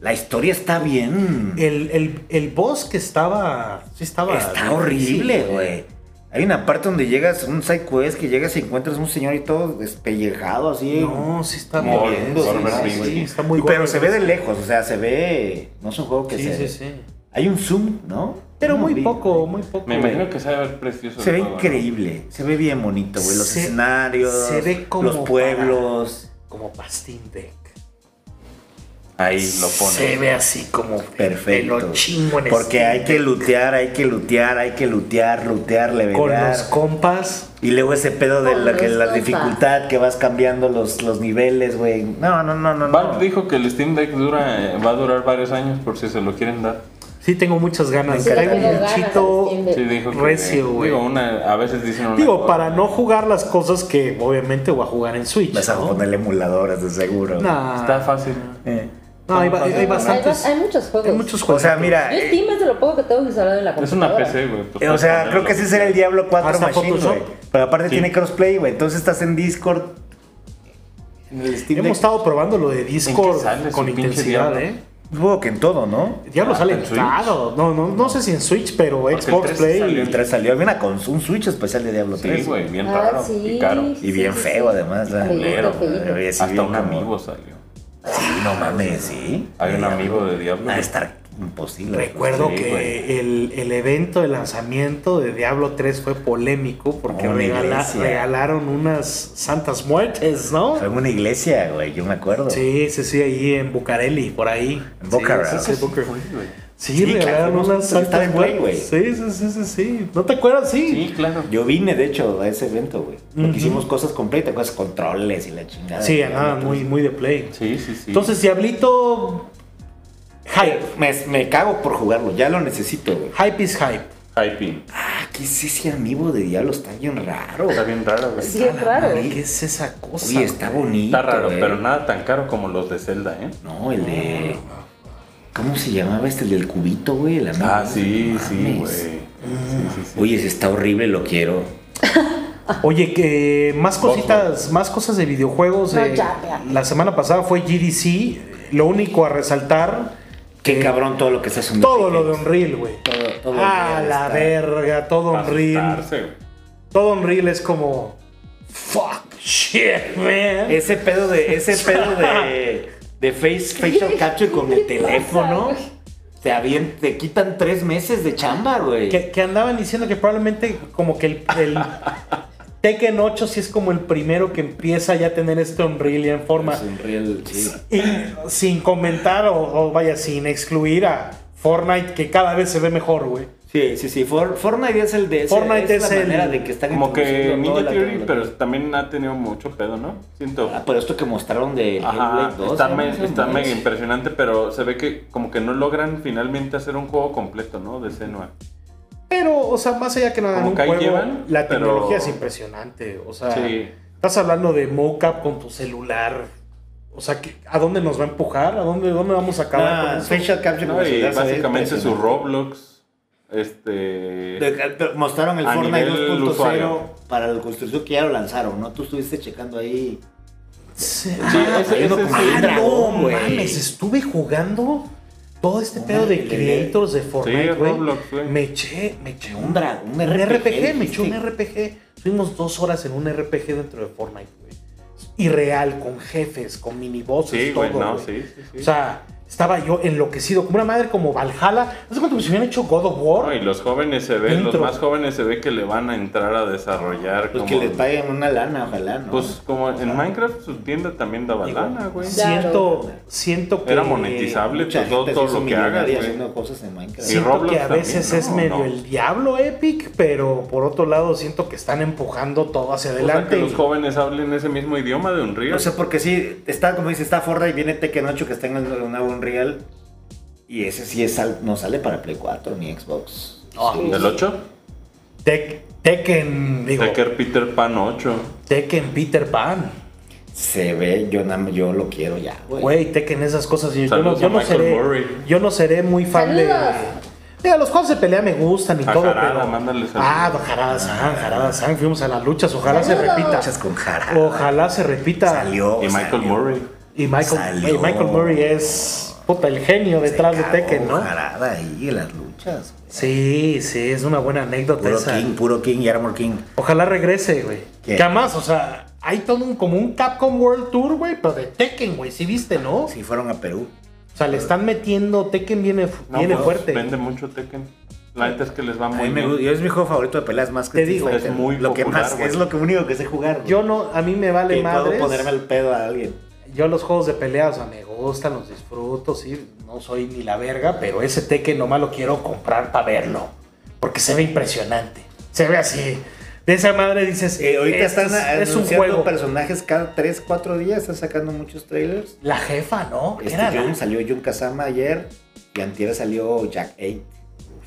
Speaker 1: la historia está bien.
Speaker 2: El, el, el boss que estaba. Sí, estaba.
Speaker 1: está
Speaker 2: difícil,
Speaker 1: horrible, güey. Hay una parte donde llegas, un side quest, que llegas y encuentras un señor y todo despellejado así.
Speaker 2: No, sí está
Speaker 4: Muy
Speaker 2: muy
Speaker 4: bien,
Speaker 2: sí,
Speaker 4: Golden
Speaker 2: sí,
Speaker 4: Ring.
Speaker 2: sí, está muy
Speaker 1: pero
Speaker 2: bueno.
Speaker 1: se ve de lejos, o sea, se ve. No es un juego que
Speaker 2: Sí,
Speaker 1: se.
Speaker 2: sí, sí.
Speaker 1: Hay un zoom, ¿no?
Speaker 2: Pero
Speaker 1: No
Speaker 2: muy
Speaker 1: vi.
Speaker 2: poco, muy poco.
Speaker 4: Me imagino que sabe ver precioso.
Speaker 1: Se
Speaker 4: el
Speaker 1: ve
Speaker 4: juego, ¿no?
Speaker 1: increíble, se ve bien bonito, güey. Los
Speaker 2: Se-
Speaker 1: escenarios,
Speaker 2: se ve como
Speaker 1: los pueblos.
Speaker 2: Como Pastín Deck.
Speaker 4: Ahí lo pone.
Speaker 2: Se ve así como.
Speaker 1: Perfecto.
Speaker 2: Lo chingo en
Speaker 1: Porque
Speaker 2: Steam
Speaker 1: hay que
Speaker 2: Deck.
Speaker 1: lutear, hay que lutear, hay que lutear, lutear, levelar.
Speaker 2: Con los compas.
Speaker 1: Y luego ese pedo de la, que la
Speaker 3: Hombre,
Speaker 1: dificultad que vas cambiando los, los niveles, güey. No, no, no, no.
Speaker 4: Bart
Speaker 1: no.
Speaker 4: dijo que el Steam Deck dura, eh, va a durar varios años por si se lo quieren dar.
Speaker 2: Sí, tengo muchas ganas.
Speaker 1: Me
Speaker 2: Tengo
Speaker 1: encanta.
Speaker 2: un bichito.
Speaker 4: Sí, dijo que, eh,
Speaker 2: Recio, güey.
Speaker 4: Digo, una, a veces dicen una
Speaker 2: Digo,
Speaker 4: cosa.
Speaker 2: para no jugar las cosas que obviamente voy a jugar en Switch.
Speaker 1: Vas a
Speaker 2: ¿no?
Speaker 1: poner emuladores de seguro. güey.
Speaker 2: Nah.
Speaker 4: Está fácil.
Speaker 1: Eh.
Speaker 2: No, hay, ba- hay
Speaker 4: Hay
Speaker 2: bastantes.
Speaker 3: Hay, muchos juegos.
Speaker 2: Hay muchos
Speaker 1: O
Speaker 2: juegos.
Speaker 1: sea, mira,
Speaker 3: Yo
Speaker 1: eh,
Speaker 3: Steam es de lo poco que tengo instalado en la
Speaker 4: Es una
Speaker 3: computadora.
Speaker 4: PC, güey. pues,
Speaker 1: eh, Ah. o sea,
Speaker 4: puedes
Speaker 1: creo que
Speaker 4: ponerlo.
Speaker 1: ese será el Diablo 4
Speaker 2: Hasta
Speaker 1: Machine,
Speaker 2: Photoshop.
Speaker 1: güey. Pero aparte
Speaker 4: Sí.
Speaker 1: tiene crossplay, güey. Entonces estás en Discord. En el Steam
Speaker 2: Hemos
Speaker 1: Deck.
Speaker 2: estado probando lo de Discord
Speaker 4: ¿En qué sale
Speaker 2: con
Speaker 4: su pinche
Speaker 2: intensidad,
Speaker 4: diablo?
Speaker 2: ¿eh?
Speaker 1: Supongo que en todo, ¿no?
Speaker 2: Diablo
Speaker 4: Ah,
Speaker 2: sale
Speaker 4: ¿en
Speaker 2: en
Speaker 4: Switch?
Speaker 2: todo. No, no, no sé si en Switch, pero
Speaker 4: Porque el
Speaker 2: Xbox
Speaker 4: tres sí salió
Speaker 2: Play.
Speaker 4: en
Speaker 1: Mientras salió, había una cons- un Switch especial de Diablo 3.
Speaker 4: Sí, güey, bien
Speaker 3: Ah,
Speaker 4: raro
Speaker 3: sí,
Speaker 4: y caro.
Speaker 3: sí,
Speaker 1: Y bien
Speaker 3: sí,
Speaker 1: feo,
Speaker 3: sí.
Speaker 1: además. ¿verdad?
Speaker 3: Feíto,
Speaker 4: Culero,
Speaker 3: feíto.
Speaker 1: güey, sí,
Speaker 4: Hasta
Speaker 1: bien
Speaker 4: un
Speaker 1: como-
Speaker 4: amigo salió.
Speaker 1: Sí, no mames, sí.
Speaker 4: Hay un amigo de Diablo.
Speaker 1: Va a estar imposible.
Speaker 2: Recuerdo
Speaker 4: Sí, güey.
Speaker 2: que el, el evento de lanzamiento de Diablo 3 fue polémico porque
Speaker 1: Una
Speaker 2: regala-
Speaker 1: iglesia.
Speaker 2: regalaron unas santas muertes, ¿no?
Speaker 1: Fue en una iglesia, güey, yo me acuerdo.
Speaker 2: Sí, sí, sí, ahí en Bucareli, por ahí.
Speaker 1: En Bucareli.
Speaker 2: Sí, sí, sí, Bucareli. Sí,
Speaker 1: Sí, claro,
Speaker 2: regalaron unas
Speaker 1: estaba
Speaker 2: santas
Speaker 1: en Play,
Speaker 2: muertes.
Speaker 1: güey.
Speaker 2: Sí, sí, sí, sí, sí. ¿No te acuerdas?
Speaker 4: Sí, claro.
Speaker 1: Yo vine, de hecho, a ese evento, güey. Porque
Speaker 2: Ujú.
Speaker 1: hicimos cosas completas, cosas controles y la chingada.
Speaker 2: Sí,
Speaker 1: Y
Speaker 2: nada,
Speaker 1: entonces-
Speaker 2: muy, muy de play.
Speaker 4: Sí, sí, sí.
Speaker 2: Entonces, Diablito. Hype.
Speaker 1: Me, me cago por jugarlo, ya lo necesito, güey.
Speaker 2: Hype is hype.
Speaker 4: Hyping.
Speaker 1: Ah, ¿qué es ese amigo de diablo? Está bien raro.
Speaker 4: Está bien raro, güey.
Speaker 3: Sí, es raro.
Speaker 1: Madre.
Speaker 2: ¿Qué es esa cosa?
Speaker 1: Oye, está bonito.
Speaker 4: Está raro,
Speaker 1: güey.
Speaker 4: pero nada tan caro como los de Zelda, ¿eh?
Speaker 1: No, el de. ¿Cómo se llamaba este? El del cubito, güey. el amigo.
Speaker 4: Ah, sí,
Speaker 1: No
Speaker 4: sí,
Speaker 1: mames.
Speaker 4: güey. Sí, sí, sí.
Speaker 1: Oye, ese está horrible, lo quiero.
Speaker 2: Oye, que más cositas, más cosas de videojuegos.
Speaker 3: No,
Speaker 2: eh,
Speaker 3: ya, ya.
Speaker 2: La semana pasada fue GDC. Lo único a resaltar,
Speaker 1: Qué cabrón todo lo que está haciendo.
Speaker 2: todo lo de Unreal, güey.
Speaker 1: Todo, todo
Speaker 2: Ah,
Speaker 1: bien
Speaker 2: la
Speaker 1: está.
Speaker 2: verga, todo
Speaker 4: Para
Speaker 2: Unreal.
Speaker 4: asustarse, güey.
Speaker 2: Todo Unreal es como. Fuck shit, man.
Speaker 1: Ese pedo de. Ese pedo de. De face, facial capture con el teléfono. Te, avien- te quitan tres meses de chamba, güey.
Speaker 2: Que, que andaban diciendo que probablemente como que el, el Tekken 8 sí es como el primero que empieza ya a tener este Unreal ya en forma.
Speaker 1: Es un real chiste.
Speaker 2: Y sin comentar o, o vaya, sin excluir a Fortnite que cada vez se ve mejor, güey.
Speaker 1: Sí, sí, sí. For- Fortnite es el de.
Speaker 2: Fortnite es
Speaker 1: la
Speaker 2: el-
Speaker 1: manera de que están
Speaker 4: Como que
Speaker 1: introduciendo toda
Speaker 4: Ninja
Speaker 1: la
Speaker 4: Theory,
Speaker 1: tecnología.
Speaker 4: pero también ha tenido mucho pedo, ¿no? Siento.
Speaker 1: Ah, pero esto que mostraron de
Speaker 4: Ajá,
Speaker 1: Hellblade 2,
Speaker 4: está,
Speaker 1: ¿no?
Speaker 4: me-
Speaker 1: Eso
Speaker 4: está
Speaker 1: no
Speaker 4: mega
Speaker 1: es-
Speaker 4: impresionante, pero se ve que como que no logran finalmente hacer un juego completo, ¿no? De Senua.
Speaker 2: Pero, o sea, más allá que nada en
Speaker 4: Como
Speaker 2: un
Speaker 4: que ahí
Speaker 2: juego,
Speaker 4: llevan,
Speaker 2: la
Speaker 4: pero-
Speaker 2: tecnología es impresionante. O sea,
Speaker 4: Sí.
Speaker 2: estás hablando de mocap con tu celular. O sea, ¿qué- ¿a dónde nos va a empujar? ¿A dónde, dónde vamos a acabar con
Speaker 1: Nah,
Speaker 2: eso?
Speaker 1: facial capture.
Speaker 4: No,
Speaker 1: pues,
Speaker 4: y
Speaker 1: ya sabes,
Speaker 4: básicamente
Speaker 1: pues,
Speaker 4: su
Speaker 1: ¿no?
Speaker 4: Roblox. Este.
Speaker 1: De- pero Mostraron el
Speaker 4: A
Speaker 1: Fortnite
Speaker 4: nivel
Speaker 1: 2.0
Speaker 4: usuario.
Speaker 1: para la construcción que ya lo lanzaron, ¿no? Tú estuviste checando ahí.
Speaker 2: Sí,
Speaker 4: Sí, ese-
Speaker 1: hay
Speaker 4: ese
Speaker 1: uno
Speaker 4: es-
Speaker 1: como un
Speaker 2: Ah, no,
Speaker 1: dragón, güey.
Speaker 2: mames, estuve jugando todo este pedo de creators de Fortnite, güey.
Speaker 4: Roblox, güey.
Speaker 2: me eché, me eché un,
Speaker 1: Un dragón, un
Speaker 2: un RPG,
Speaker 1: RPG,
Speaker 2: me eché un
Speaker 1: sí.
Speaker 2: RPG. Fuimos dos horas en un RPG dentro de Fortnite, güey. Irreal, con jefes, con minibosses,
Speaker 4: Sí,
Speaker 2: todo,
Speaker 4: güey, no,
Speaker 2: güey.
Speaker 4: sí, sí, sí.
Speaker 2: O sea, estaba yo enloquecido, como una madre como Valhalla. ¿No sé cuánto se hubieran hecho God of War?
Speaker 4: No, y los jóvenes se ven,
Speaker 2: Dentro.
Speaker 4: los más jóvenes se ve que le van a entrar a desarrollar.
Speaker 1: Pues
Speaker 4: como,
Speaker 1: que les paguen una lana, ojalá, ¿no?
Speaker 4: pues, como en Minecraft su tienda también daba lana,
Speaker 2: pues,
Speaker 4: güey.
Speaker 2: siento,
Speaker 1: Claro.
Speaker 2: siento que...
Speaker 4: Era monetizable
Speaker 1: Mucha
Speaker 4: pues, todo,
Speaker 1: gente se
Speaker 4: todo
Speaker 1: hizo
Speaker 4: lo que hagas,
Speaker 1: millonaria
Speaker 4: güey.
Speaker 1: haciendo cosas en Minecraft.
Speaker 4: Sí.
Speaker 2: Siento
Speaker 4: Roblox
Speaker 2: que a
Speaker 4: también,
Speaker 2: veces
Speaker 4: ¿no?
Speaker 2: es medio
Speaker 4: No.
Speaker 2: el diablo Epic, pero por otro lado siento que están empujando todo hacia
Speaker 4: O sea, que
Speaker 2: adelante.
Speaker 4: los jóvenes hablen ese mismo idioma de Unreal.
Speaker 1: O sea, porque sí, está, como dice, está Fortnite, viene Tekken 8 que está en el, una Unreal. Y ese sí es, sal- no sale para Play 4 ni Xbox.
Speaker 4: ¿Del 8?
Speaker 2: Tek- Tekken, digo,
Speaker 4: Tekker Peter Pan 8.
Speaker 2: Tekken Peter Pan.
Speaker 1: Se ve, yo, nada más- yo lo quiero ya, güey.
Speaker 2: Güey, Tekken esas cosas. Yo, yo no,
Speaker 4: Saludos
Speaker 2: yo
Speaker 4: a
Speaker 2: no
Speaker 4: Michael
Speaker 2: seré,
Speaker 4: Murray.
Speaker 2: yo no seré muy fan de...
Speaker 3: Saludos.
Speaker 2: Mira, los juegos de pelea me gustan y
Speaker 4: A
Speaker 2: todo,
Speaker 4: Jarada,
Speaker 2: pero...
Speaker 4: mándale saludos.
Speaker 2: Ah, Jarada San, Jarada San, fuimos a las luchas, ojalá
Speaker 3: Saludos.
Speaker 2: se repita.
Speaker 1: Muchas con jara.
Speaker 2: Ojalá se repita.
Speaker 1: Salió.
Speaker 4: Y Michael
Speaker 1: salió.
Speaker 4: Murray.
Speaker 2: Y Michael,
Speaker 1: Salió.
Speaker 2: güey, Michael Murray es puta, el genio detrás de
Speaker 1: Se
Speaker 2: Tekken,
Speaker 1: cagó
Speaker 2: ¿no?
Speaker 1: Jarada ahí en las luchas. güey.
Speaker 2: Sí, sí, es una buena anécdota
Speaker 1: Puro
Speaker 2: esa.
Speaker 1: King, puro King y Armor King.
Speaker 2: Ojalá regrese, güey.
Speaker 1: ¿Qué?
Speaker 2: Que además, o sea, hay todo un, como un Capcom World Tour, güey, pero de Tekken, güey, sí viste, ¿no?
Speaker 1: Sí, fueron a Perú.
Speaker 2: O sea, le están metiendo, Tekken viene, fu-
Speaker 4: No,
Speaker 2: viene
Speaker 4: pues,
Speaker 2: fuerte.
Speaker 4: Vende mucho Tekken. La neta es que les va
Speaker 1: A
Speaker 4: muy
Speaker 1: mí me
Speaker 4: bien.
Speaker 1: gusta, yo es mi juego favorito de peleas más que
Speaker 2: Te
Speaker 1: Street
Speaker 2: digo,
Speaker 1: Fighter.
Speaker 4: es muy
Speaker 1: lo que
Speaker 4: popular,
Speaker 1: más
Speaker 4: güey.
Speaker 1: es lo que único que sé jugar. güey.
Speaker 2: Yo no, a mí me vale
Speaker 1: Que
Speaker 2: madres.
Speaker 1: puedo ponerme el pedo a alguien.
Speaker 2: Yo los juegos de pelea, o sea, me gustan, los disfruto, sí, no soy ni la verga, pero ese Tekken nomás lo quiero comprar para verlo, porque se ve impresionante. Se ve así. De esa madre dices,
Speaker 1: Eh, ahorita
Speaker 2: "Esto
Speaker 1: están
Speaker 2: es, es
Speaker 1: anunciando
Speaker 2: un juego.
Speaker 1: personajes cada 3, 4 días, están sacando muchos trailers.
Speaker 2: La jefa, ¿no?
Speaker 1: Este
Speaker 2: Era la-
Speaker 1: Jun salió Jun Kazama ayer y antier salió Jack 8.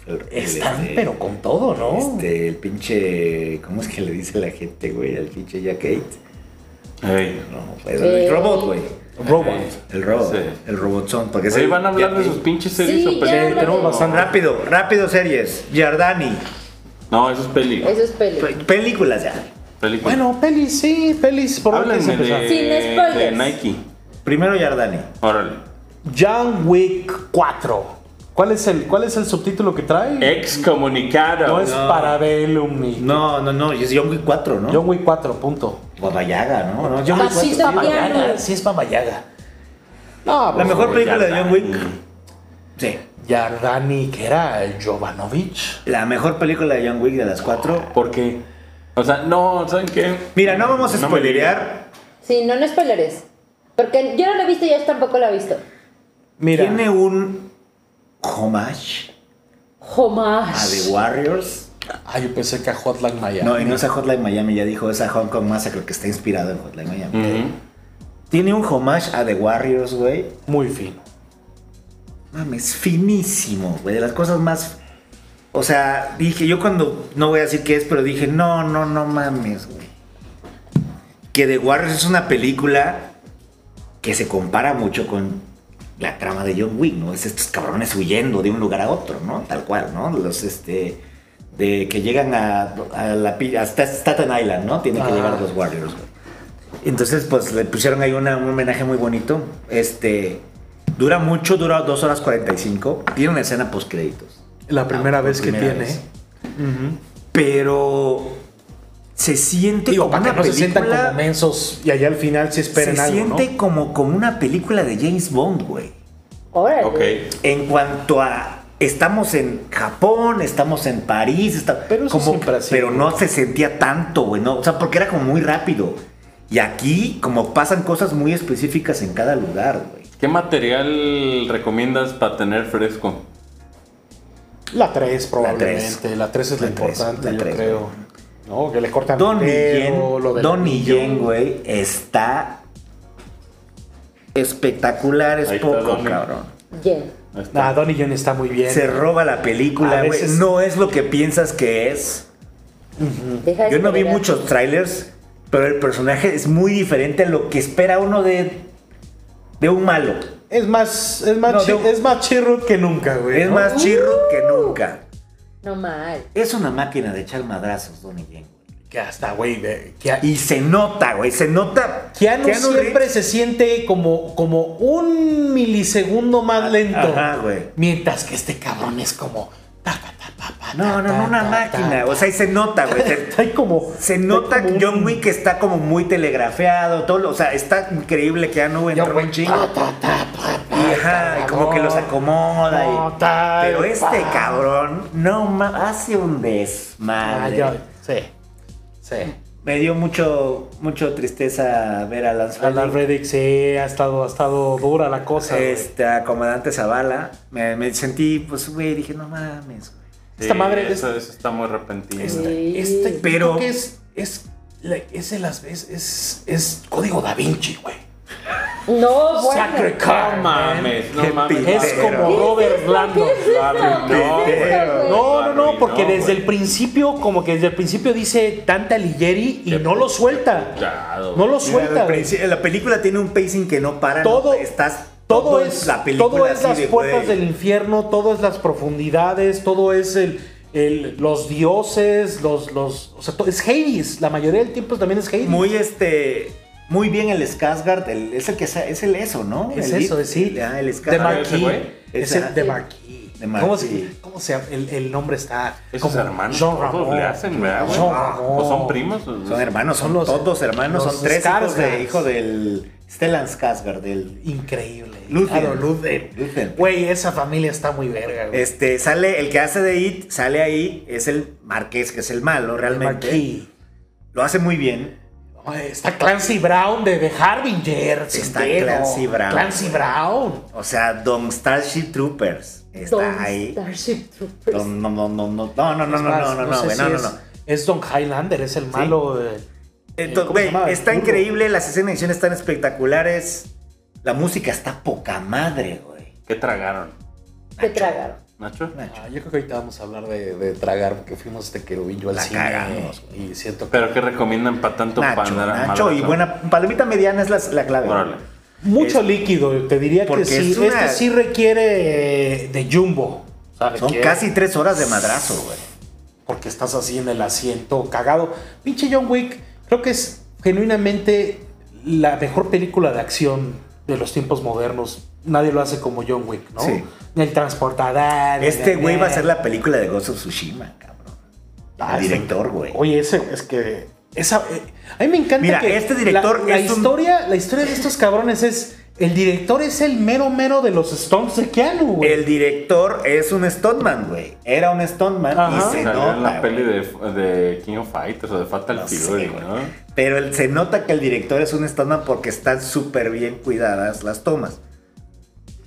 Speaker 1: El- el-
Speaker 2: Están,
Speaker 1: este-
Speaker 2: pero con todo, ¿no?
Speaker 1: Este, el pinche, ¿cómo es que le dice la gente, güey? Al pinche Jack 8.
Speaker 4: Ey.
Speaker 1: No, pues,
Speaker 3: Eh.
Speaker 1: el robot, güey.
Speaker 2: Robot.
Speaker 1: El robot,
Speaker 4: Sí.
Speaker 1: el robotson, porque
Speaker 4: Oye, van a hablar de sus
Speaker 1: sus
Speaker 4: pinches series
Speaker 3: Sí, ya
Speaker 4: o películas.
Speaker 3: hablan
Speaker 2: tenemos
Speaker 3: de-
Speaker 2: bastante-
Speaker 1: Rápido, rápido series. Giardani.
Speaker 4: No, eso es peli.
Speaker 3: Eso es peli.
Speaker 1: Pe- Películas ya.
Speaker 4: Película.
Speaker 2: Bueno, pelis, sí, pelis. ¿Por dónde
Speaker 4: háblenme
Speaker 2: empezar?
Speaker 4: de,
Speaker 3: Sin
Speaker 4: de
Speaker 3: spoilers.
Speaker 4: Nike.
Speaker 1: Primero Giardani.
Speaker 4: Órale.
Speaker 2: John Wick 4. ¿Cuál es el, cuál es el subtítulo que trae?
Speaker 4: Excomunicado.
Speaker 2: no es
Speaker 1: Eh, no.
Speaker 2: Parabellum ni...
Speaker 1: No, no, no, es John Wick 4, ¿no?
Speaker 2: John Wick 4, punto.
Speaker 1: Babayaga, ¿no? no John
Speaker 2: Ah,
Speaker 1: Wick 4.
Speaker 2: sí es Babayaga.
Speaker 3: Fabiano.
Speaker 2: Sí es Babayaga. No,
Speaker 1: La
Speaker 2: pues,
Speaker 1: mejor película de John Wick.
Speaker 4: Giardani.
Speaker 1: Sí.
Speaker 2: Yardani, que era el Jovanovic.
Speaker 1: La mejor película de John Wick de las cuatro.
Speaker 4: ¿Por qué? O sea, no, ¿saben qué?
Speaker 1: Mira, no vamos a
Speaker 4: No me
Speaker 1: spoilerear.
Speaker 3: Sí, no, no spoilers. Porque yo no la he visto y ella tampoco la ha visto.
Speaker 2: Mira,
Speaker 1: Tiene un homage a The
Speaker 3: Homage.
Speaker 1: Warriors.
Speaker 2: ah, yo pensé que a Hotline Miami.
Speaker 1: No, y no es a Hotline Miami, ya dijo, es a Hong Kong Massacre que está inspirado en Hotline Miami.
Speaker 4: Ujú.
Speaker 1: Tiene un homage a The Warriors, güey.
Speaker 2: Muy fino.
Speaker 1: Mames, finísimo, güey. De las cosas más. O sea, dije, yo cuando. No voy a decir qué es, pero dije, no, no, no mames, güey. Que The Warriors es una película que se compara mucho con la trama de John Wick, ¿no? Es estos cabrones huyendo de un lugar a otro, ¿no? Tal cual, ¿no? Los, este. De que llegan a, a la pi- a Stat- Staten Island, ¿no? Tienen que
Speaker 2: Ah.
Speaker 1: llegar a los Warriors, güey. Entonces, pues le pusieron ahí una- un homenaje muy bonito. Este. Dura mucho, dura 2 horas 45. Tiene una escena post créditos.
Speaker 2: La primera
Speaker 1: Ah, por
Speaker 2: vez que
Speaker 1: primera
Speaker 2: tiene.
Speaker 1: vez. Pero. Se siente
Speaker 2: Digo,
Speaker 1: como
Speaker 2: para que
Speaker 1: una
Speaker 2: no se sientan
Speaker 1: película.
Speaker 2: como mensos y allá al final sí esperen
Speaker 1: se
Speaker 2: algo, ¿no?
Speaker 1: siente como, como una película de James Bond, güey.
Speaker 3: Órale.
Speaker 4: Ok.
Speaker 1: En cuanto a. Estamos en Japón, estamos en París, está-
Speaker 2: Pero eso
Speaker 1: como-
Speaker 2: siempre ha sido.
Speaker 1: pero no se sentía tanto, güey, no, o sea, porque era como muy rápido. Y aquí, como pasan cosas muy específicas en cada lugar, güey.
Speaker 4: ¿Qué material recomiendas para tener fresco?
Speaker 2: La 3 probablemente.
Speaker 1: tres.
Speaker 2: La 3 es lo
Speaker 1: La tres,
Speaker 2: importante,
Speaker 1: la
Speaker 2: yo
Speaker 1: tres,
Speaker 2: creo. No, que le cortan
Speaker 1: Don
Speaker 2: el dedo,
Speaker 1: Guillén,
Speaker 2: lo del
Speaker 1: Don
Speaker 2: anillo.
Speaker 1: Guillén, güey, está espectacular, es
Speaker 4: Ahí está
Speaker 1: poco,
Speaker 4: Don.
Speaker 1: cabrón.
Speaker 3: Bien.
Speaker 4: Ahí está.
Speaker 2: Nah, Ah, Don Guillén está muy bien.
Speaker 1: Se roba la
Speaker 2: A
Speaker 1: película, güey.
Speaker 2: veces-
Speaker 1: No es lo que piensas que es.
Speaker 3: Deja de
Speaker 1: Yo no vi
Speaker 3: spoilear.
Speaker 1: muchos trailers, pero el personaje es muy diferente a lo que espera uno de de un malo.
Speaker 2: Es más, es más,
Speaker 1: No,
Speaker 2: chi-
Speaker 1: de-
Speaker 2: es más chirro que nunca, güey.
Speaker 1: Es
Speaker 2: ¿no?
Speaker 1: más chirro que nunca.
Speaker 3: No mal.
Speaker 1: Es una máquina de echar madrazos, Donnie Yen, güey.
Speaker 2: Que hasta, güey. ve- que-
Speaker 1: Y se nota, güey, se nota.
Speaker 2: Keanu, siempre
Speaker 1: Reeves-
Speaker 2: se siente como, como un milisegundo más lento.
Speaker 1: Ajá, güey.
Speaker 2: Mientras que este cabrón es como. ta, ta, ta, ta, ta,
Speaker 1: No, no,
Speaker 2: ta,
Speaker 1: no, una
Speaker 2: ta,
Speaker 1: máquina.
Speaker 2: ta,
Speaker 1: O sea, y se nota, güey. se-
Speaker 2: Está ahí como.
Speaker 1: Se
Speaker 2: está
Speaker 1: nota
Speaker 2: como
Speaker 1: que
Speaker 2: un-
Speaker 1: John Wick está como muy telegrafeado, todo, lo- o sea, está increíble que ya no entró
Speaker 2: John Wick,
Speaker 1: un chingo.
Speaker 2: ta, ta, ta, ta, ta,
Speaker 1: Y, ajá, y como que los acomoda. y-
Speaker 2: No, tal,
Speaker 1: pero este
Speaker 2: pa.
Speaker 1: cabrón no ma- hace un
Speaker 2: Ah,
Speaker 1: desmadre.
Speaker 2: ya, Sí. Sí.
Speaker 1: Me dio mucho, mucho tristeza ver a Lance
Speaker 2: La
Speaker 1: Reddick,
Speaker 2: Reddick sí, ha estado, ha estado dura la cosa. güey.
Speaker 1: este, a comandante Zavala. Me, me sentí, pues, güey, dije, no mames, güey.
Speaker 2: Esta madre es-
Speaker 4: Eso, eso está muy repentino.
Speaker 2: Esta,
Speaker 3: Sí.
Speaker 2: esta- yo
Speaker 1: Pero-
Speaker 2: creo que Este, es, es, la- es de las veces, es, es código da Vinci, güey.
Speaker 3: No, bueno.
Speaker 2: Sacre
Speaker 4: No
Speaker 2: car, man.
Speaker 4: mames,
Speaker 1: Qué
Speaker 4: no mames.
Speaker 1: pitero.
Speaker 2: Es como
Speaker 3: ¿Qué es
Speaker 2: Robert
Speaker 3: esto?
Speaker 2: Blando.
Speaker 3: ¿Qué es esto?
Speaker 4: Claro,
Speaker 3: ¿Qué
Speaker 4: no,
Speaker 3: es esto,
Speaker 4: güey.
Speaker 3: güey?
Speaker 2: No, no, no, porque
Speaker 4: No, pues.
Speaker 2: desde
Speaker 4: güey.
Speaker 2: el principio, como que desde el principio dice Dante Alighieri y
Speaker 4: Qué
Speaker 2: no lo suelta.
Speaker 4: puteado,
Speaker 2: No lo
Speaker 1: Mira,
Speaker 2: suelta,
Speaker 1: al
Speaker 2: güey.
Speaker 1: principio- la película tiene un pacing que no para. no-
Speaker 2: Todo-
Speaker 1: estás
Speaker 2: Todo
Speaker 1: toda
Speaker 2: es,
Speaker 1: la película
Speaker 2: todo es
Speaker 1: así
Speaker 2: las
Speaker 1: de,
Speaker 2: puertas
Speaker 1: güey.
Speaker 2: del infierno, todo es las profundidades, todo es el, el- los dioses, los, los, o sea, to- es Hades, la mayoría del tiempo también es Hades.
Speaker 1: muy este muy bien el Skarsgård, el- es el que sa- es el eso, ¿no?
Speaker 2: Es
Speaker 1: El-
Speaker 2: eso, es sí.
Speaker 1: el- ah, el
Speaker 2: de
Speaker 1: Skarsgård.
Speaker 4: Marquis.
Speaker 2: Marquis.
Speaker 4: güey?
Speaker 2: Es
Speaker 1: Esa-
Speaker 2: el de Marquis.
Speaker 1: De
Speaker 2: ¿Cómo
Speaker 1: Marquis.
Speaker 2: se, cómo se llama? el, el nombre está?
Speaker 4: Esos
Speaker 2: como
Speaker 4: hermanos
Speaker 2: Jean
Speaker 4: todos
Speaker 2: Ramón.
Speaker 4: le hacen, ¿verdad, güey?
Speaker 2: Jean
Speaker 4: ¿O
Speaker 2: Ramón.
Speaker 4: son primos?
Speaker 1: Son hermanos, son,
Speaker 2: Son los-
Speaker 1: todos hermanos,
Speaker 2: los
Speaker 1: son tres hijos
Speaker 2: Skarsgård.
Speaker 1: de hijo del Stellan Skarsgård, del
Speaker 2: Increíble.
Speaker 1: Luther.
Speaker 2: Claro, Luther.
Speaker 1: Luther.
Speaker 2: Güey, esa familia está muy verga, güey.
Speaker 1: este sale el que hace de It, sale ahí, es el Marqués, que es el malo realmente.
Speaker 2: Marquis.
Speaker 1: Lo hace muy bien.
Speaker 2: Ay, Está Clancy Brown de The Harbinger. sin
Speaker 1: Está
Speaker 2: pedo.
Speaker 1: Clancy Brown.
Speaker 2: Clancy Brown.
Speaker 1: O sea, Don Starship Troopers está
Speaker 3: Don't
Speaker 1: ahí.
Speaker 3: Starship Troopers.
Speaker 1: Don- No, no, no, no, no, no, no, no,
Speaker 2: Es más,
Speaker 1: no, no, no,
Speaker 2: sé
Speaker 1: güey,
Speaker 2: si
Speaker 1: no, no,
Speaker 2: es-
Speaker 1: no.
Speaker 2: Es Don Highlander, es el malo. eh,
Speaker 1: Entonces,
Speaker 2: ¿Cómo se
Speaker 1: güey,
Speaker 2: llama?
Speaker 1: está
Speaker 2: Turbo.
Speaker 1: increíble, las escenas de acción están espectaculares, la música está poca madre, güey.
Speaker 4: ¿Qué tragaron?
Speaker 3: Te tragaron.
Speaker 4: ¿Nacho?
Speaker 2: Ah, yo creo que ahorita vamos a hablar de, de tragar, porque fuimos de querubinjo al
Speaker 1: La
Speaker 2: cine.
Speaker 1: cagamos,
Speaker 2: Y siento que.
Speaker 4: ¿Pero qué recomiendan para tanto
Speaker 1: Nacho,
Speaker 4: panorama?
Speaker 1: Nacho, y
Speaker 4: Ah,
Speaker 1: buena palomita mediana es la, la clave.
Speaker 4: Órale.
Speaker 2: Mucho
Speaker 1: Es-
Speaker 2: líquido, te diría que
Speaker 1: Porque
Speaker 2: sí.
Speaker 1: es una-
Speaker 2: Este sí requiere eh, de jumbo. ¿sabes
Speaker 1: Son
Speaker 2: qué?
Speaker 1: casi tres horas de madrazo, güey.
Speaker 2: Porque estás así en el asiento, cagado. Pinche John Wick, creo que es genuinamente la mejor película de acción de los tiempos modernos. Nadie lo hace como John Wick, ¿no?
Speaker 1: Sí.
Speaker 2: El transportador.
Speaker 1: Este
Speaker 2: na,
Speaker 1: güey
Speaker 2: na.
Speaker 1: va a ser la película de Ghost of Tsushima, cabrón.
Speaker 2: Ah,
Speaker 1: El
Speaker 2: este-
Speaker 1: director, güey.
Speaker 2: Oye, ese es que. Esa, eh, a mí me encanta
Speaker 1: Mira,
Speaker 2: que
Speaker 1: este director
Speaker 2: la, la
Speaker 1: es un-
Speaker 2: historia, la historia de estos cabrones es. El director es el mero mero de los Stones de Keanu, güey.
Speaker 1: El director es un stuntman, güey. Era un stuntman
Speaker 2: Ajá.
Speaker 1: y se
Speaker 4: Salió en
Speaker 1: nota,
Speaker 4: la
Speaker 1: güey.
Speaker 4: peli de, de King of Fighters o de Fatal
Speaker 1: No sé,
Speaker 4: Fury,
Speaker 1: güey.
Speaker 4: ¿no?
Speaker 1: Pero el- se nota que el director es un stuntman porque están súper bien cuidadas las tomas.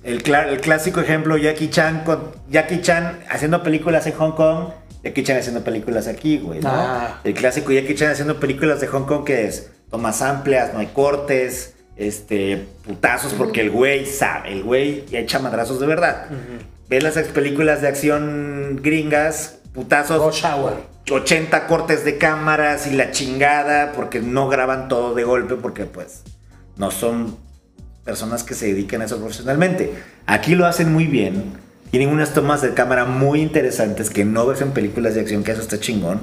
Speaker 1: El, cla- el clásico ejemplo, Jackie Chan, con, Jackie Chan haciendo películas en Hong Kong, Jackie Chan haciendo películas aquí, güey. ¿no?
Speaker 2: Ah.
Speaker 1: El clásico Jackie Chan haciendo películas de Hong Kong que es tomas amplias, no hay cortes, este, putazos, porque el güey sabe, el güey echa madrazos de verdad. Ves las ex películas de acción gringas, putazos,
Speaker 2: Rush Hour.
Speaker 1: 80 cortes de cámaras y la chingada, porque no graban todo de golpe, porque pues no son personas que se dediquen a eso profesionalmente. Aquí lo hacen muy bien, tienen unas tomas de cámara muy interesantes que no ves en películas de acción, que eso está chingón.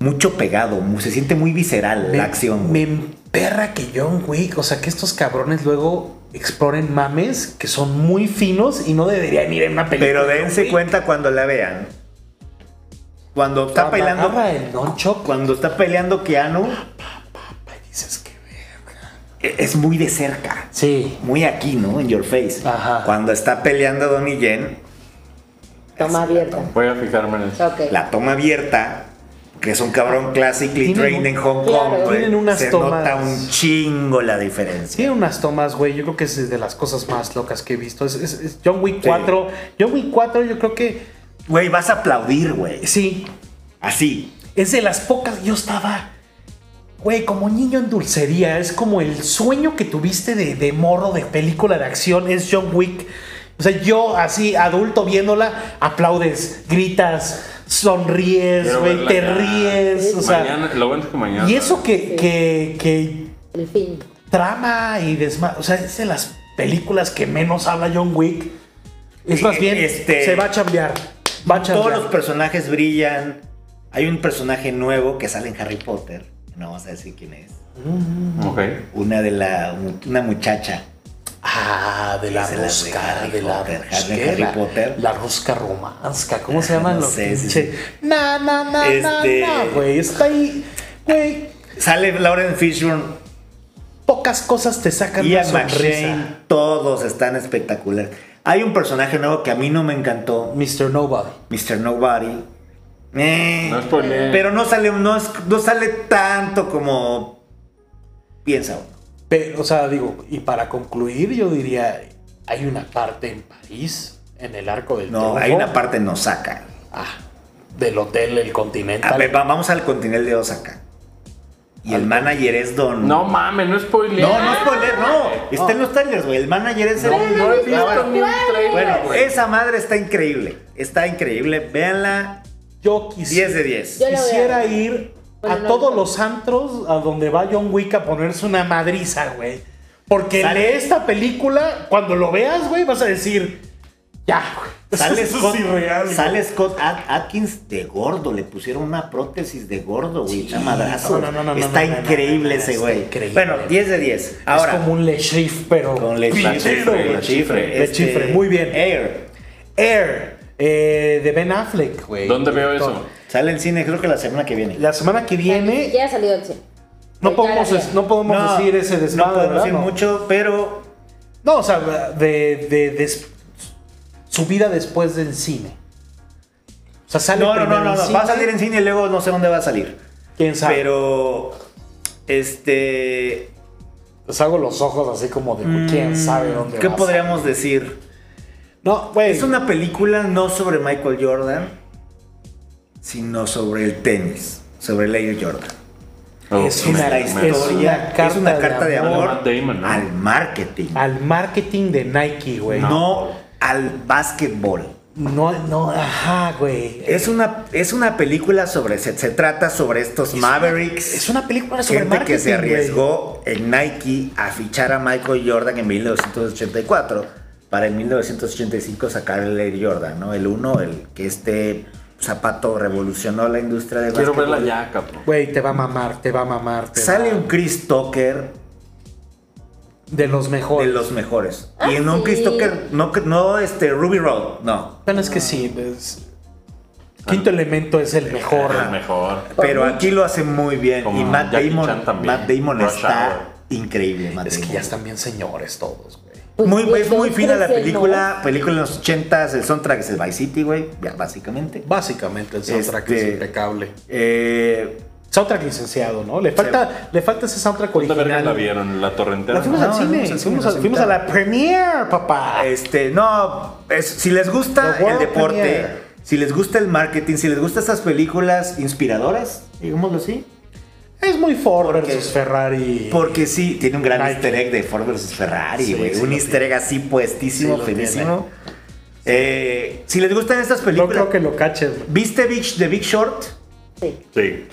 Speaker 1: Mucho pegado, mu- se siente muy visceral
Speaker 2: Me-
Speaker 1: la acción.
Speaker 2: Me
Speaker 1: güey.
Speaker 2: emperra que John Wick, o sea, que estos cabrones luego exploren mames que son muy finos y no deberían ir en una película.
Speaker 1: Pero
Speaker 2: de John
Speaker 1: dense
Speaker 2: Wick.
Speaker 1: cuando cuando la vean. Cuando está
Speaker 2: Cuando
Speaker 1: peleando,
Speaker 2: agarra el nunchuck,
Speaker 1: cuando está peleando Keanu,
Speaker 2: güey, dices que verga.
Speaker 1: e- es muy de cerca.
Speaker 2: Sí.
Speaker 1: muy aquí, ¿no? En your face.
Speaker 2: Ajá.
Speaker 1: Cuando está peleando Donnie Yen,
Speaker 3: Toma abierta.
Speaker 4: Voy a fijarme en eso.
Speaker 3: Ok.
Speaker 1: la toma abierta, que es un cabrón classically
Speaker 2: Tienen
Speaker 1: trained
Speaker 2: un-
Speaker 1: en Hong
Speaker 3: claro.
Speaker 1: Kong, güey,
Speaker 2: Tienen unas
Speaker 1: se
Speaker 2: tomas-
Speaker 1: nota un chingo la diferencia.
Speaker 2: Tiene unas tomas, güey. Yo creo que es de las cosas más locas que he visto. Es, es- es John Wick 4. John Wick 4, yo creo que
Speaker 1: Güey, vas a aplaudir, güey.
Speaker 2: sí.
Speaker 1: Así.
Speaker 2: Es de las pocas. Yo estaba, güey, como niño en dulcería. Es como el sueño que tuviste de, de morro de película de acción. Es John Wick. O sea, yo así, adulto viéndola, aplaudes, gritas, sonríes,
Speaker 4: Quiero
Speaker 2: güey,
Speaker 4: verla
Speaker 2: te
Speaker 4: ya.
Speaker 2: ríes. O sea,
Speaker 4: Mañana, lo bueno es que mañana.
Speaker 2: y eso que, que, que
Speaker 3: El fin.
Speaker 2: trama y desmadre. O sea, es de las películas que menos habla John Wick. Es más
Speaker 1: Eh,
Speaker 2: bien,
Speaker 1: este-
Speaker 2: se va a chambear. Va a
Speaker 1: Todos los
Speaker 2: chambear.
Speaker 1: personajes brillan. Hay un personaje nuevo que sale en Harry Potter. No vamos a decir quién es.
Speaker 4: Ok.
Speaker 1: Una de la. Una muchacha.
Speaker 2: Ah, de la
Speaker 1: Esa es la de
Speaker 2: rosca,
Speaker 1: Harry
Speaker 2: de la
Speaker 1: Potter,
Speaker 2: rosca,
Speaker 1: Harry- Harry
Speaker 2: la-
Speaker 1: Potter. Ah,
Speaker 2: La rosca romanska, ¿cómo se llaman
Speaker 1: no
Speaker 2: los
Speaker 1: sé, sí,
Speaker 2: pinche?
Speaker 1: sí.
Speaker 2: Na, na, na,
Speaker 1: Este-
Speaker 2: na, na, güey, está ahí, güey.
Speaker 1: Sale Lauren Fishburne
Speaker 2: Pocas cosas te sacan
Speaker 1: y
Speaker 2: una
Speaker 1: a
Speaker 2: sonrisa.
Speaker 1: McShane. Todos están espectaculares. Hay un personaje nuevo que a mí no me encantó.
Speaker 2: Mr. Nobody.
Speaker 1: Mr. Nobody. Eh,
Speaker 4: No es por leer.
Speaker 1: pero no sale, no, es- no sale tanto como piensa uno.
Speaker 2: Pero, o sea, digo, y para concluir, yo diría, hay una parte en París, en el arco del
Speaker 1: No,
Speaker 2: Triunfo.
Speaker 1: hay una parte en Osaka.
Speaker 2: Ah, del hotel El
Speaker 1: A
Speaker 2: Continental.
Speaker 1: ver, va- vamos al continente de Osaka. Y el manager es Don.
Speaker 4: No mames, no es por leer.
Speaker 1: no, no es spoiler, no. Está en los trailers, güey. El manager es
Speaker 4: No,
Speaker 1: el.
Speaker 4: no he
Speaker 1: Ah, bueno.
Speaker 4: visto ni un trailer,
Speaker 1: Bueno,
Speaker 4: güey.
Speaker 1: esa madre está increíble. Está increíble. Véanla.
Speaker 2: yo
Speaker 1: 10
Speaker 2: quisiera,
Speaker 1: de 10.
Speaker 3: Yo la voy a
Speaker 2: quisiera
Speaker 3: ver.
Speaker 2: ir
Speaker 3: Bueno,
Speaker 2: a
Speaker 3: no,
Speaker 2: todos
Speaker 3: no.
Speaker 2: los antros a donde va John Wick a ponerse una madriza, güey. Porque
Speaker 1: Sale-
Speaker 2: de esta película, cuando lo veas, güey, vas a decir, ya, güey.
Speaker 1: Sale
Speaker 2: Eso
Speaker 1: Scott,
Speaker 2: es irreal, güey.
Speaker 1: sale Scott Ad- Atkins de gordo. Le pusieron una prótesis de gordo, güey. está madrazo.
Speaker 2: No, no, no, no,
Speaker 1: está
Speaker 2: no, no, no,
Speaker 1: increíble
Speaker 2: no, no,
Speaker 1: ese
Speaker 2: está
Speaker 1: güey.
Speaker 2: increíble.
Speaker 1: Bueno, 10 de 10. Ahora,
Speaker 2: es como un Le Chiffre, pero
Speaker 1: con Le
Speaker 2: pinchero,
Speaker 1: Chiffre.
Speaker 2: güey.
Speaker 1: Le Chiffre,
Speaker 2: Le
Speaker 1: este,
Speaker 2: Chiffre, muy bien.
Speaker 1: Air.
Speaker 2: Air, eh, de Ben Affleck, güey.
Speaker 4: ¿Dónde veo eso?
Speaker 1: Sale en cine, creo que la semana que viene.
Speaker 2: La semana que viene
Speaker 3: Ya ha salido el cine.
Speaker 2: No
Speaker 3: Ya
Speaker 2: podemos,
Speaker 3: la vi.
Speaker 2: no podemos
Speaker 1: No,
Speaker 2: decir ese desmadre,
Speaker 1: No podemos
Speaker 2: ¿verdad?
Speaker 1: decir
Speaker 2: No.
Speaker 1: mucho, pero
Speaker 2: No, o sea, de, de- de s- su vida después del cine. O sea, sale
Speaker 1: No, no,
Speaker 2: primero
Speaker 1: no, no,
Speaker 2: en
Speaker 1: no.
Speaker 2: cine,
Speaker 1: Va a salir en cine y luego no sé dónde va a salir.
Speaker 2: ¿Quién sabe?
Speaker 1: Pero. Este.
Speaker 2: Les hago los ojos así como de quién sabe dónde
Speaker 1: Mm, ¿Qué
Speaker 2: vas?
Speaker 1: podríamos decir?
Speaker 2: No, güey.
Speaker 1: Es una película no sobre Michael Jordan, sino sobre el tenis, sobre Larry Jordan.
Speaker 2: Es una-
Speaker 1: la
Speaker 2: es una
Speaker 1: historia, es una carta,
Speaker 2: carta de
Speaker 1: de
Speaker 4: amor.
Speaker 1: amor,
Speaker 4: Matt Damon, ¿no?
Speaker 1: al marketing,
Speaker 2: Al marketing de Nike, güey.
Speaker 1: no. al básquetbol.
Speaker 2: No, no, ajá, güey.
Speaker 1: Es una, es una película sobre, se, se trata sobre estos Mavericks.
Speaker 2: Es una película sobre
Speaker 1: Gente
Speaker 2: marketing,
Speaker 1: que se
Speaker 2: güey.
Speaker 1: arriesgó en Nike a fichar a Michael Jordan en 1984 para en 1985 sacar el Air Jordan, ¿no? El uno, el que este zapato revolucionó la industria de
Speaker 4: Quiero verla
Speaker 1: básquetbol.
Speaker 4: ya, cabrón.
Speaker 2: Güey, te va a mamar, te va a mamar. te
Speaker 1: Sale
Speaker 2: va-
Speaker 1: un Chris Tucker
Speaker 2: de los mejores.
Speaker 1: de los mejores.
Speaker 3: Ah,
Speaker 1: y no un
Speaker 3: sí.
Speaker 1: Chris Tucker, no, no este Ruby Road, no.
Speaker 2: Bueno, es que sí. es- Quinto elemento es el mejor.
Speaker 4: Es mejor.
Speaker 1: Pero aquí lo hace muy bien.
Speaker 4: Como
Speaker 1: y Matt
Speaker 4: Jackie
Speaker 1: Damon,
Speaker 4: Chan también.
Speaker 1: Matt Damon
Speaker 4: Rush
Speaker 1: está
Speaker 4: Hour.
Speaker 1: increíble. Matt
Speaker 2: Es que
Speaker 1: Damon.
Speaker 2: ya están bien señores todos, güey.
Speaker 3: Pues,
Speaker 1: muy,
Speaker 3: güey,
Speaker 1: es muy
Speaker 3: dos,
Speaker 1: fina la
Speaker 3: tres,
Speaker 1: película, película en los 80s, el soundtrack es el Vice City, güey, ya, básicamente.
Speaker 2: Básicamente el soundtrack
Speaker 1: Este-
Speaker 2: es impecable.
Speaker 1: Eh,
Speaker 2: Soundtrack licenciado, ¿no? Le falta, le falta ese soundtrack
Speaker 4: ¿Dónde verga la
Speaker 2: original.
Speaker 4: vieron? ¿La
Speaker 2: La
Speaker 4: torrentera?
Speaker 2: fuimos
Speaker 1: No,
Speaker 2: al
Speaker 1: no,
Speaker 2: cine,
Speaker 1: fuimos al cine,
Speaker 2: fuimos, a,
Speaker 1: nos
Speaker 2: fuimos a la premiere, papá.
Speaker 1: este, no, es- si les gusta
Speaker 2: The World
Speaker 1: el deporte,
Speaker 2: Premiere.
Speaker 1: si les gusta el marketing, si les gustan estas películas inspiradoras, digámoslo así,
Speaker 2: Es muy Ford
Speaker 1: porque-
Speaker 2: versus Ferrari.
Speaker 1: porque sí, tiene un gran
Speaker 2: Nike.
Speaker 1: easter egg de Ford vs Ferrari,
Speaker 2: Sí,
Speaker 1: güey,
Speaker 2: sí
Speaker 1: un
Speaker 2: lo
Speaker 1: easter egg así puestísimo,
Speaker 2: Sí lo
Speaker 1: finísimo. Eh, si les gustan estas
Speaker 2: no
Speaker 1: películas,
Speaker 2: creo que lo caches. güey.
Speaker 1: ¿viste Big, The Big Short?
Speaker 3: Sí.
Speaker 4: Sí.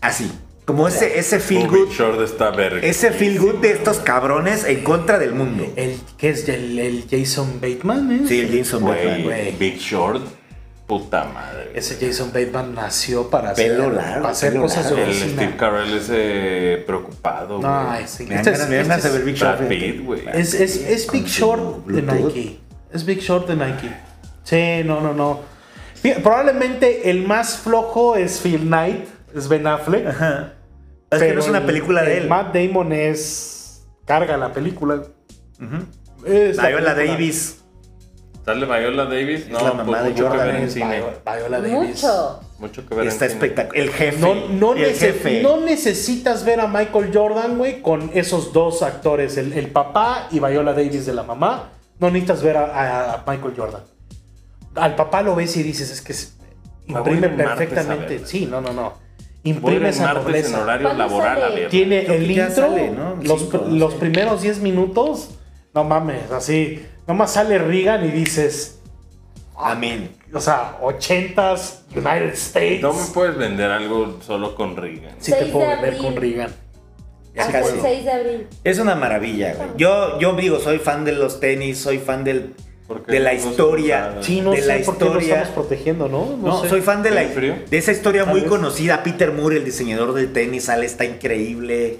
Speaker 1: Así, como ese, ese feel
Speaker 4: Ubi
Speaker 1: good
Speaker 4: Short está verga.
Speaker 1: Ese feel good de estos cabrones en contra del mundo.
Speaker 2: El que es el, el Jason Bateman, ¿eh?
Speaker 1: Sí, el Jason Bateman. güey.
Speaker 2: güey.
Speaker 4: Güey, Big Short. Puta madre.
Speaker 2: Ese Jason Bateman nació para
Speaker 1: Pelo
Speaker 2: hacer,
Speaker 1: largo,
Speaker 2: para hacer
Speaker 1: pelo
Speaker 2: cosas de
Speaker 4: El
Speaker 2: oficina.
Speaker 4: Steve Carell es eh, preocupado, güey.
Speaker 2: No, es,
Speaker 1: Me dan
Speaker 2: este es-
Speaker 1: ganas- me dan
Speaker 2: este
Speaker 1: ganas de
Speaker 2: es-
Speaker 1: ver Big Short.
Speaker 4: Brad Pitt, güey.
Speaker 2: Es, es, es Big
Speaker 1: Con su
Speaker 2: Short de
Speaker 1: Bluetooth.
Speaker 2: Nike. Es Big Short de Nike. Sí, no, no, no. Fí- Probablemente el más flojo es Phil Knight, es Ben Affleck.
Speaker 1: Ajá. Es que no es una
Speaker 2: el-
Speaker 1: película de
Speaker 2: el
Speaker 1: él.
Speaker 2: Matt Damon es. Carga la película. Es la
Speaker 1: Viola
Speaker 2: película.
Speaker 1: Davis.
Speaker 4: Sale Viola Davis. No,
Speaker 1: la mamá
Speaker 4: pues
Speaker 1: de
Speaker 4: mucho
Speaker 1: Jordan,
Speaker 4: que ver en
Speaker 2: Es
Speaker 4: cine.
Speaker 2: Viola, Viola
Speaker 3: no.
Speaker 2: Davis.
Speaker 3: Mucho.
Speaker 4: Mucho que ver
Speaker 1: Está
Speaker 4: en cine.
Speaker 1: espectacular. El jefe.
Speaker 2: No, no,
Speaker 1: el
Speaker 2: nece-
Speaker 1: jefe.
Speaker 2: no necesitas ver a Michael Jordan, güey, con esos dos actores, el, el papá y Viola Davis de la mamá. No necesitas ver a, a Michael Jordan. Al papá lo ves y dices, es que se-
Speaker 4: Me voy a ir
Speaker 2: imprime
Speaker 4: el martes a
Speaker 2: perfectamente.
Speaker 4: ver.
Speaker 2: Sí, no, no, no.
Speaker 4: Voy a ir
Speaker 2: Imprime
Speaker 4: el
Speaker 2: esa
Speaker 4: martes en
Speaker 2: nobleza.
Speaker 4: horario
Speaker 3: ¿Cuándo
Speaker 4: laboral a
Speaker 3: sale?
Speaker 4: ver.
Speaker 2: Tiene
Speaker 1: Creo que
Speaker 2: el
Speaker 1: ya
Speaker 2: intro,
Speaker 1: sale, ¿no?
Speaker 2: los,
Speaker 1: Cinco,
Speaker 2: pr- los
Speaker 1: sí.
Speaker 2: primeros 10 minutos, no mames, así. Nomás sale Reagan y dices,
Speaker 1: Amén.
Speaker 2: o sea, 80s, United States.
Speaker 4: No me puedes vender algo solo con Reagan.
Speaker 2: Sí te
Speaker 3: Seis
Speaker 2: puedo
Speaker 3: de
Speaker 2: vender con
Speaker 3: abril.
Speaker 2: Reagan.
Speaker 1: Ya
Speaker 3: Hasta
Speaker 1: casi.
Speaker 3: Ah, el 6 de abril.
Speaker 1: Es una maravilla, güey. Yo, yo digo, soy fan de los tenis, soy fan del,
Speaker 4: ¿Por qué
Speaker 1: de la
Speaker 4: no se
Speaker 1: historia.
Speaker 4: usaron?
Speaker 2: Sí, no
Speaker 1: de
Speaker 2: sé
Speaker 1: la
Speaker 2: por qué lo
Speaker 1: historia.
Speaker 2: estamos protegiendo, ¿no?
Speaker 1: No,
Speaker 2: sé.
Speaker 1: soy fan de la
Speaker 4: ¿En frío?
Speaker 1: de esa historia
Speaker 2: Tal
Speaker 1: muy
Speaker 2: vez.
Speaker 1: conocida. Peter Moore, el diseñador de tenis, sale, está increíble.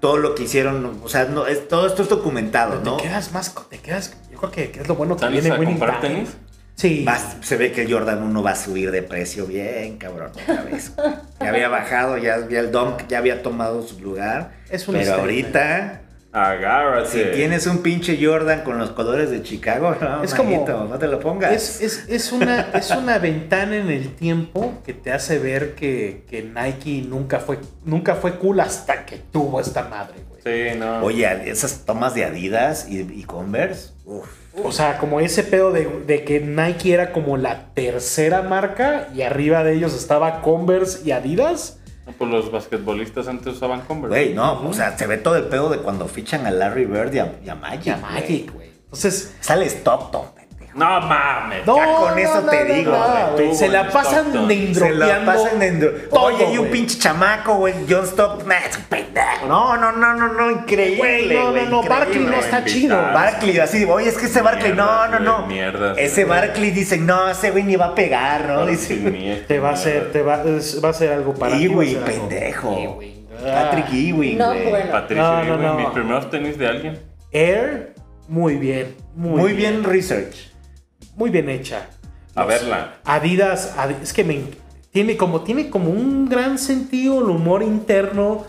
Speaker 1: Todo lo que hicieron, o sea, no, es- todo esto es documentado, ¿no?
Speaker 2: Te quedas más, co- te quedas, yo creo que, que es lo bueno que
Speaker 4: ¿Sales
Speaker 2: viene
Speaker 4: a
Speaker 2: Winning
Speaker 4: comprar
Speaker 2: Time.
Speaker 4: tenis?
Speaker 2: Sí.
Speaker 1: Vas- se ve que el Jordan 1 va a subir de precio bien, cabrón, otra vez. Ya había bajado, ya, ya el Dunk ya había tomado su lugar.
Speaker 2: Es un
Speaker 1: pero
Speaker 2: statement.
Speaker 1: ahorita, si
Speaker 4: Agárrate.
Speaker 1: tienes un pinche Jordan con los colores de Chicago, no,
Speaker 2: Es como-
Speaker 1: manito, no te lo pongas.
Speaker 2: Es, es- es una, es una ventana en el tiempo que te hace ver que, que Nike nunca fue, nunca fue cool hasta que tuvo esta madre, güey.
Speaker 4: Sí, no.
Speaker 1: Oye, esas tomas de Adidas y, y Converse, uf.
Speaker 2: O sea, como ese pedo de, de que Nike era como la tercera marca y arriba de ellos estaba Converse y Adidas.
Speaker 4: No, Pues los basquetbolistas antes usaban Converse.
Speaker 1: Güey, no, o sea, se ve todo el pedo de cuando fichan a Larry Bird y a, y a Magic.
Speaker 2: Ya
Speaker 1: güey.
Speaker 2: Magic, güey. Entonces,
Speaker 1: Sale Stockton, pendejo.
Speaker 4: No mames.
Speaker 2: no,
Speaker 1: con
Speaker 2: no,
Speaker 1: eso
Speaker 2: no,
Speaker 1: te
Speaker 2: no,
Speaker 1: digo,
Speaker 2: no,
Speaker 4: güey,
Speaker 2: güey.
Speaker 4: tú,
Speaker 2: Se la
Speaker 4: güey,
Speaker 2: pasan
Speaker 4: Stockton.
Speaker 1: Se
Speaker 2: nendropeando.
Speaker 1: la pasan en...
Speaker 2: todo,
Speaker 1: Oye, y un
Speaker 2: güey.
Speaker 1: pinche chamaco, güey, John Stockton, nah, es un pendejo. No, no, no, no, no, increíble,
Speaker 2: Güey, no,
Speaker 1: güey,
Speaker 2: no, no,
Speaker 1: increíble.
Speaker 2: Barkley no está chido.
Speaker 1: Barkley, así, oye, es que ese Barkley, no, no,
Speaker 4: Mierdas,
Speaker 1: no.
Speaker 4: güey, mierdas,
Speaker 1: ese
Speaker 4: güey.
Speaker 1: Barkley dice, no, ese güey ni va a pegar, ¿no? Dice,
Speaker 2: Te va a hacer, te va, es- va a ser algo para ti, va a
Speaker 1: Ewing,
Speaker 2: ser algo-
Speaker 1: pendejo.
Speaker 2: Ewing.
Speaker 1: Patrick Ewing,
Speaker 3: Ah. No,
Speaker 1: güey.
Speaker 3: bueno.
Speaker 4: Patricio,
Speaker 2: No, no,
Speaker 4: Ewing,
Speaker 2: no.
Speaker 4: mis primeros tenis de alguien.
Speaker 2: Air, muy bien. Muy,
Speaker 1: Muy bien research.
Speaker 2: Muy bien hecha.
Speaker 4: A verla.
Speaker 2: Adidas, Adi- es que me en- tiene como tiene como un gran sentido el humor interno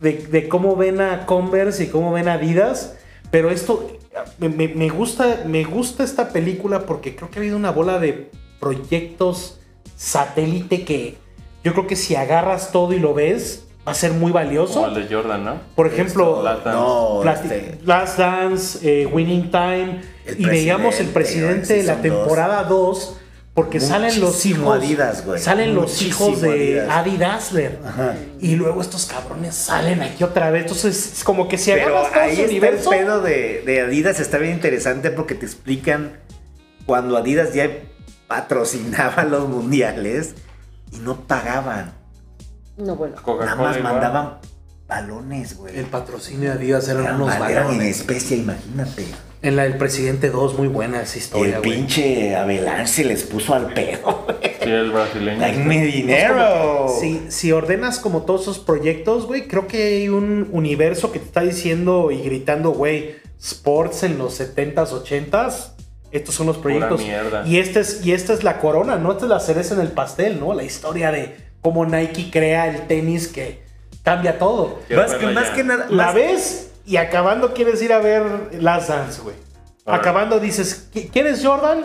Speaker 2: de, de cómo ven a Converse y cómo ven a Adidas, pero esto me, me- me gusta me gusta esta película porque creo que ha habido una bola de proyectos satélite que yo creo que si agarras todo y lo ves va a ser muy valioso.
Speaker 4: Como el de Jordan, ¿no?
Speaker 2: Por ejemplo,
Speaker 4: Last Dance.
Speaker 1: No,
Speaker 2: Plasti-
Speaker 1: este,
Speaker 2: Last Dance, eh, Winning Time.
Speaker 1: El
Speaker 2: y veíamos el
Speaker 1: presidente,
Speaker 2: presidente
Speaker 1: güey,
Speaker 2: de la
Speaker 1: Season dos.
Speaker 2: temporada 2. Porque salen los
Speaker 1: Muchísimo
Speaker 2: hijos.
Speaker 1: Adidas, güey.
Speaker 2: Salen los
Speaker 1: Muchísimo
Speaker 2: hijos de
Speaker 1: Adidas.
Speaker 2: Adi Dassler. Y luego estos cabrones salen aquí otra vez. Entonces es como que si
Speaker 1: Pero
Speaker 2: agarras todo
Speaker 1: ahí
Speaker 2: su
Speaker 1: está
Speaker 2: universo.
Speaker 1: el pedo de, de Adidas, está bien interesante porque te explican cuando Adidas ya patrocinaba los mundiales y no pagaban,
Speaker 3: No, bueno.
Speaker 4: Coca-Cola
Speaker 1: nada más
Speaker 4: igual.
Speaker 1: mandaban balones, güey.
Speaker 2: El patrocinio de Adidas eran
Speaker 1: Eran-
Speaker 2: unos
Speaker 1: eran en
Speaker 2: varones.
Speaker 1: especie, imagínate.
Speaker 2: En la del presidente 2, muy buena esa
Speaker 1: el
Speaker 2: historia. güey.
Speaker 1: pinche Avelán se les puso al pedo. güey.
Speaker 4: Sí, el brasileño.
Speaker 1: Dame dinero.
Speaker 2: Si, si ordenas como todos esos proyectos, güey, creo que hay un universo que te está diciendo y gritando, güey, sports en los 70s, 80s. Estos son los proyectos.
Speaker 4: mierda.
Speaker 2: Y, este es, y esta es la corona, ¿no? Esta es la cereza en el pastel, ¿no? La historia de cómo Nike crea el tenis que cambia todo.
Speaker 4: Quiero
Speaker 1: Más que,
Speaker 4: verla
Speaker 1: más
Speaker 4: ya.
Speaker 1: que nada.
Speaker 2: La
Speaker 1: más-
Speaker 2: ves y acabando quieres ir a ver Las Dance, güey.
Speaker 4: Ahora.
Speaker 2: Acabando dices, "¿Qui- ¿quieres Jordan?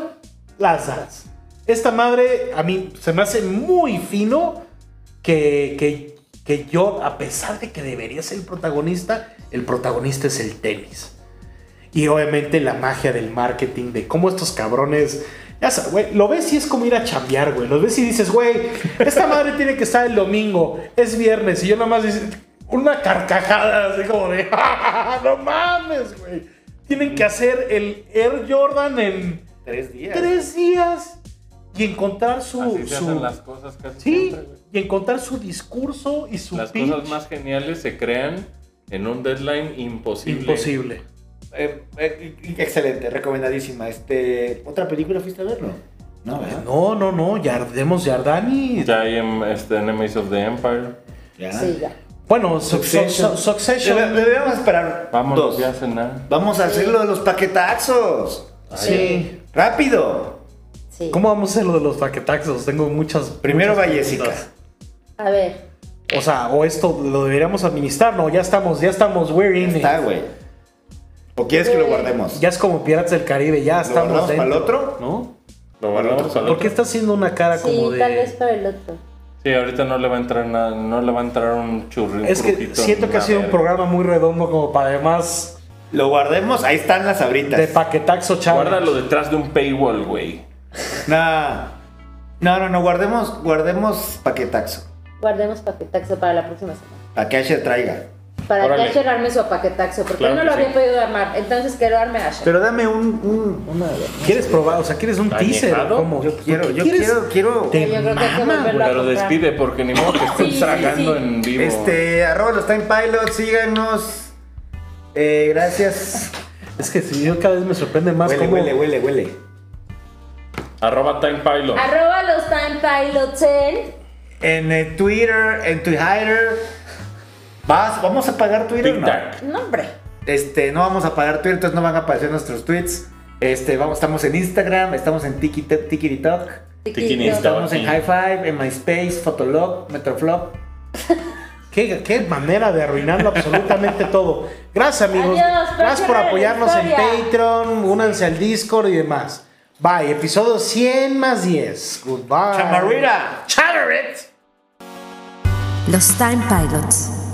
Speaker 2: Las Dance. Esta madre a mí se me hace muy fino que, que, que yo, a pesar de que debería ser el protagonista, el protagonista es el tenis. Y obviamente la magia del marketing, de cómo estos cabrones. Ya sabes, güey, lo ves y es como ir a chambear, güey. Lo ves y dices, güey, esta madre tiene que estar el domingo, es viernes. Y yo nada más dice, una carcajada así como de, "Ah, no mames, güey. Tienen que hacer el Air Jordan en
Speaker 1: Tres días.
Speaker 2: tres días y encontrar su.
Speaker 4: Así se
Speaker 2: su-
Speaker 4: hacen las cosas casi
Speaker 2: sí,
Speaker 4: siempre, güey.
Speaker 2: y encontrar su discurso y su
Speaker 4: Las
Speaker 2: pitch.
Speaker 4: cosas más geniales se crean en un deadline imposible.
Speaker 2: imposible.
Speaker 1: Eh, eh, excelente, recomendadísima. Este, ¿Otra película fuiste a verlo? No, ¿verdad?
Speaker 2: No, no, no, Yardemos Yardani.
Speaker 4: Ya hay en, este, Enemies of the Empire.
Speaker 1: Ya.
Speaker 3: Sí, ya.
Speaker 2: Bueno, Succession. Succession.
Speaker 1: Debe- Deberíamos esperar
Speaker 4: Vámonos
Speaker 1: dos.
Speaker 4: ya a cenar.
Speaker 1: Vamos a hacer lo de los paquetazos.
Speaker 2: Sí.
Speaker 1: Rápido.
Speaker 3: Sí.
Speaker 2: ¿Cómo vamos a hacer lo de los paquetaxos? Tengo muchas.
Speaker 1: Primero
Speaker 2: muchas
Speaker 1: Vallesica.
Speaker 2: preguntas.
Speaker 3: A ver.
Speaker 2: O sea, o esto lo deberíamos administrar. No, ya estamos, ya estamos, we're in it.
Speaker 1: Está, güey. ¿O quieres que lo guardemos?
Speaker 2: Ya es como Piratas del Caribe, ya estamos
Speaker 1: guardamos para el
Speaker 2: dentro,
Speaker 1: otro?
Speaker 2: ¿No?
Speaker 4: Lo guardamos al
Speaker 2: ¿Por qué
Speaker 4: otro.
Speaker 2: está haciendo una
Speaker 1: Ah,
Speaker 2: cara como
Speaker 3: Sí,
Speaker 2: de.
Speaker 3: tal vez para el otro.
Speaker 4: Sí, ahorita no le va a entrar nada, no le va a entrar un churrito.
Speaker 2: Es que siento que ha sido un programa muy redondo como para además
Speaker 1: Lo guardemos, ahí están las abritas.
Speaker 2: de paquetaxo challenge.
Speaker 4: Guárdalo detrás de un paywall, güey.
Speaker 1: Nah. No, no, no, guardemos, guardemos paquetaxo.
Speaker 3: Guardemos paquetaxo para la próxima semana.
Speaker 1: Para que Asher traiga.
Speaker 3: para
Speaker 4: Órale.
Speaker 3: que Asher arme su paquetaxo, porque
Speaker 4: Claro
Speaker 3: él no
Speaker 4: que
Speaker 3: lo
Speaker 4: sí.
Speaker 3: había podido armar. Entonces quiero arme a Asher.
Speaker 7: Pero dame un, un- una.
Speaker 2: ¿Quieres probar? O sea, ¿quieres un teaser?
Speaker 4: ¿Añejado?
Speaker 2: ¿Cómo?
Speaker 1: Yo quiero,
Speaker 2: ¿Tú
Speaker 1: yo
Speaker 2: quieres?
Speaker 1: quiero, quiero.
Speaker 2: Te
Speaker 3: Yo creo que hay que
Speaker 2: mama,
Speaker 3: volverlo a
Speaker 4: Pero
Speaker 3: comprar.
Speaker 4: despide porque ni modo que
Speaker 3: Sí, sí,
Speaker 4: estés tragando
Speaker 3: sí.
Speaker 4: en vivo.
Speaker 1: Este, arroba los Time Pilots, síganos. Eh, gracias.
Speaker 2: Es que si yo cada vez me sorprende más
Speaker 1: Huele,
Speaker 2: cómo.
Speaker 1: huele, huele, huele.
Speaker 4: Arroba Time Pilot.
Speaker 3: Arroba los Time Pilots en...
Speaker 1: En eh, Twitter, en Twitter. Vas, vamos a pagar Twitter.
Speaker 4: Tic
Speaker 1: no?
Speaker 4: Tac.
Speaker 3: No, hombre.
Speaker 1: Este, no vamos a pagar Twitter, entonces no van a aparecer nuestros tweets. Este, vamos, estamos en Instagram, estamos en Tiki Tiki Talk,
Speaker 4: Tiquini
Speaker 3: Tiquito.
Speaker 4: Insta.
Speaker 1: estamos en High Five, en MySpace, Fotolog, Metroflop.
Speaker 2: Qué, qué manera de arruinarlo absolutamente todo. Gracias, amigos.
Speaker 3: Adiós,
Speaker 2: Gracias por
Speaker 3: próxima
Speaker 2: apoyarnos en
Speaker 3: historia.
Speaker 2: Patreon. Únanse al Discord y demás. Bye, episodio 100 más 10. Goodbye.
Speaker 1: Chamarrita.
Speaker 2: Chalarit.
Speaker 8: Los Time Pilots.